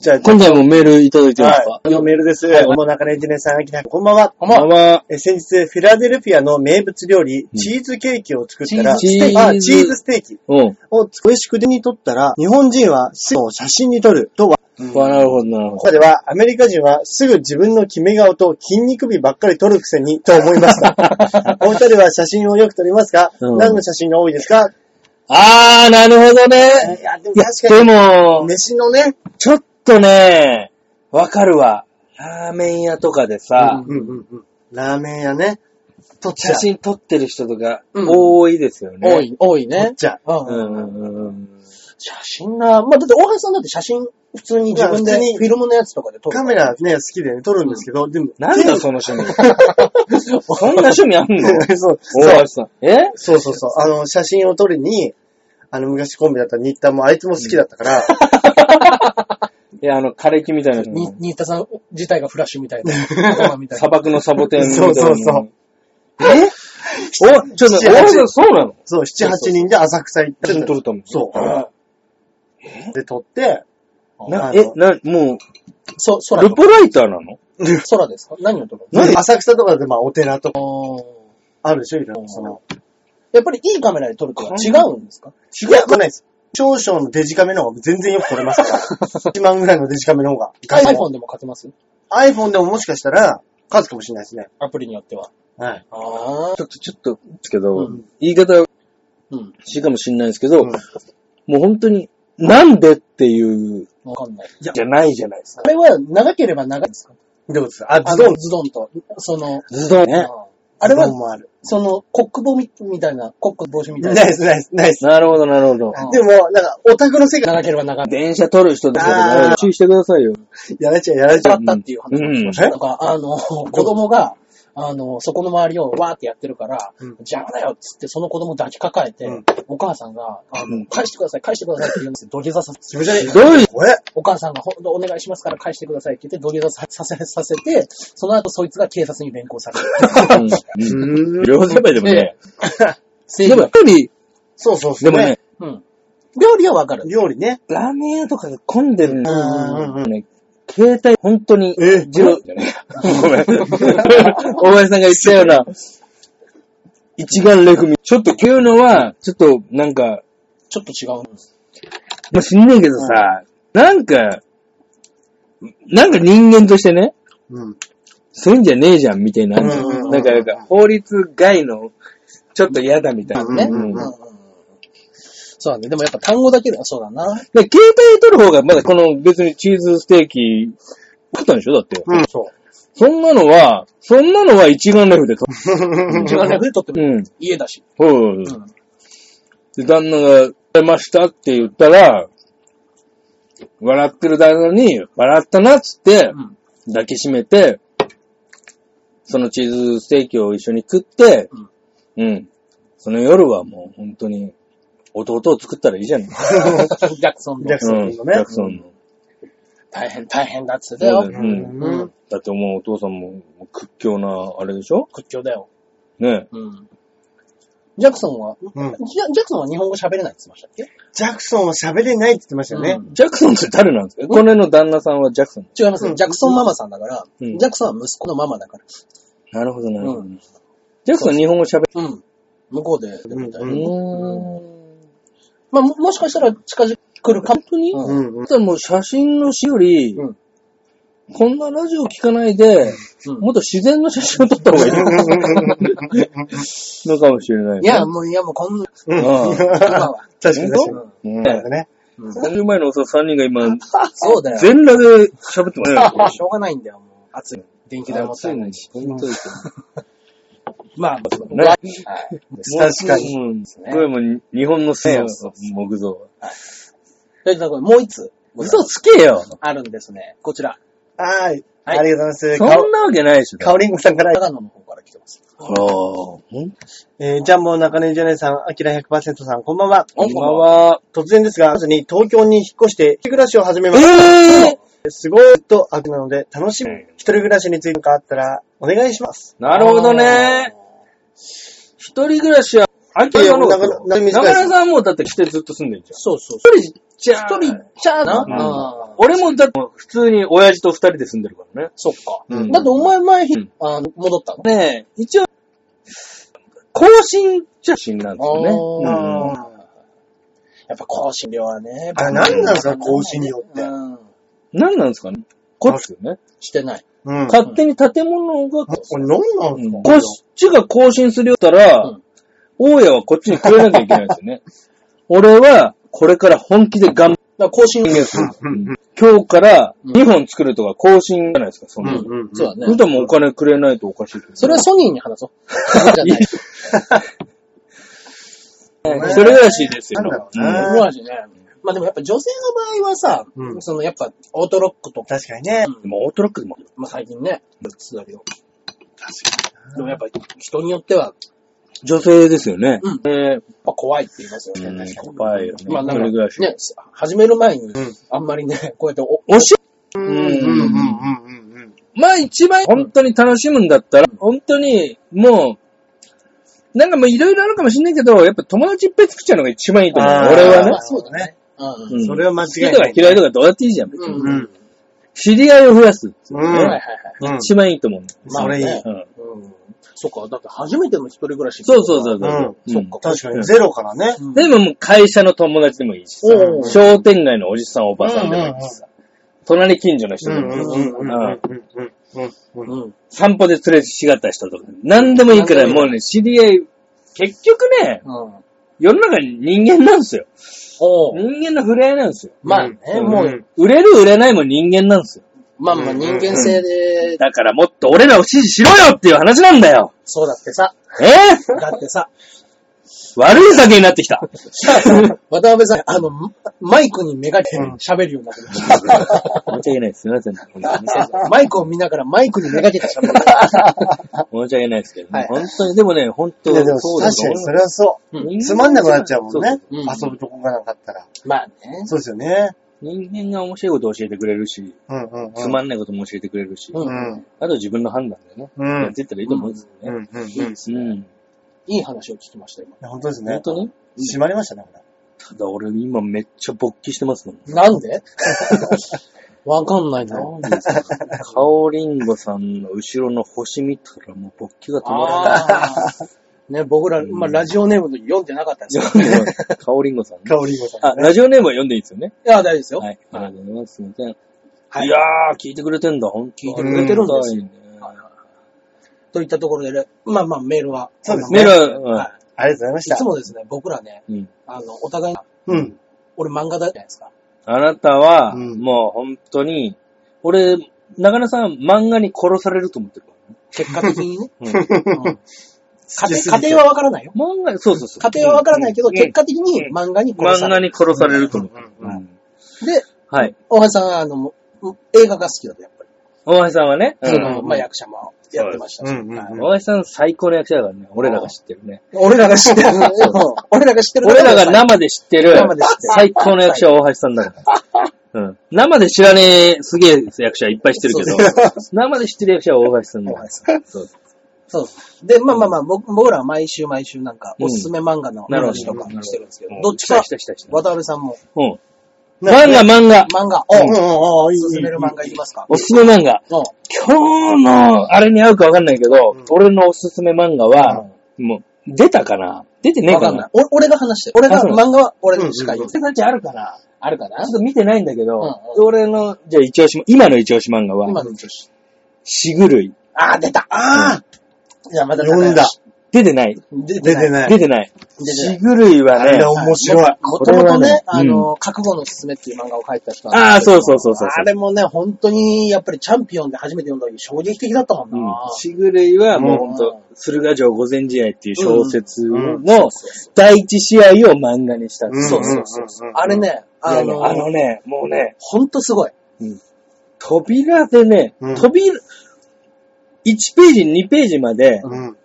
[SPEAKER 1] じゃあ、
[SPEAKER 3] 今回もメールいただいてますか
[SPEAKER 1] はい、メールです。
[SPEAKER 3] はい
[SPEAKER 1] もう中根一年さん、秋田。こんばんは。
[SPEAKER 2] こんばん
[SPEAKER 3] ま
[SPEAKER 2] は。
[SPEAKER 3] ま、
[SPEAKER 1] え先日、フィラデルフィアの名物料理、
[SPEAKER 3] うん
[SPEAKER 1] チーズケーキを作ったら、
[SPEAKER 3] チーズステーキ
[SPEAKER 1] あチーズステーキ
[SPEAKER 3] うん。
[SPEAKER 1] を美味しく手に取ったら、日本人はすぐ写真に撮るとは、
[SPEAKER 3] わなるほど、なるほ
[SPEAKER 1] 他ではアメリカ人はすぐ自分の決め顔と筋肉美ばっかり撮るくせにと思いました。お二人は写真をよく撮りますか、
[SPEAKER 3] うん
[SPEAKER 1] 何の写真が多いですか
[SPEAKER 3] ど。あー、なるほどね。
[SPEAKER 1] いや、でも
[SPEAKER 3] いや
[SPEAKER 1] 確か
[SPEAKER 3] で
[SPEAKER 1] に、
[SPEAKER 3] も、
[SPEAKER 1] 飯のね、
[SPEAKER 3] ちょっとね、わかるわ。ラーメン屋とかでさ、
[SPEAKER 1] うんうんうん、ラーメン屋ね、撮っちゃ
[SPEAKER 3] 写
[SPEAKER 1] う。
[SPEAKER 3] 真撮ってる人とか
[SPEAKER 2] うん
[SPEAKER 3] 多いですよね。
[SPEAKER 2] 多。い、多い
[SPEAKER 1] 撮っ
[SPEAKER 2] ね。
[SPEAKER 1] ちゃ
[SPEAKER 2] うん
[SPEAKER 3] うんうんうん。
[SPEAKER 2] 写真な、まあ、だって大橋さんだって写真、普通に自分で
[SPEAKER 1] まあ普通に
[SPEAKER 2] フィルムのやつとかで撮
[SPEAKER 1] う。
[SPEAKER 2] る。
[SPEAKER 1] カメラね、好きでね、撮るんですけど、でも、
[SPEAKER 3] なんだその趣 味。そんな趣味あんの
[SPEAKER 1] そう、
[SPEAKER 3] 大橋さん。え
[SPEAKER 1] そうそうそう。あの、写真を撮りに、あの、昔コンビだった新田もあいつも好きだったから、
[SPEAKER 3] いや、あの、枯れ木みたいな。
[SPEAKER 2] に、新田さん自体がフラッシュみたいな。 ドラマみたい
[SPEAKER 3] 砂
[SPEAKER 2] な。
[SPEAKER 3] 漠のサボテンみたいな。
[SPEAKER 1] そうそうそう。
[SPEAKER 3] えお、ちょ っと、
[SPEAKER 1] 七
[SPEAKER 3] 大橋
[SPEAKER 1] 八
[SPEAKER 3] さん、そうなの
[SPEAKER 1] そう、7、8人で浅草行った
[SPEAKER 3] 写
[SPEAKER 1] り
[SPEAKER 3] 真撮るために。
[SPEAKER 1] そうん。で、撮って、
[SPEAKER 3] な
[SPEAKER 1] あの
[SPEAKER 3] え、な、も、
[SPEAKER 2] そう空
[SPEAKER 3] ル
[SPEAKER 2] とか、
[SPEAKER 3] ポライターなの
[SPEAKER 2] 空ですか何を撮るの
[SPEAKER 3] 何
[SPEAKER 1] 浅草とかでまあお寺とか
[SPEAKER 2] おー
[SPEAKER 1] あるでしょ、いろいろその。
[SPEAKER 2] やっぱりいいカメラで撮るとは違うんですか
[SPEAKER 1] いや、来ないです。少々のデジカメの方が全然よく撮れます から。1万ぐらいのデジカメの方が。
[SPEAKER 2] iPhone でも勝てます
[SPEAKER 1] iPhone でももしかしたら、数かもしれないですね。
[SPEAKER 2] アプリによっては。
[SPEAKER 1] はい。
[SPEAKER 2] ああ。
[SPEAKER 3] ちょっと、ちょっと、ですけ
[SPEAKER 2] う
[SPEAKER 3] ど
[SPEAKER 2] ん、
[SPEAKER 3] 言い方
[SPEAKER 2] うん。
[SPEAKER 3] しいかもしれないですけど、
[SPEAKER 1] うん
[SPEAKER 3] もう本当に、なんでっていう、
[SPEAKER 2] わかんない。
[SPEAKER 3] じゃないじゃないですか。
[SPEAKER 2] あれは長ければ長いんですか
[SPEAKER 1] どうですかあ、
[SPEAKER 2] あ
[SPEAKER 1] ズドン
[SPEAKER 2] の。ズドンと。その、
[SPEAKER 3] ズドンね。
[SPEAKER 2] あれ
[SPEAKER 1] ズドン
[SPEAKER 2] は、
[SPEAKER 1] もある。
[SPEAKER 2] その、コックボみみたいな、コックの帽子みた
[SPEAKER 1] ないい
[SPEAKER 2] な。
[SPEAKER 1] です、ないです、ないです。
[SPEAKER 3] なるほど、なるほど。
[SPEAKER 2] うん
[SPEAKER 1] でも、なんか、オタクの世界
[SPEAKER 2] 長ければ長い。
[SPEAKER 3] 電車取る人とか
[SPEAKER 1] あ
[SPEAKER 3] で
[SPEAKER 1] ー
[SPEAKER 3] 注意してくださいよ。
[SPEAKER 1] やられちゃう、やられちゃ
[SPEAKER 2] だ
[SPEAKER 1] う
[SPEAKER 2] っ。たっていう話をしました。
[SPEAKER 1] うん
[SPEAKER 2] なんか、あの、子供が、あの、そこの周りをわーってやってるから、
[SPEAKER 1] うん
[SPEAKER 2] 邪魔だよっつって、その子供抱きかかえて、
[SPEAKER 1] うん
[SPEAKER 2] お母さんが、あの、
[SPEAKER 3] うん
[SPEAKER 2] 返してください、返してくださいって言うんですよ。土下座さ
[SPEAKER 1] 気持ち悪い。
[SPEAKER 3] どういう
[SPEAKER 1] これ
[SPEAKER 2] お母さんが、ほんとお願いしますから返してくださいって言って、土下座させ、させて、その後そいつが警察に連行される。
[SPEAKER 3] うん
[SPEAKER 1] う
[SPEAKER 3] 両方でもね。
[SPEAKER 2] 正
[SPEAKER 3] で
[SPEAKER 2] 義
[SPEAKER 3] もや
[SPEAKER 2] は
[SPEAKER 3] っ。ぱり、
[SPEAKER 1] そうそうそ
[SPEAKER 3] で
[SPEAKER 1] う。
[SPEAKER 3] もね、、
[SPEAKER 2] うん。料理はわかる。
[SPEAKER 1] 料理ね。
[SPEAKER 3] ラーメン屋とかが混んでるんで
[SPEAKER 1] うんうんう
[SPEAKER 3] ね、携帯本当に、
[SPEAKER 1] え
[SPEAKER 3] じろ、ごめん。大林さんが言ったような、一眼レフみ、ちょっと今日のは、ちょっとなんか、
[SPEAKER 2] ちょっと違うんです。
[SPEAKER 3] まあ、知んねえけどさ、なんか、なんか人間としてね、
[SPEAKER 1] うん。
[SPEAKER 3] すんじゃねえじゃんみたいなのあるじゃん
[SPEAKER 1] うんうんうんうん
[SPEAKER 3] なんか、なんか、法律外の、ちょっと嫌だみたいなね。
[SPEAKER 2] ね。
[SPEAKER 1] う
[SPEAKER 2] うん
[SPEAKER 1] うんう
[SPEAKER 2] ん
[SPEAKER 1] ん
[SPEAKER 2] うんうんそうだね。でもやっぱ単語だけではそうだな。
[SPEAKER 3] で携帯取る方が、まだこの別にチーズステーキ、食ったんでしょだって。
[SPEAKER 1] うん。
[SPEAKER 2] そ
[SPEAKER 3] そんなのは、そんなのは一眼レフで撮
[SPEAKER 2] う。一眼レフで撮って
[SPEAKER 3] る。
[SPEAKER 2] も
[SPEAKER 3] うん。
[SPEAKER 2] 家だし。
[SPEAKER 3] そう
[SPEAKER 2] うん。
[SPEAKER 3] で、旦那が、出ましたって言ったら、笑ってる旦那に、笑ったなっつって、
[SPEAKER 2] うん
[SPEAKER 3] 抱きしめて、そのチーズステーキを一緒に食って、うん。その夜はもう本当に、弟を作ったらいいじゃない。
[SPEAKER 2] ジャクソン
[SPEAKER 1] ジャク
[SPEAKER 2] の
[SPEAKER 1] ソンのね
[SPEAKER 3] ジャクソンの。
[SPEAKER 2] 大変、大変だっつってたよ
[SPEAKER 3] そう。だ
[SPEAKER 1] う
[SPEAKER 3] よね
[SPEAKER 1] んう
[SPEAKER 2] う
[SPEAKER 1] ん
[SPEAKER 2] ん。
[SPEAKER 3] だってもうお父さんも屈強な、あれでしょ
[SPEAKER 2] 屈強だよ。
[SPEAKER 3] ね。
[SPEAKER 2] うん。ジャクソンは、
[SPEAKER 1] うん
[SPEAKER 2] ジャジャクソンは日本語喋れないって言ってましたっけ
[SPEAKER 1] ジャクソンは喋れないって言ってましたよね。
[SPEAKER 2] うん
[SPEAKER 3] ジャクソンって誰なんですかこの辺の旦那さんはジャクソン。
[SPEAKER 2] 違います
[SPEAKER 1] う
[SPEAKER 2] よ。
[SPEAKER 1] ん
[SPEAKER 2] ジャクソンママさんだから、
[SPEAKER 3] うん
[SPEAKER 2] ジャクソンは息子のママだから。
[SPEAKER 3] なるほど、なるほど。
[SPEAKER 2] うん
[SPEAKER 3] ジャクソン日本語喋る。
[SPEAKER 2] うん。向こうで、みたいな。
[SPEAKER 1] う
[SPEAKER 3] うんーん。
[SPEAKER 2] まあ、ももしかしたら近々来るかも。
[SPEAKER 3] 本当に、
[SPEAKER 2] う。
[SPEAKER 1] うんんうん。
[SPEAKER 3] もう写真の詩より、
[SPEAKER 2] うん
[SPEAKER 3] こんなラジオ聞かないで、
[SPEAKER 2] うん
[SPEAKER 3] もっと自然の写真を撮った方がいいのかもしれない。
[SPEAKER 2] いや、もう、いや、もうこんな、
[SPEAKER 3] うん、
[SPEAKER 2] 今は。
[SPEAKER 1] 確かに確か
[SPEAKER 3] うん。
[SPEAKER 1] に。なんかね。
[SPEAKER 2] うん
[SPEAKER 3] 30前のおっさん3人が今、
[SPEAKER 2] そうだよ。
[SPEAKER 3] 全裸で喋ってま すね。これ
[SPEAKER 2] しょうがないんだよ、もう。暑い。電気代も
[SPEAKER 3] 暑いのに。本当ですよ
[SPEAKER 2] まあ、そうだね。
[SPEAKER 3] ね
[SPEAKER 2] はい。
[SPEAKER 1] も確かに
[SPEAKER 3] もううんすごいもう日本のせいよ
[SPEAKER 2] そうそう、
[SPEAKER 3] 木造。
[SPEAKER 2] ということでもう一つ、
[SPEAKER 3] 嘘つけよ
[SPEAKER 2] あるんですね。こちら。
[SPEAKER 1] はい。あ
[SPEAKER 2] はい
[SPEAKER 1] りがとうござい
[SPEAKER 3] そ
[SPEAKER 1] ます。
[SPEAKER 3] んなわけないでしょ。
[SPEAKER 1] かおりんごさんから。
[SPEAKER 2] 長野の方から来てます。
[SPEAKER 3] あらほん
[SPEAKER 1] えージャンボ中根ジャネさん、アキラ100%さん、こんばんは。
[SPEAKER 3] こんばんは。
[SPEAKER 1] 突然ですが、まずに東京に引っ越して、一人暮らしを始めました。
[SPEAKER 3] ええ
[SPEAKER 1] すごいと悪なので、楽しみ。一人暮らしについて何かあったら、お願いします。
[SPEAKER 3] なるほどね。一人暮らしは、あき
[SPEAKER 1] いや
[SPEAKER 3] やろう
[SPEAKER 1] なかなか短い
[SPEAKER 3] 中
[SPEAKER 1] です
[SPEAKER 3] 村さんはもうだって来てずっと住んでるじ
[SPEAKER 2] そうそう
[SPEAKER 3] ゃん。一人じゃ
[SPEAKER 2] そう。一人ちゃうな、
[SPEAKER 3] うん
[SPEAKER 2] あー
[SPEAKER 3] 俺もだって普通に親父と二人で住んでるからね。
[SPEAKER 2] そっか。
[SPEAKER 1] うん
[SPEAKER 2] だってお前前、
[SPEAKER 3] うん
[SPEAKER 2] あの戻ったの
[SPEAKER 3] ねえ、一応、更新じゃ更新なんですよね。
[SPEAKER 2] あ
[SPEAKER 1] うん
[SPEAKER 2] ーやっぱ更新料はね。
[SPEAKER 1] あ、なんなんですか、更新料って。
[SPEAKER 2] うん。
[SPEAKER 3] 何なんですかねこっちよね。
[SPEAKER 2] してない。
[SPEAKER 1] うん。
[SPEAKER 3] 勝手に建物が、
[SPEAKER 1] これ何なんですか、
[SPEAKER 3] こっちが更新するよったら、
[SPEAKER 2] うん
[SPEAKER 3] 大家はこっちにくれなきゃいけないです よね。俺は、これから本気で頑張る
[SPEAKER 2] だから更新
[SPEAKER 3] んです。
[SPEAKER 1] うん
[SPEAKER 3] 今日から
[SPEAKER 2] うん
[SPEAKER 3] 2本作るとか更新じゃないですか、そん
[SPEAKER 1] う
[SPEAKER 3] なの。
[SPEAKER 1] んうん。
[SPEAKER 2] そうだ
[SPEAKER 3] 見
[SPEAKER 2] ね。
[SPEAKER 3] たもお金くれないとおかしいけど。
[SPEAKER 2] それはソニーに話そう。 じゃない。
[SPEAKER 1] ね
[SPEAKER 3] それぐらしいですよ
[SPEAKER 1] なんだろ。うな
[SPEAKER 2] 思わしね。まあでもやっぱ女性の場合はさ、
[SPEAKER 1] うん
[SPEAKER 2] そのやっぱオートロックとか、
[SPEAKER 1] 確かにね。
[SPEAKER 3] うんでもオートロックでも、
[SPEAKER 2] まあ最近ね、ぶっつだけど。でもやっぱ人によっては、やっ
[SPEAKER 3] 女性ですよね。
[SPEAKER 2] うん
[SPEAKER 3] えー
[SPEAKER 2] ぱ怖いって言いますよね。
[SPEAKER 3] うん
[SPEAKER 2] 確かに
[SPEAKER 3] 怖いよね
[SPEAKER 2] まあなん
[SPEAKER 3] それぐらいし
[SPEAKER 2] か、ね、始める前に
[SPEAKER 1] うん、
[SPEAKER 2] あんまりね、 こうやってお、
[SPEAKER 3] おし、
[SPEAKER 1] う
[SPEAKER 3] うん
[SPEAKER 1] んうん。
[SPEAKER 3] まあ一番本当に楽しむんだったら、本当にもう、なんかもういろいろあるかもしんないけど、やっぱ友達いっぱい作っちゃうのが一番いいと思う。
[SPEAKER 1] あー
[SPEAKER 3] 俺は
[SPEAKER 2] ま
[SPEAKER 3] ね
[SPEAKER 2] あ。そうだね。うん。
[SPEAKER 3] うん
[SPEAKER 1] それは間違い
[SPEAKER 3] 好きと
[SPEAKER 1] な
[SPEAKER 3] か
[SPEAKER 1] い。
[SPEAKER 3] 嫌いとかどうやっていいじゃん。
[SPEAKER 2] うん。
[SPEAKER 1] う
[SPEAKER 2] うん
[SPEAKER 1] ん。
[SPEAKER 3] 知り合いを増やすっていう
[SPEAKER 1] うん
[SPEAKER 2] はいはいは
[SPEAKER 3] ね。
[SPEAKER 2] い。
[SPEAKER 1] うん。
[SPEAKER 3] 一番いいと思う。
[SPEAKER 1] それいい。
[SPEAKER 2] まあね
[SPEAKER 3] うん
[SPEAKER 2] うん。そっか、だって初めての一人暮らし。
[SPEAKER 3] そうそうそうそうう。
[SPEAKER 2] そっか。
[SPEAKER 1] 確か
[SPEAKER 3] う
[SPEAKER 1] に、
[SPEAKER 3] ん
[SPEAKER 1] ゼロからね。
[SPEAKER 2] うん。
[SPEAKER 3] でももう会社の友達でもいいしさ
[SPEAKER 2] おう、
[SPEAKER 3] 商店街のおじさんおばさんでもいいしさ、隣近所の人
[SPEAKER 1] うん
[SPEAKER 3] で
[SPEAKER 1] うん
[SPEAKER 3] もいいし、
[SPEAKER 1] うんうんうんうんうん。
[SPEAKER 2] うん。
[SPEAKER 3] 散歩ですれ違った人とか、何でもいいからもうね、知り合い、結局ね、
[SPEAKER 2] うん。
[SPEAKER 3] 世の中に人間なんですよ。
[SPEAKER 2] おう
[SPEAKER 3] 人間の触れ合いなんですよ。
[SPEAKER 2] まあね、
[SPEAKER 1] うん
[SPEAKER 2] も
[SPEAKER 1] う、
[SPEAKER 2] うん
[SPEAKER 3] 売れる売れないも人間なんですよ。
[SPEAKER 2] まあまあ人間性で、
[SPEAKER 3] だからもっと俺らを支持しろよっていう話なんだよ。
[SPEAKER 2] そうだってさ、
[SPEAKER 3] えー
[SPEAKER 2] だってさ、
[SPEAKER 3] 悪い酒になって きた。
[SPEAKER 2] 渡辺さん、あの、ママイクにめがけて喋るようになってました。
[SPEAKER 3] 申し訳ないです。すみません。本当に
[SPEAKER 2] マイクを見ながらマイクにめがけて 喋る。
[SPEAKER 3] 申し訳ないですけど、
[SPEAKER 2] はい
[SPEAKER 3] 本当に、でもね、本当
[SPEAKER 1] いやでも
[SPEAKER 3] そう
[SPEAKER 1] 確
[SPEAKER 3] だ
[SPEAKER 1] かにそれはそ
[SPEAKER 2] うん
[SPEAKER 1] う。つまんなくなっちゃうもんね。
[SPEAKER 2] うん
[SPEAKER 1] 遊ぶとこがなかったら。
[SPEAKER 2] まあね。
[SPEAKER 1] そうですよね。
[SPEAKER 3] 人間が面白いことを教えてくれるし、
[SPEAKER 1] うんうんうん。
[SPEAKER 3] つまんないことも教えてくれるし、
[SPEAKER 2] う
[SPEAKER 1] うんん。うん
[SPEAKER 3] あと自分の判断でね、
[SPEAKER 1] うん
[SPEAKER 3] やっていったらいいと思うんです
[SPEAKER 1] う
[SPEAKER 3] よね。
[SPEAKER 1] んうん。
[SPEAKER 2] いい
[SPEAKER 1] い
[SPEAKER 2] です
[SPEAKER 3] う
[SPEAKER 2] ね。
[SPEAKER 3] ん。
[SPEAKER 2] いい話を聞きました、今。
[SPEAKER 1] や本当ですね
[SPEAKER 3] 本。当に
[SPEAKER 1] 閉まりましたね、これ。
[SPEAKER 3] ただ俺今めっちゃ勃起してますもん。
[SPEAKER 2] なん でわかんないな。
[SPEAKER 3] カオリンゴさんの後ろの星見たらもう勃起が止まら ない。
[SPEAKER 2] ああ。ね、僕ら、まあ、ラジオネームの時読んでなかったんですよ。
[SPEAKER 3] 読んでますカオリンゴさんね。
[SPEAKER 1] 香りごさん。
[SPEAKER 3] あ、ラジオネームは読んでいいですよね。
[SPEAKER 2] いや、大丈夫ですよ。
[SPEAKER 3] はい。ありがとうございます。すいません。
[SPEAKER 2] はい
[SPEAKER 3] いやー、聞いてくれてんだ、本当
[SPEAKER 2] 聞いてくれてるんですよ
[SPEAKER 3] ね。
[SPEAKER 2] といったところで、まあまあ、メールは。
[SPEAKER 1] そうですね
[SPEAKER 3] メールは、
[SPEAKER 2] は
[SPEAKER 1] ありがとうございま
[SPEAKER 2] い。
[SPEAKER 1] し
[SPEAKER 2] い
[SPEAKER 1] た
[SPEAKER 2] つ。もですね、僕らね、
[SPEAKER 3] うん。
[SPEAKER 2] あの、お互い、
[SPEAKER 1] うん。
[SPEAKER 2] 俺漫画だじゃないですか。
[SPEAKER 3] あなたは、
[SPEAKER 1] うん
[SPEAKER 3] もう本当に、俺、中野さん漫画に殺されると思ってるからね。
[SPEAKER 2] 結果的 にね。
[SPEAKER 3] うん
[SPEAKER 2] うん家
[SPEAKER 1] 好きすぎ
[SPEAKER 2] 庭
[SPEAKER 1] て
[SPEAKER 2] 家庭はわからないよ。
[SPEAKER 3] 漫画、そうそうそう。
[SPEAKER 2] 家庭はわからないけど、
[SPEAKER 3] うん
[SPEAKER 2] 結果的に漫画に殺さ
[SPEAKER 3] 漫
[SPEAKER 2] れ
[SPEAKER 3] 画
[SPEAKER 2] る。
[SPEAKER 3] に殺されると思ってる。
[SPEAKER 1] うんうんうん
[SPEAKER 3] うん
[SPEAKER 2] で、
[SPEAKER 3] はい。
[SPEAKER 2] 大橋さんは、あの、もう映画が好きだと、やっぱり。
[SPEAKER 3] 大橋さんはね、
[SPEAKER 1] うん
[SPEAKER 2] その、まあ、役者もやってましたし。
[SPEAKER 1] そうですうんうんうん
[SPEAKER 2] はい
[SPEAKER 3] 大橋さん最高の役者だからね、俺らが知ってるね。
[SPEAKER 2] 俺らが知ってる。俺らが知ってる。
[SPEAKER 3] 俺らが生で知ってる
[SPEAKER 2] 生で知ってる、
[SPEAKER 3] 最高の役者は大橋さんだから。うん。生で知らねえ、すげえ役者いっぱい知ってるけど
[SPEAKER 2] そう、
[SPEAKER 3] 生で知ってる役者は大橋さんだから。そう
[SPEAKER 2] そう。で、まあまあまあ、僕僕らは毎週毎週なんか、おすすめ漫画の
[SPEAKER 3] なるほ
[SPEAKER 2] 話
[SPEAKER 3] ど
[SPEAKER 2] とかしてるんですけど、
[SPEAKER 3] うん
[SPEAKER 2] どっちか
[SPEAKER 3] し、たしたした。
[SPEAKER 2] 渡辺さんも
[SPEAKER 3] うん。
[SPEAKER 1] なん
[SPEAKER 3] 漫
[SPEAKER 1] か
[SPEAKER 3] 画漫画。
[SPEAKER 2] 漫画
[SPEAKER 1] うん
[SPEAKER 2] を
[SPEAKER 1] うんうん、いい。
[SPEAKER 2] 進める漫画いきますか。
[SPEAKER 3] おすすめ漫画。
[SPEAKER 2] うん
[SPEAKER 3] 今日の、あれに合うかわかんないけど、
[SPEAKER 1] うん
[SPEAKER 3] 俺のおすすめ漫画は、もう、出たかな出てねえ
[SPEAKER 2] わ
[SPEAKER 3] か
[SPEAKER 2] かんない
[SPEAKER 3] な。
[SPEAKER 2] お俺が話してる。俺が
[SPEAKER 3] あそう
[SPEAKER 2] 漫画は俺にしか言う
[SPEAKER 1] うん。
[SPEAKER 3] 手たちあるかな
[SPEAKER 2] あるかな
[SPEAKER 3] ちょっと見てないんだけど、
[SPEAKER 2] うん
[SPEAKER 3] 俺の、じゃあ一押し、今の一押し漫画
[SPEAKER 2] 今
[SPEAKER 3] は、
[SPEAKER 2] の女子。
[SPEAKER 3] しぐるい。
[SPEAKER 2] あー、出たあーじゃあまた
[SPEAKER 1] 読んだ。
[SPEAKER 3] 出てない。
[SPEAKER 2] 出
[SPEAKER 1] 出て
[SPEAKER 2] い。
[SPEAKER 1] ない
[SPEAKER 3] 出。てない。
[SPEAKER 2] 出てな
[SPEAKER 3] し
[SPEAKER 2] い。
[SPEAKER 3] ぐるいは
[SPEAKER 1] あれ
[SPEAKER 3] ね、
[SPEAKER 1] が面白い。
[SPEAKER 2] もともと
[SPEAKER 3] これは
[SPEAKER 2] ね
[SPEAKER 3] ね、
[SPEAKER 2] あの、
[SPEAKER 3] う
[SPEAKER 2] 覚悟のすすめっていう漫画を書いてた人
[SPEAKER 3] ああ、そう
[SPEAKER 2] う。
[SPEAKER 3] そうそうそう
[SPEAKER 2] あ
[SPEAKER 3] そう。
[SPEAKER 2] れもね、本当に、やっぱりチャンピオンで初めて読んだ時衝撃的だったもん
[SPEAKER 3] うん
[SPEAKER 2] な。
[SPEAKER 3] しぐるいはもう
[SPEAKER 1] うん
[SPEAKER 3] ほんと、駿河城御前試合っていう小
[SPEAKER 1] う
[SPEAKER 3] 説
[SPEAKER 1] ん
[SPEAKER 3] の第一試合を漫画にしたってい。
[SPEAKER 2] そうそうそうそう。あれね、
[SPEAKER 3] い
[SPEAKER 2] あ
[SPEAKER 3] やねあの
[SPEAKER 2] の、
[SPEAKER 3] ね、もうね、
[SPEAKER 2] ほんとすごい。
[SPEAKER 3] 扉でね、
[SPEAKER 1] うん
[SPEAKER 3] 扉、1ページ、2ページまで、
[SPEAKER 1] うん。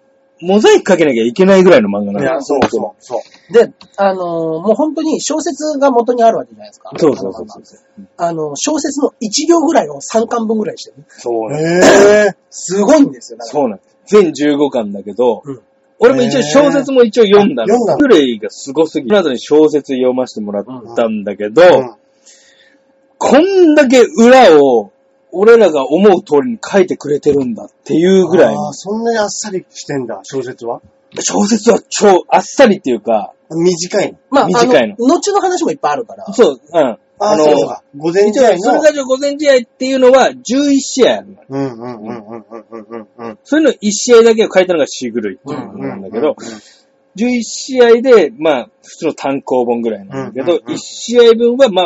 [SPEAKER 3] モザイクかけなきゃいけないぐらいの漫画なの。
[SPEAKER 1] いや、そうそう。そう。
[SPEAKER 2] で、あのーもう本当に小説が元にあるわけじゃないですか。
[SPEAKER 3] そうそうそうそう。
[SPEAKER 2] あの、小説の1行ぐらいを3巻分ぐらいしてる。
[SPEAKER 3] そうなんです
[SPEAKER 1] ええ。
[SPEAKER 2] すごいんですよ。だから
[SPEAKER 3] そうなんです。全15巻だけど、
[SPEAKER 2] うん
[SPEAKER 3] 俺も一応小説も一応読んだ
[SPEAKER 1] へー読んだ
[SPEAKER 3] の。プレイがすごすぎる。その後に小説読ませてもらったんだけど、
[SPEAKER 1] うん
[SPEAKER 3] こんだけ裏を俺らが思う通りに書いてくれてるんだっていうぐらい
[SPEAKER 1] あー
[SPEAKER 3] の、
[SPEAKER 1] そんなにあっさりしてんだ、小説は。
[SPEAKER 3] 小説は超あっさりっていうか、
[SPEAKER 1] 短いの。
[SPEAKER 2] まあ、あ
[SPEAKER 3] 短いの
[SPEAKER 2] の、後の話もいっぱいあるから。
[SPEAKER 3] そう、うん。
[SPEAKER 1] あ
[SPEAKER 3] あ
[SPEAKER 1] あ、
[SPEAKER 3] の
[SPEAKER 1] そうか。午前
[SPEAKER 3] 一
[SPEAKER 1] 中
[SPEAKER 3] 応、
[SPEAKER 1] の。
[SPEAKER 3] それがじゃ午前試合っていうのは11試合あるの。
[SPEAKER 1] うんうんうんうんうんうんうん
[SPEAKER 3] そういうの1試合だけを書いたのがシグルイっていう
[SPEAKER 1] う
[SPEAKER 3] の
[SPEAKER 1] ん。
[SPEAKER 3] なんだけど、11試合で、まあ、普通の単行本ぐらいなんだけ
[SPEAKER 1] うん
[SPEAKER 3] ど、
[SPEAKER 1] うんうん
[SPEAKER 3] 1試合分は、まあ、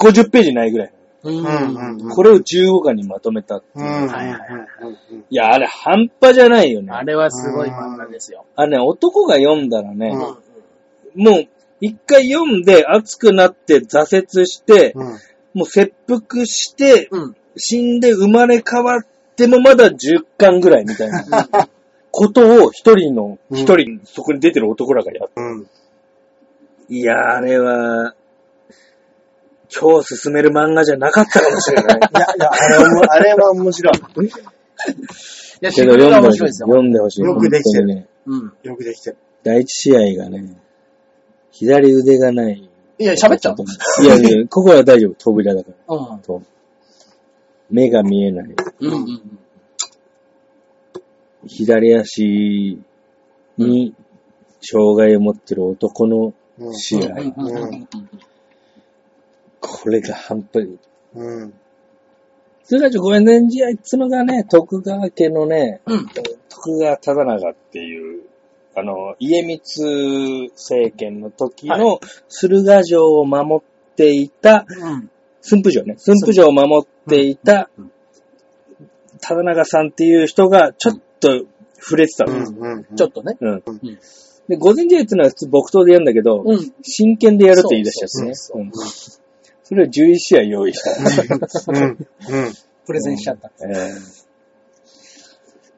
[SPEAKER 3] 50ページないぐらい。
[SPEAKER 2] う
[SPEAKER 1] うん
[SPEAKER 2] ん
[SPEAKER 1] うんうん。
[SPEAKER 3] これを15巻にまとめた。
[SPEAKER 1] うんうんうんうん
[SPEAKER 2] はいはい
[SPEAKER 1] うん。
[SPEAKER 3] いや、あれ半端じゃないよね。
[SPEAKER 2] あれはすごい漫画ですよ。
[SPEAKER 3] あれね、男が読んだらね、
[SPEAKER 1] うん
[SPEAKER 3] もう、一回読んで熱くなって挫折して、
[SPEAKER 1] うん
[SPEAKER 3] もう切腹して、
[SPEAKER 2] うん。
[SPEAKER 3] 死んで生まれ変わってもまだ10巻ぐらいみた いなことを一人の、
[SPEAKER 1] うん
[SPEAKER 3] 一人、そこに出てる男らがやっ
[SPEAKER 1] うん。
[SPEAKER 3] いやー、あれは、今日進める漫画じゃなかったかもしれ ない。
[SPEAKER 1] いやいや、あれはあれは面白い。
[SPEAKER 2] いや、シンプルが面白いですよ。
[SPEAKER 3] んでほし
[SPEAKER 1] よくできてる
[SPEAKER 3] 本当にね。
[SPEAKER 2] うん。
[SPEAKER 1] よくできてる。
[SPEAKER 3] 第一試合がね、左腕がない。
[SPEAKER 2] いや、喋っちゃう。
[SPEAKER 3] いやいや、 ここは大丈夫。扉だから。
[SPEAKER 2] うん。
[SPEAKER 3] と目が見えない。
[SPEAKER 2] うんうん。
[SPEAKER 3] 左足に障害を持ってる男の、
[SPEAKER 1] うん
[SPEAKER 3] 試合
[SPEAKER 2] うんうんうん
[SPEAKER 3] これが半端に。
[SPEAKER 1] うん。
[SPEAKER 3] それはちょ、ごめんね、試合っつのがね、徳川家のね、
[SPEAKER 2] うん。
[SPEAKER 3] 徳川忠長っていう、あの、家光政権の時
[SPEAKER 2] は
[SPEAKER 3] の駿河城を守っていた、
[SPEAKER 2] うん。
[SPEAKER 3] 駿府城ね、駿府城を守っていた
[SPEAKER 2] うんうん、
[SPEAKER 3] 忠長さんっていう人が、ちょっと触れてた
[SPEAKER 1] うん
[SPEAKER 3] です。
[SPEAKER 1] んうん。
[SPEAKER 2] ちょっとね。
[SPEAKER 3] うん
[SPEAKER 2] ん。
[SPEAKER 3] で、午前試合っていうのは普通木刀でやるんだけど、
[SPEAKER 2] うん。
[SPEAKER 3] 真剣でやるって言い出しちゃってね。
[SPEAKER 2] そう
[SPEAKER 3] うんそれを11試合用意した。
[SPEAKER 1] と。うん。うん。
[SPEAKER 2] プレゼンしちゃった。
[SPEAKER 3] えー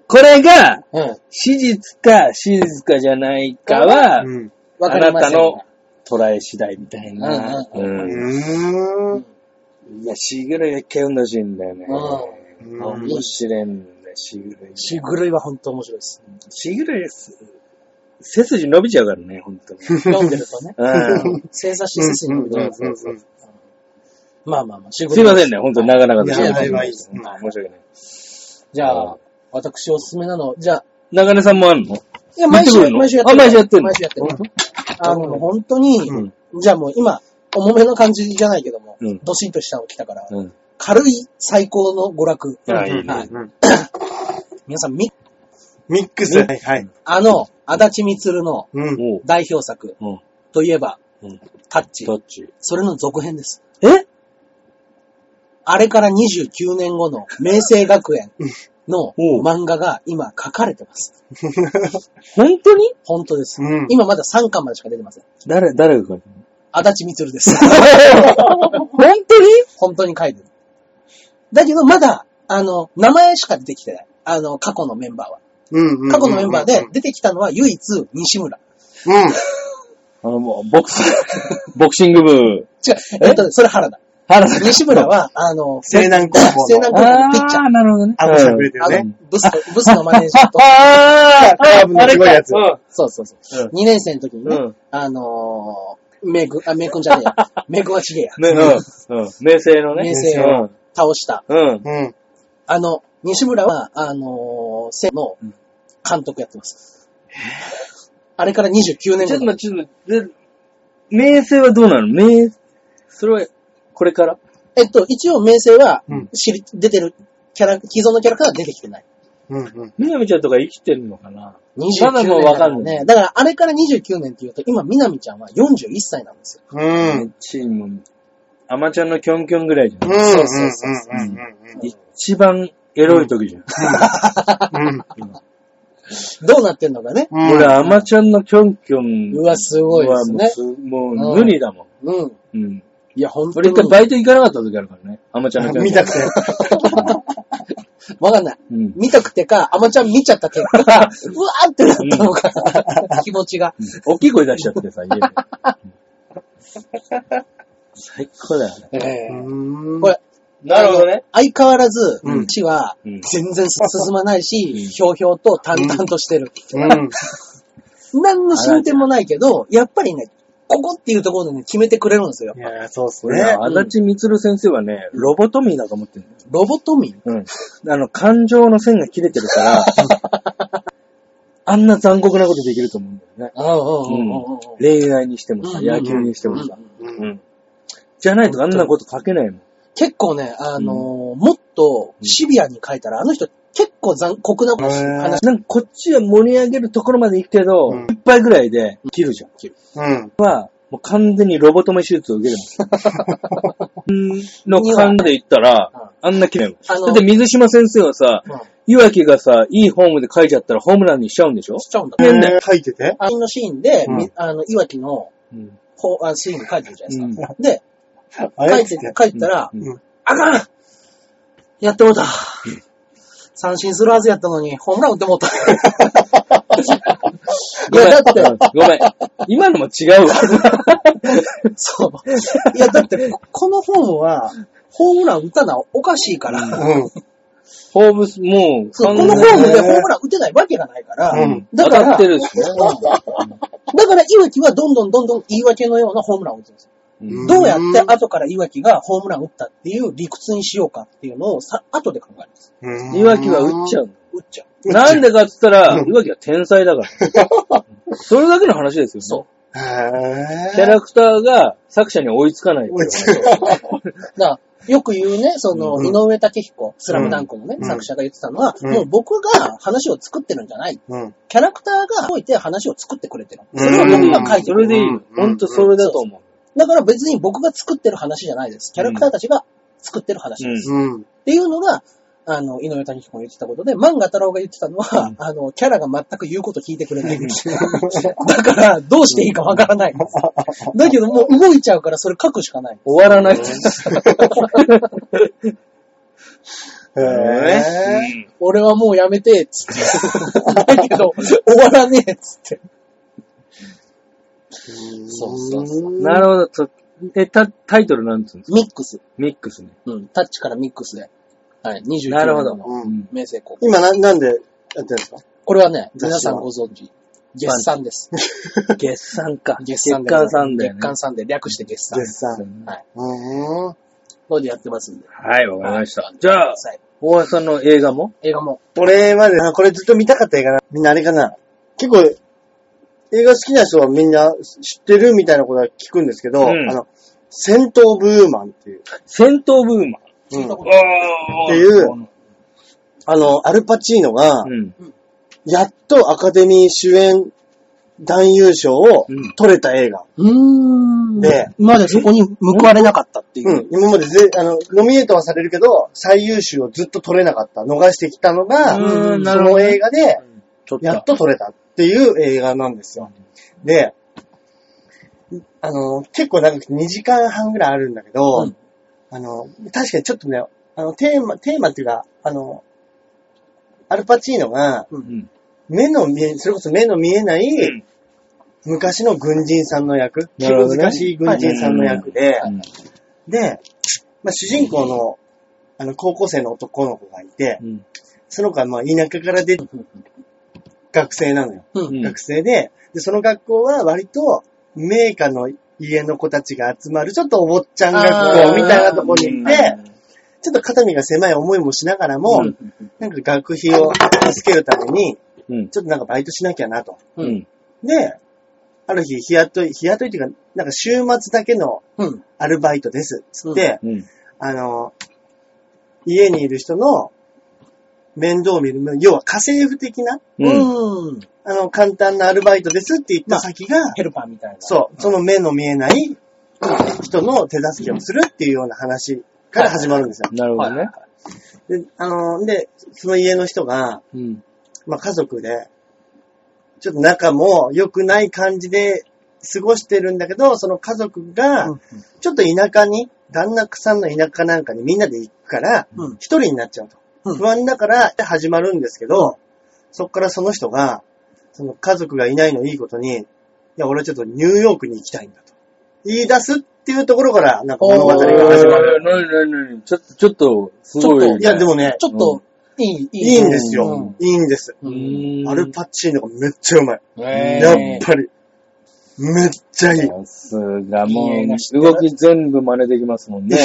[SPEAKER 3] これが、
[SPEAKER 2] うん。
[SPEAKER 3] 史実か史実かじゃないかは、
[SPEAKER 1] うん。
[SPEAKER 2] わ
[SPEAKER 3] あ
[SPEAKER 2] かり
[SPEAKER 3] な
[SPEAKER 2] ませ
[SPEAKER 3] た
[SPEAKER 2] ん
[SPEAKER 3] の捉え次第みたいな。
[SPEAKER 2] うんうん
[SPEAKER 3] うん
[SPEAKER 1] うーん。
[SPEAKER 3] いや、シグレがけうんだしいんだよね。
[SPEAKER 1] うん
[SPEAKER 3] 面白いんだよ、シグレ。
[SPEAKER 2] シグルイは本当面白いです。
[SPEAKER 3] シグレ、背筋伸びちゃうからね、本 当に。
[SPEAKER 2] 読んでるとね。
[SPEAKER 3] うん
[SPEAKER 2] 正座して背筋伸びてるんですよ
[SPEAKER 1] うんうんうん
[SPEAKER 2] まあまあまあ、シグ
[SPEAKER 3] す
[SPEAKER 2] ル
[SPEAKER 3] い
[SPEAKER 2] イ
[SPEAKER 3] ませんね、本当に長々と
[SPEAKER 1] いやあ
[SPEAKER 3] 喋って
[SPEAKER 1] れ
[SPEAKER 3] もら
[SPEAKER 1] はい
[SPEAKER 3] っ
[SPEAKER 1] いで
[SPEAKER 3] て。
[SPEAKER 1] す
[SPEAKER 3] うん申し訳ない。
[SPEAKER 2] じゃ
[SPEAKER 3] う
[SPEAKER 2] あ
[SPEAKER 3] ん、
[SPEAKER 2] 私おすすめなの、じゃあ、
[SPEAKER 3] 長根さんもある
[SPEAKER 2] い
[SPEAKER 3] の
[SPEAKER 2] や、
[SPEAKER 3] 言っ
[SPEAKER 2] 毎
[SPEAKER 3] てく
[SPEAKER 2] 週、
[SPEAKER 3] れるの
[SPEAKER 2] 毎週やって
[SPEAKER 3] あ
[SPEAKER 2] る。
[SPEAKER 3] 毎週やってるの
[SPEAKER 2] 毎週やってる
[SPEAKER 3] うん。
[SPEAKER 2] あの、本当に、
[SPEAKER 1] うん
[SPEAKER 2] じゃあもう今、重めの感じじゃないけども、
[SPEAKER 3] うん
[SPEAKER 2] ドシンとしたの来たから、
[SPEAKER 3] うん。
[SPEAKER 2] 軽い最高の娯楽。
[SPEAKER 3] いやいいね
[SPEAKER 2] は皆さん、み、
[SPEAKER 1] ミックス。はいはい。
[SPEAKER 2] あの、足立みつるの
[SPEAKER 1] うん。
[SPEAKER 3] も
[SPEAKER 2] 代表作
[SPEAKER 3] う、うん。
[SPEAKER 2] といえば、
[SPEAKER 3] うん
[SPEAKER 2] タッチ
[SPEAKER 3] ど。っち
[SPEAKER 2] それの続編です。
[SPEAKER 3] え
[SPEAKER 2] あれから29年後の明星学園 の
[SPEAKER 3] おう
[SPEAKER 2] 漫画が今書かれてます。
[SPEAKER 3] 本当に
[SPEAKER 2] 本当です。
[SPEAKER 1] うん
[SPEAKER 2] 今まだ3巻までしか出てません。
[SPEAKER 3] 誰、誰が書いてる
[SPEAKER 2] 足立みつ るです。
[SPEAKER 3] の本当に
[SPEAKER 2] 本当に書いてる。だけどまだ、あの、名前しか出てきてない。あの、過去のメンバーは。
[SPEAKER 1] うん。
[SPEAKER 2] 過去のメンバーで出てきたのは唯一西村。
[SPEAKER 1] う
[SPEAKER 3] あの、もう、ボクシング、 ボクシング部、
[SPEAKER 2] 違う、
[SPEAKER 3] え
[SPEAKER 2] えっと、それ原田。
[SPEAKER 3] 原田
[SPEAKER 2] 西村は、あの、
[SPEAKER 1] 西南高校の
[SPEAKER 2] 西南高校のピッチャー。
[SPEAKER 3] ー、なるほどね。
[SPEAKER 1] あのしゃくれてる
[SPEAKER 2] あ
[SPEAKER 1] ね
[SPEAKER 2] の、ブスの、ブスのマネージャーと
[SPEAKER 3] あ
[SPEAKER 1] あ
[SPEAKER 3] ー、あれ
[SPEAKER 1] すごい
[SPEAKER 3] か
[SPEAKER 1] やつ
[SPEAKER 2] そうそうそうう。2
[SPEAKER 3] ん
[SPEAKER 2] 年生の時にね
[SPEAKER 3] うん、
[SPEAKER 2] あのー、メイク、あ、メイクんじゃねえや。 メイクはちげえや。
[SPEAKER 3] ね、うん。うん。名声のね。
[SPEAKER 2] 名声を倒した。
[SPEAKER 3] うん。うん。
[SPEAKER 1] ん。うん。
[SPEAKER 2] あの、西村は、あのー、生の監督やってます。あれから29年
[SPEAKER 3] ちょっと
[SPEAKER 2] 後
[SPEAKER 3] 待って、ちょっと待って、で名声はどうなの名、それは、これから
[SPEAKER 2] えっと、一応、名声は
[SPEAKER 1] うん、
[SPEAKER 2] 知り、出てるキャラ、既存のキャラから出てきてない。
[SPEAKER 1] うん。うん。
[SPEAKER 3] 南ちゃんとか生きてるのかな
[SPEAKER 2] 29
[SPEAKER 3] まだもう
[SPEAKER 2] 年
[SPEAKER 3] わ
[SPEAKER 2] だか
[SPEAKER 3] か
[SPEAKER 2] ら
[SPEAKER 3] んない
[SPEAKER 2] ね。だから、あれから29年っていうと、今、みなみちゃんは41歳なんですよ。
[SPEAKER 1] うん。
[SPEAKER 3] チーム、アマちゃんのキョンキョンぐらいじゃん。
[SPEAKER 1] そうそうそう。うん。
[SPEAKER 3] 一番エロい時じゃ
[SPEAKER 1] う
[SPEAKER 3] ん。
[SPEAKER 1] ん。
[SPEAKER 2] どうなってんのかね。
[SPEAKER 1] うん。
[SPEAKER 3] 俺、アマちゃんのキョンキョン
[SPEAKER 2] うわ、すごいですね。
[SPEAKER 3] はもうもう無理だもん。
[SPEAKER 2] うん。
[SPEAKER 3] うん。
[SPEAKER 2] いや、本当
[SPEAKER 3] 俺
[SPEAKER 2] に
[SPEAKER 3] 一。回バイト行かなかった時あるからね。アマちゃんのキョン
[SPEAKER 1] 見
[SPEAKER 3] キ
[SPEAKER 1] た
[SPEAKER 3] ョン
[SPEAKER 1] く。て。
[SPEAKER 2] わかんない。
[SPEAKER 3] うん。
[SPEAKER 2] 見たくてか、アマちゃん見ちゃった結果、うわーってなったのか、気持ちが。
[SPEAKER 3] 大きい声出しちゃってさ、家で。最高だよね。
[SPEAKER 2] ええ
[SPEAKER 1] うん。
[SPEAKER 2] これ、
[SPEAKER 3] なるほどね
[SPEAKER 2] あの。相変わらず
[SPEAKER 1] う、ん
[SPEAKER 2] 地は
[SPEAKER 3] うん
[SPEAKER 2] 全然進まないし、
[SPEAKER 3] ん
[SPEAKER 2] ひょうひょうと淡々としてる。
[SPEAKER 1] うん。
[SPEAKER 2] 何の進展もないけど、やっぱりね、ここっていうところでね、決めてくれるんですよ
[SPEAKER 1] い。やー、そうっす
[SPEAKER 3] 俺ね
[SPEAKER 1] ね。
[SPEAKER 2] うん
[SPEAKER 3] 足立みつる先生はね、ロボトミーだと思ってるんだよ。
[SPEAKER 2] ロボトミー
[SPEAKER 3] うん。あの、感情の線が切れてる から、あんな残酷なことできると思うんだよね。
[SPEAKER 2] ああ、ああ
[SPEAKER 3] 恋愛にしてもさ、
[SPEAKER 2] うんうんうん
[SPEAKER 3] 野球にしてもさ。
[SPEAKER 1] う
[SPEAKER 3] うんん。じゃないとあんなこと書けないもん。
[SPEAKER 2] 結構ね、あのーもっとシビアに書いたら、あの人結構残酷なことする話。
[SPEAKER 3] なんかこっちは盛り上げるところまで行くけど、
[SPEAKER 1] うん
[SPEAKER 3] いっぱいぐらいで切るじゃん。
[SPEAKER 1] うん。
[SPEAKER 3] は、もう完全にロボトミー手術を受けてます。 の感じで言ったら、あんな綺麗
[SPEAKER 2] あの
[SPEAKER 3] だって水島先生はさ、
[SPEAKER 2] うん
[SPEAKER 3] 岩木がさ、いいホームで書いちゃったらホームランにしちゃうんでしょ
[SPEAKER 2] しちゃうんだ。
[SPEAKER 3] 変だ
[SPEAKER 1] えー書いてて
[SPEAKER 2] あのシーンで、み
[SPEAKER 1] うん
[SPEAKER 2] あの、いわきの、
[SPEAKER 3] うん。
[SPEAKER 2] ほあシーン書いてるじゃないですか。で、
[SPEAKER 1] あ
[SPEAKER 2] 書
[SPEAKER 1] れ
[SPEAKER 2] いて、書いてたら、
[SPEAKER 3] うん
[SPEAKER 2] あかんやってもうた。三振するはずやったのに、ホームラン打ってもうた。い
[SPEAKER 3] ごめん
[SPEAKER 2] や、だって、
[SPEAKER 3] ごめん。今のも違うわ。
[SPEAKER 2] そう。いや、だって、このフォームは、ホームラン打たなおかしいから、
[SPEAKER 1] うん。
[SPEAKER 3] ホームス、もう、
[SPEAKER 2] そうこ
[SPEAKER 3] 完
[SPEAKER 2] の
[SPEAKER 3] 全
[SPEAKER 2] フォ
[SPEAKER 3] に
[SPEAKER 2] ームでホームラン打てないわけがないから、
[SPEAKER 1] うん
[SPEAKER 2] だから
[SPEAKER 3] 当たってるし ね。
[SPEAKER 2] だからいわきはどんどんどんどん言い訳のようなホームランを打つんですよ。
[SPEAKER 1] うん
[SPEAKER 2] どうやって後からいわきがホームラン打ったっていう理屈にしようかっていうのをさ、後で考えるんです。
[SPEAKER 1] うん
[SPEAKER 3] いわきは打っちゃうの。
[SPEAKER 2] 打っちゃう。
[SPEAKER 3] なんでかっつったら、
[SPEAKER 1] うん
[SPEAKER 3] いわきは天才だから。 それだけの話ですよ、ね。
[SPEAKER 2] そ
[SPEAKER 1] へぇー。
[SPEAKER 3] キャラクターが作者に追いつかないっていう
[SPEAKER 2] だ
[SPEAKER 3] 話。
[SPEAKER 2] から、よく言うね、その、
[SPEAKER 1] うん
[SPEAKER 2] 井上武彦、スラムダンクのね、
[SPEAKER 1] うん
[SPEAKER 2] 作者が言ってたのは、
[SPEAKER 1] うん
[SPEAKER 2] もう僕が話を作ってるんじゃない。
[SPEAKER 1] うん。
[SPEAKER 2] キャラクターが動いて話を作ってくれてる。
[SPEAKER 1] うん
[SPEAKER 2] それを僕が書いて
[SPEAKER 3] そ
[SPEAKER 2] くれ
[SPEAKER 3] れ
[SPEAKER 2] て
[SPEAKER 3] で
[SPEAKER 2] る。
[SPEAKER 3] いいの。ほんとそれだと思う。
[SPEAKER 2] だから別に僕が作ってる話じゃないです。キャラクターたちが作ってる話です。
[SPEAKER 1] うん。
[SPEAKER 2] っていうのが、あの、井上谷彦が言ってたことで、漫画太郎が言ってたのは、
[SPEAKER 3] うん
[SPEAKER 2] あの、キャラが全く言うこと聞いてくれない。だから、どうしていいかわからない。だけど、もう動いちゃうから、それ書くしかない。
[SPEAKER 3] 終わらないって。
[SPEAKER 1] へぇ
[SPEAKER 3] うん
[SPEAKER 2] 俺はもうやめて、つ って。だけど、終わらねえ、つって。
[SPEAKER 1] ー。
[SPEAKER 2] そうそうそ
[SPEAKER 1] そう
[SPEAKER 3] なるほどと。え、た、タイトルなんつうんですか
[SPEAKER 2] ミックス。
[SPEAKER 3] ミックスね。
[SPEAKER 2] うん、タッチからミックスで。はい、29年
[SPEAKER 3] なるほど。
[SPEAKER 2] の
[SPEAKER 1] うん
[SPEAKER 2] 名成功。
[SPEAKER 1] 今な、なんでやってるんですか
[SPEAKER 2] これはね、
[SPEAKER 1] 雑誌は
[SPEAKER 2] 皆さんご存知。月産です。
[SPEAKER 3] 月産か。
[SPEAKER 2] 月産
[SPEAKER 3] 月間さんだよ
[SPEAKER 2] 月
[SPEAKER 3] ね。
[SPEAKER 2] 刊さんで略して月産。
[SPEAKER 1] 絶賛。
[SPEAKER 2] はい。
[SPEAKER 1] うーん。
[SPEAKER 2] これでやってますんで。
[SPEAKER 3] はい、わかりました。じゃあ、
[SPEAKER 2] はい
[SPEAKER 3] 大橋さんの映画も
[SPEAKER 2] 映画も
[SPEAKER 1] これまで、あこれずっと見たかった映画な。みんなあれかな。結構、映画好きな人はみんな知ってるみたいなことは聞くんですけど、
[SPEAKER 3] うん
[SPEAKER 1] あの、戦闘ブルーマンっていう。
[SPEAKER 3] 戦闘ブ
[SPEAKER 1] う
[SPEAKER 3] ーマン。
[SPEAKER 1] ん
[SPEAKER 2] 聞いたこ
[SPEAKER 1] っていう、あの、アルパチーノが、
[SPEAKER 3] うん。
[SPEAKER 1] やっとアカデミー主演男優賞を
[SPEAKER 3] うん
[SPEAKER 1] 取れた映画。
[SPEAKER 2] うーん。
[SPEAKER 1] で
[SPEAKER 2] までそこに報われなかったっていうう。
[SPEAKER 1] ん。今までぜ、あの、ノミネートはされるけど、最優秀をずっと取れなかった、逃してきたのが、
[SPEAKER 2] う
[SPEAKER 3] うんん、
[SPEAKER 1] そ
[SPEAKER 3] なるほど
[SPEAKER 1] の
[SPEAKER 3] ね。
[SPEAKER 1] 映画で、
[SPEAKER 3] ちょっと。
[SPEAKER 1] やっと撮れたっていう映画なんですよ。で、あの、結構長くて2時間半ぐらいあるんだけど、
[SPEAKER 2] うん
[SPEAKER 1] あの、確かにちょっとね、あの、テーマ、テーマっていうか、あの、アルパチーノが、
[SPEAKER 3] うん。
[SPEAKER 1] 目の見え、それこそ目の見えない、
[SPEAKER 3] うん
[SPEAKER 1] 昔の軍人さんの役、気
[SPEAKER 3] なるほどね
[SPEAKER 1] 難しい軍人さんの役で、
[SPEAKER 3] うん
[SPEAKER 1] で、まあ、主人公の、あの、高校生の男の子がいて、
[SPEAKER 3] うん
[SPEAKER 1] その子はまあ田舎から出て学生なのよ。
[SPEAKER 2] うん。
[SPEAKER 1] 学生で、で、その学校は割と、名家の家の子たちが集まる、ちょっとお坊ちゃん学校みたいなところに行って、ちょっと肩身が狭い思いもしながらも、
[SPEAKER 3] うん
[SPEAKER 1] なんか学費を助けるために、
[SPEAKER 3] うん。
[SPEAKER 1] ちょっとなんかバイトしなきゃなと。
[SPEAKER 2] う
[SPEAKER 3] うんん。
[SPEAKER 1] で、ある日、日雇い、日雇いっていうか、なんか週末だけの
[SPEAKER 2] うん。
[SPEAKER 1] アルバイトです。つって、
[SPEAKER 3] うん。
[SPEAKER 1] あの、家にいる人の面倒を見る、要は家政婦的な、
[SPEAKER 3] うん。
[SPEAKER 2] うん。
[SPEAKER 1] あの、簡単なアルバイトですって言った先が、
[SPEAKER 2] ヘルパーみたいな。
[SPEAKER 1] そう、その目の見えない人の手助けをするっていうような話から始まるんですよ。
[SPEAKER 3] なるほどね。
[SPEAKER 1] で、あのーで、その家の人が、
[SPEAKER 3] うん。
[SPEAKER 1] まあ、家族で、ちょっと仲も良くない感じで過ごしてるんだけど、その家族が
[SPEAKER 2] うん、
[SPEAKER 1] ちょっと田舎に、旦那さんの田舎なんかにみんなで行くから、
[SPEAKER 2] うん
[SPEAKER 1] 一人になっちゃうと。
[SPEAKER 2] うん
[SPEAKER 1] 不安だからで始まるんですけど、そっからその人が、その家族がいないのいいことに、いや、俺ちょっとニューヨークに行きたいんだと。言い出すっていうところから、なんか物語が
[SPEAKER 2] おー
[SPEAKER 1] 始まる。
[SPEAKER 3] なになになにちょっと、ちょっと、すごいね。
[SPEAKER 1] いや、でもね、
[SPEAKER 2] ちょっと、いい、
[SPEAKER 1] いいんです
[SPEAKER 2] う
[SPEAKER 1] よ
[SPEAKER 2] ん。
[SPEAKER 1] いいんです。
[SPEAKER 2] うん
[SPEAKER 1] アルパッチーノがめっちゃうまい。
[SPEAKER 3] ね
[SPEAKER 1] やっぱり。めっちゃいい。
[SPEAKER 3] さすが、も
[SPEAKER 2] いい映画知って
[SPEAKER 3] う、
[SPEAKER 2] る
[SPEAKER 3] 動き全部真似できますもんね。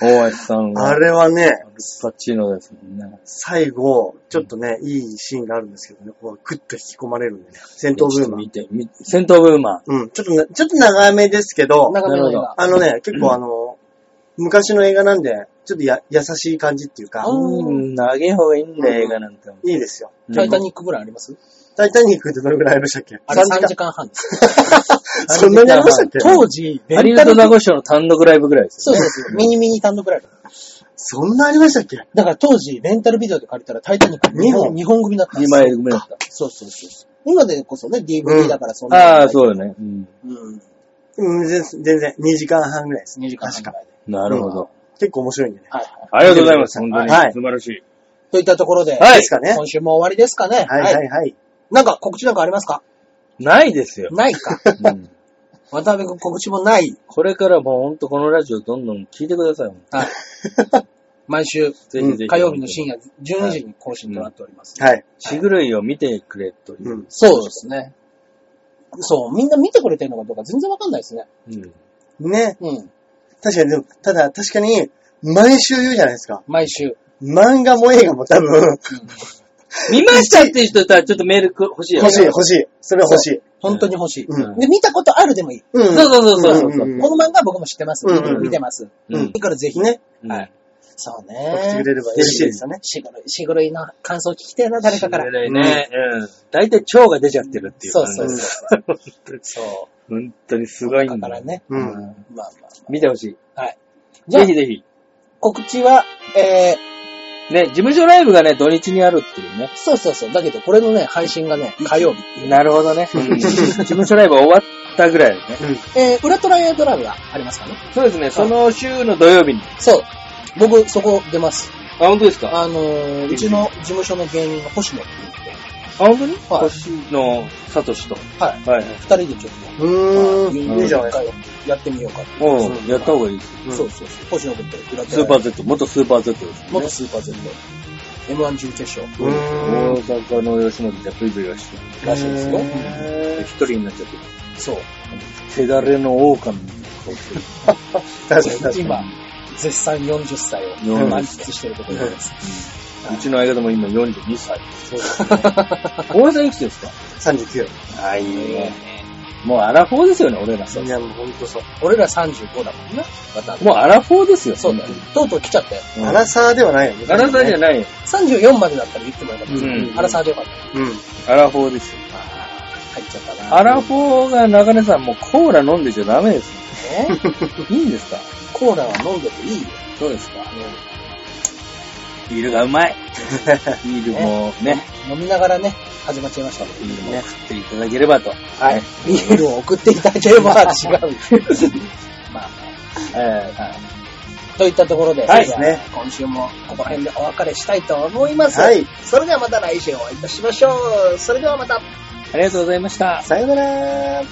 [SPEAKER 3] 大橋さんは。
[SPEAKER 1] あ
[SPEAKER 3] アル
[SPEAKER 1] れはね、
[SPEAKER 3] パッチーノですもんね。
[SPEAKER 1] 最後、ちょっとね、いいシーンがあるんですけどね、こう、グッと引き込まれるんでね。戦闘ブーマー
[SPEAKER 3] 見。て、見て戦闘ブーマー。
[SPEAKER 1] うん、ちょっとね、ちょっと長めですけど、
[SPEAKER 2] 長めの映
[SPEAKER 3] なるほ
[SPEAKER 2] 画。
[SPEAKER 1] あのね、結構あの、昔の映画なんで、ちょっとや、優しい感じっていうか、
[SPEAKER 2] うん
[SPEAKER 3] うん、長い方がいいんだよ、映画なんて。
[SPEAKER 1] いいですよ。
[SPEAKER 2] タイタニ
[SPEAKER 3] ッ
[SPEAKER 2] ックぐらいあります
[SPEAKER 1] タイタニックってどれくらいありましたっけ
[SPEAKER 2] あれ3
[SPEAKER 1] 3
[SPEAKER 2] 時間半です。
[SPEAKER 1] 間。そんなにありましたっけ
[SPEAKER 2] 当時、レ
[SPEAKER 3] ハリウ
[SPEAKER 2] ン
[SPEAKER 3] ッ
[SPEAKER 2] タ
[SPEAKER 3] ド
[SPEAKER 2] ル
[SPEAKER 3] ザコシショウの単独ライブぐらいですよ。
[SPEAKER 2] そうそうそう。ミニミニ単独ライブ。
[SPEAKER 1] そんなありましたっけ
[SPEAKER 2] だから当時、レンタルビデオで借りたらタイタニック
[SPEAKER 1] 二本
[SPEAKER 2] 日本組だったんで
[SPEAKER 3] 2
[SPEAKER 2] すよ
[SPEAKER 3] 枚組だった。
[SPEAKER 2] そうそうそうそう。今でこそね、
[SPEAKER 1] うん
[SPEAKER 2] DVD だからそんな、
[SPEAKER 3] ああ、そうだね。うん。
[SPEAKER 2] う。うん。
[SPEAKER 1] うん、全全然、2時間半ぐらいです。
[SPEAKER 2] 2時間半ぐらいで。
[SPEAKER 3] なるほど。
[SPEAKER 1] 結構面白いんでね。
[SPEAKER 2] はいはい。
[SPEAKER 3] ありがとうございます。
[SPEAKER 1] はい
[SPEAKER 3] 本当に。
[SPEAKER 1] はい
[SPEAKER 3] 素晴らしい。
[SPEAKER 2] といったところで、
[SPEAKER 3] はい
[SPEAKER 1] ですかね。
[SPEAKER 2] 今週も終わりですかね。
[SPEAKER 1] はいはいはい。
[SPEAKER 2] なんか告知なんかありますか
[SPEAKER 3] ないですよ。
[SPEAKER 2] ないか。
[SPEAKER 3] うん
[SPEAKER 2] 渡辺君告知もない。
[SPEAKER 3] これからもうほんとこのラジオどんどん聞いてください。
[SPEAKER 2] はい。毎週
[SPEAKER 3] ぜひぜひ。
[SPEAKER 2] 火曜日の深夜12時に更新となっております。
[SPEAKER 1] はい。
[SPEAKER 3] しぐるいを見てくれというう。
[SPEAKER 1] ん。
[SPEAKER 2] そうですね。そう、みんな見てくれてるのかどうか全然わかんないですね。
[SPEAKER 3] うん
[SPEAKER 1] ね。
[SPEAKER 2] うん。
[SPEAKER 1] 確かに、でも、ただ、確かに、毎週言うじゃないですか。
[SPEAKER 2] 毎週。
[SPEAKER 1] 漫画も映画も多分、
[SPEAKER 3] 見ましたっていう人いたらちょっとメールく欲しいよね。
[SPEAKER 1] 欲しい欲しい。それは欲しい。
[SPEAKER 2] 本当に欲しい。
[SPEAKER 1] うん
[SPEAKER 2] で、見たことあるでもいい。
[SPEAKER 1] うん。
[SPEAKER 3] そうそうそうそう。
[SPEAKER 1] んんん
[SPEAKER 2] この漫画は僕も知ってます。
[SPEAKER 1] うんうんうん
[SPEAKER 2] 見てます。
[SPEAKER 3] うん
[SPEAKER 2] だからぜひね。
[SPEAKER 1] ね。
[SPEAKER 3] はい。
[SPEAKER 2] そう
[SPEAKER 1] 送って
[SPEAKER 2] ね
[SPEAKER 1] く。れれば嬉しいですよね。
[SPEAKER 2] しぐるい、しぐるいの感想聞きてえな、誰かから。
[SPEAKER 3] ね、うん。大体腸が出ちゃってるっていう
[SPEAKER 2] そう
[SPEAKER 3] 感じ
[SPEAKER 2] そ
[SPEAKER 3] で
[SPEAKER 2] う
[SPEAKER 3] す。
[SPEAKER 2] そう。そう。
[SPEAKER 3] 本当にすごい
[SPEAKER 2] だ
[SPEAKER 3] んだ
[SPEAKER 2] から。ね。
[SPEAKER 1] う。
[SPEAKER 3] うんん
[SPEAKER 2] まあまあ。
[SPEAKER 3] 見てほしい。
[SPEAKER 2] じゃあ
[SPEAKER 3] ぜひ、ぜひ。
[SPEAKER 2] 告知は、えー、
[SPEAKER 3] ね、事務所ライブがね、土日にあるっていうね。
[SPEAKER 2] そうそうそう。だけど、これのね、配信がね、火曜日っていう。
[SPEAKER 3] なるほどね。 事務所ライブ終わったぐらいだね。
[SPEAKER 2] えー、裏トライアドラムがありますかね。
[SPEAKER 3] そうですね、その週の土曜日に。
[SPEAKER 2] そう。僕、そこ出ます。
[SPEAKER 3] あ、本当ですかあ、
[SPEAKER 2] あのー、うちの事務所の芸人の星野って言って、
[SPEAKER 3] 本当に
[SPEAKER 2] はい
[SPEAKER 3] 星野さとしと。
[SPEAKER 2] はい。
[SPEAKER 3] はい。
[SPEAKER 2] 二人でちょっと、
[SPEAKER 1] う
[SPEAKER 2] ま
[SPEAKER 1] ー
[SPEAKER 2] あ
[SPEAKER 1] ん。いいじゃない
[SPEAKER 2] 一回やってみようかと。
[SPEAKER 3] おうやった方がいいですよ。
[SPEAKER 1] うん
[SPEAKER 2] そうそうそう。星野君と裏ト
[SPEAKER 3] ス
[SPEAKER 2] ライ
[SPEAKER 3] ーパー Z、元スーパー Z ですね。
[SPEAKER 2] 元スーパーゼント。M1 準決勝
[SPEAKER 1] うーん。
[SPEAKER 3] 大阪の吉本でブイブイはして
[SPEAKER 2] らしいですよ。
[SPEAKER 3] る。一人になっちゃってる。
[SPEAKER 2] そう。
[SPEAKER 3] 手だれの狼みたいな顔
[SPEAKER 1] 確
[SPEAKER 3] してる。
[SPEAKER 1] かに確かに。
[SPEAKER 2] 今、絶賛40歳を
[SPEAKER 3] 40
[SPEAKER 2] 満喫してるところです。
[SPEAKER 3] うちの相方も今42歳。そうですね。大江さんいくつですか
[SPEAKER 1] 39。
[SPEAKER 3] あ、いい。もうアラフォーですよね、俺ら。
[SPEAKER 1] いや、もうほんとそう。
[SPEAKER 2] 俺ら35だもんな。また。
[SPEAKER 3] もうアラフォーですよ。
[SPEAKER 2] そうだよ。とうとう来ちゃったよ。
[SPEAKER 3] うん。
[SPEAKER 1] アラサーではないよね。
[SPEAKER 3] アラサーじゃないよ。
[SPEAKER 2] 34までだったら言ってもよかった。
[SPEAKER 3] うん
[SPEAKER 2] アラサーでよかった。
[SPEAKER 1] うん。
[SPEAKER 3] アラフォーですよ。
[SPEAKER 2] 入っちゃったな。
[SPEAKER 3] アラフォーが中根さん、もうコーラ飲んでちゃダメですよ。
[SPEAKER 2] ね
[SPEAKER 3] いいんですか
[SPEAKER 2] コーラは飲んでていいよ。
[SPEAKER 3] どうですかビールがうまい。ビールもね、
[SPEAKER 2] 飲みながらね、始まっちゃいましたもん
[SPEAKER 3] ビールも食っていただければと。
[SPEAKER 2] はい。ビールを送っていただけれ ば違う。まあ、
[SPEAKER 3] えーはい。
[SPEAKER 2] といったところで、
[SPEAKER 1] はい
[SPEAKER 2] じゃあ
[SPEAKER 1] ね
[SPEAKER 2] 今週もここら辺でお別れしたいと思います。
[SPEAKER 1] はい。
[SPEAKER 2] それではまた来週お会いいたしましょう。それではまた。
[SPEAKER 3] ありがとうございました。
[SPEAKER 1] さよならー。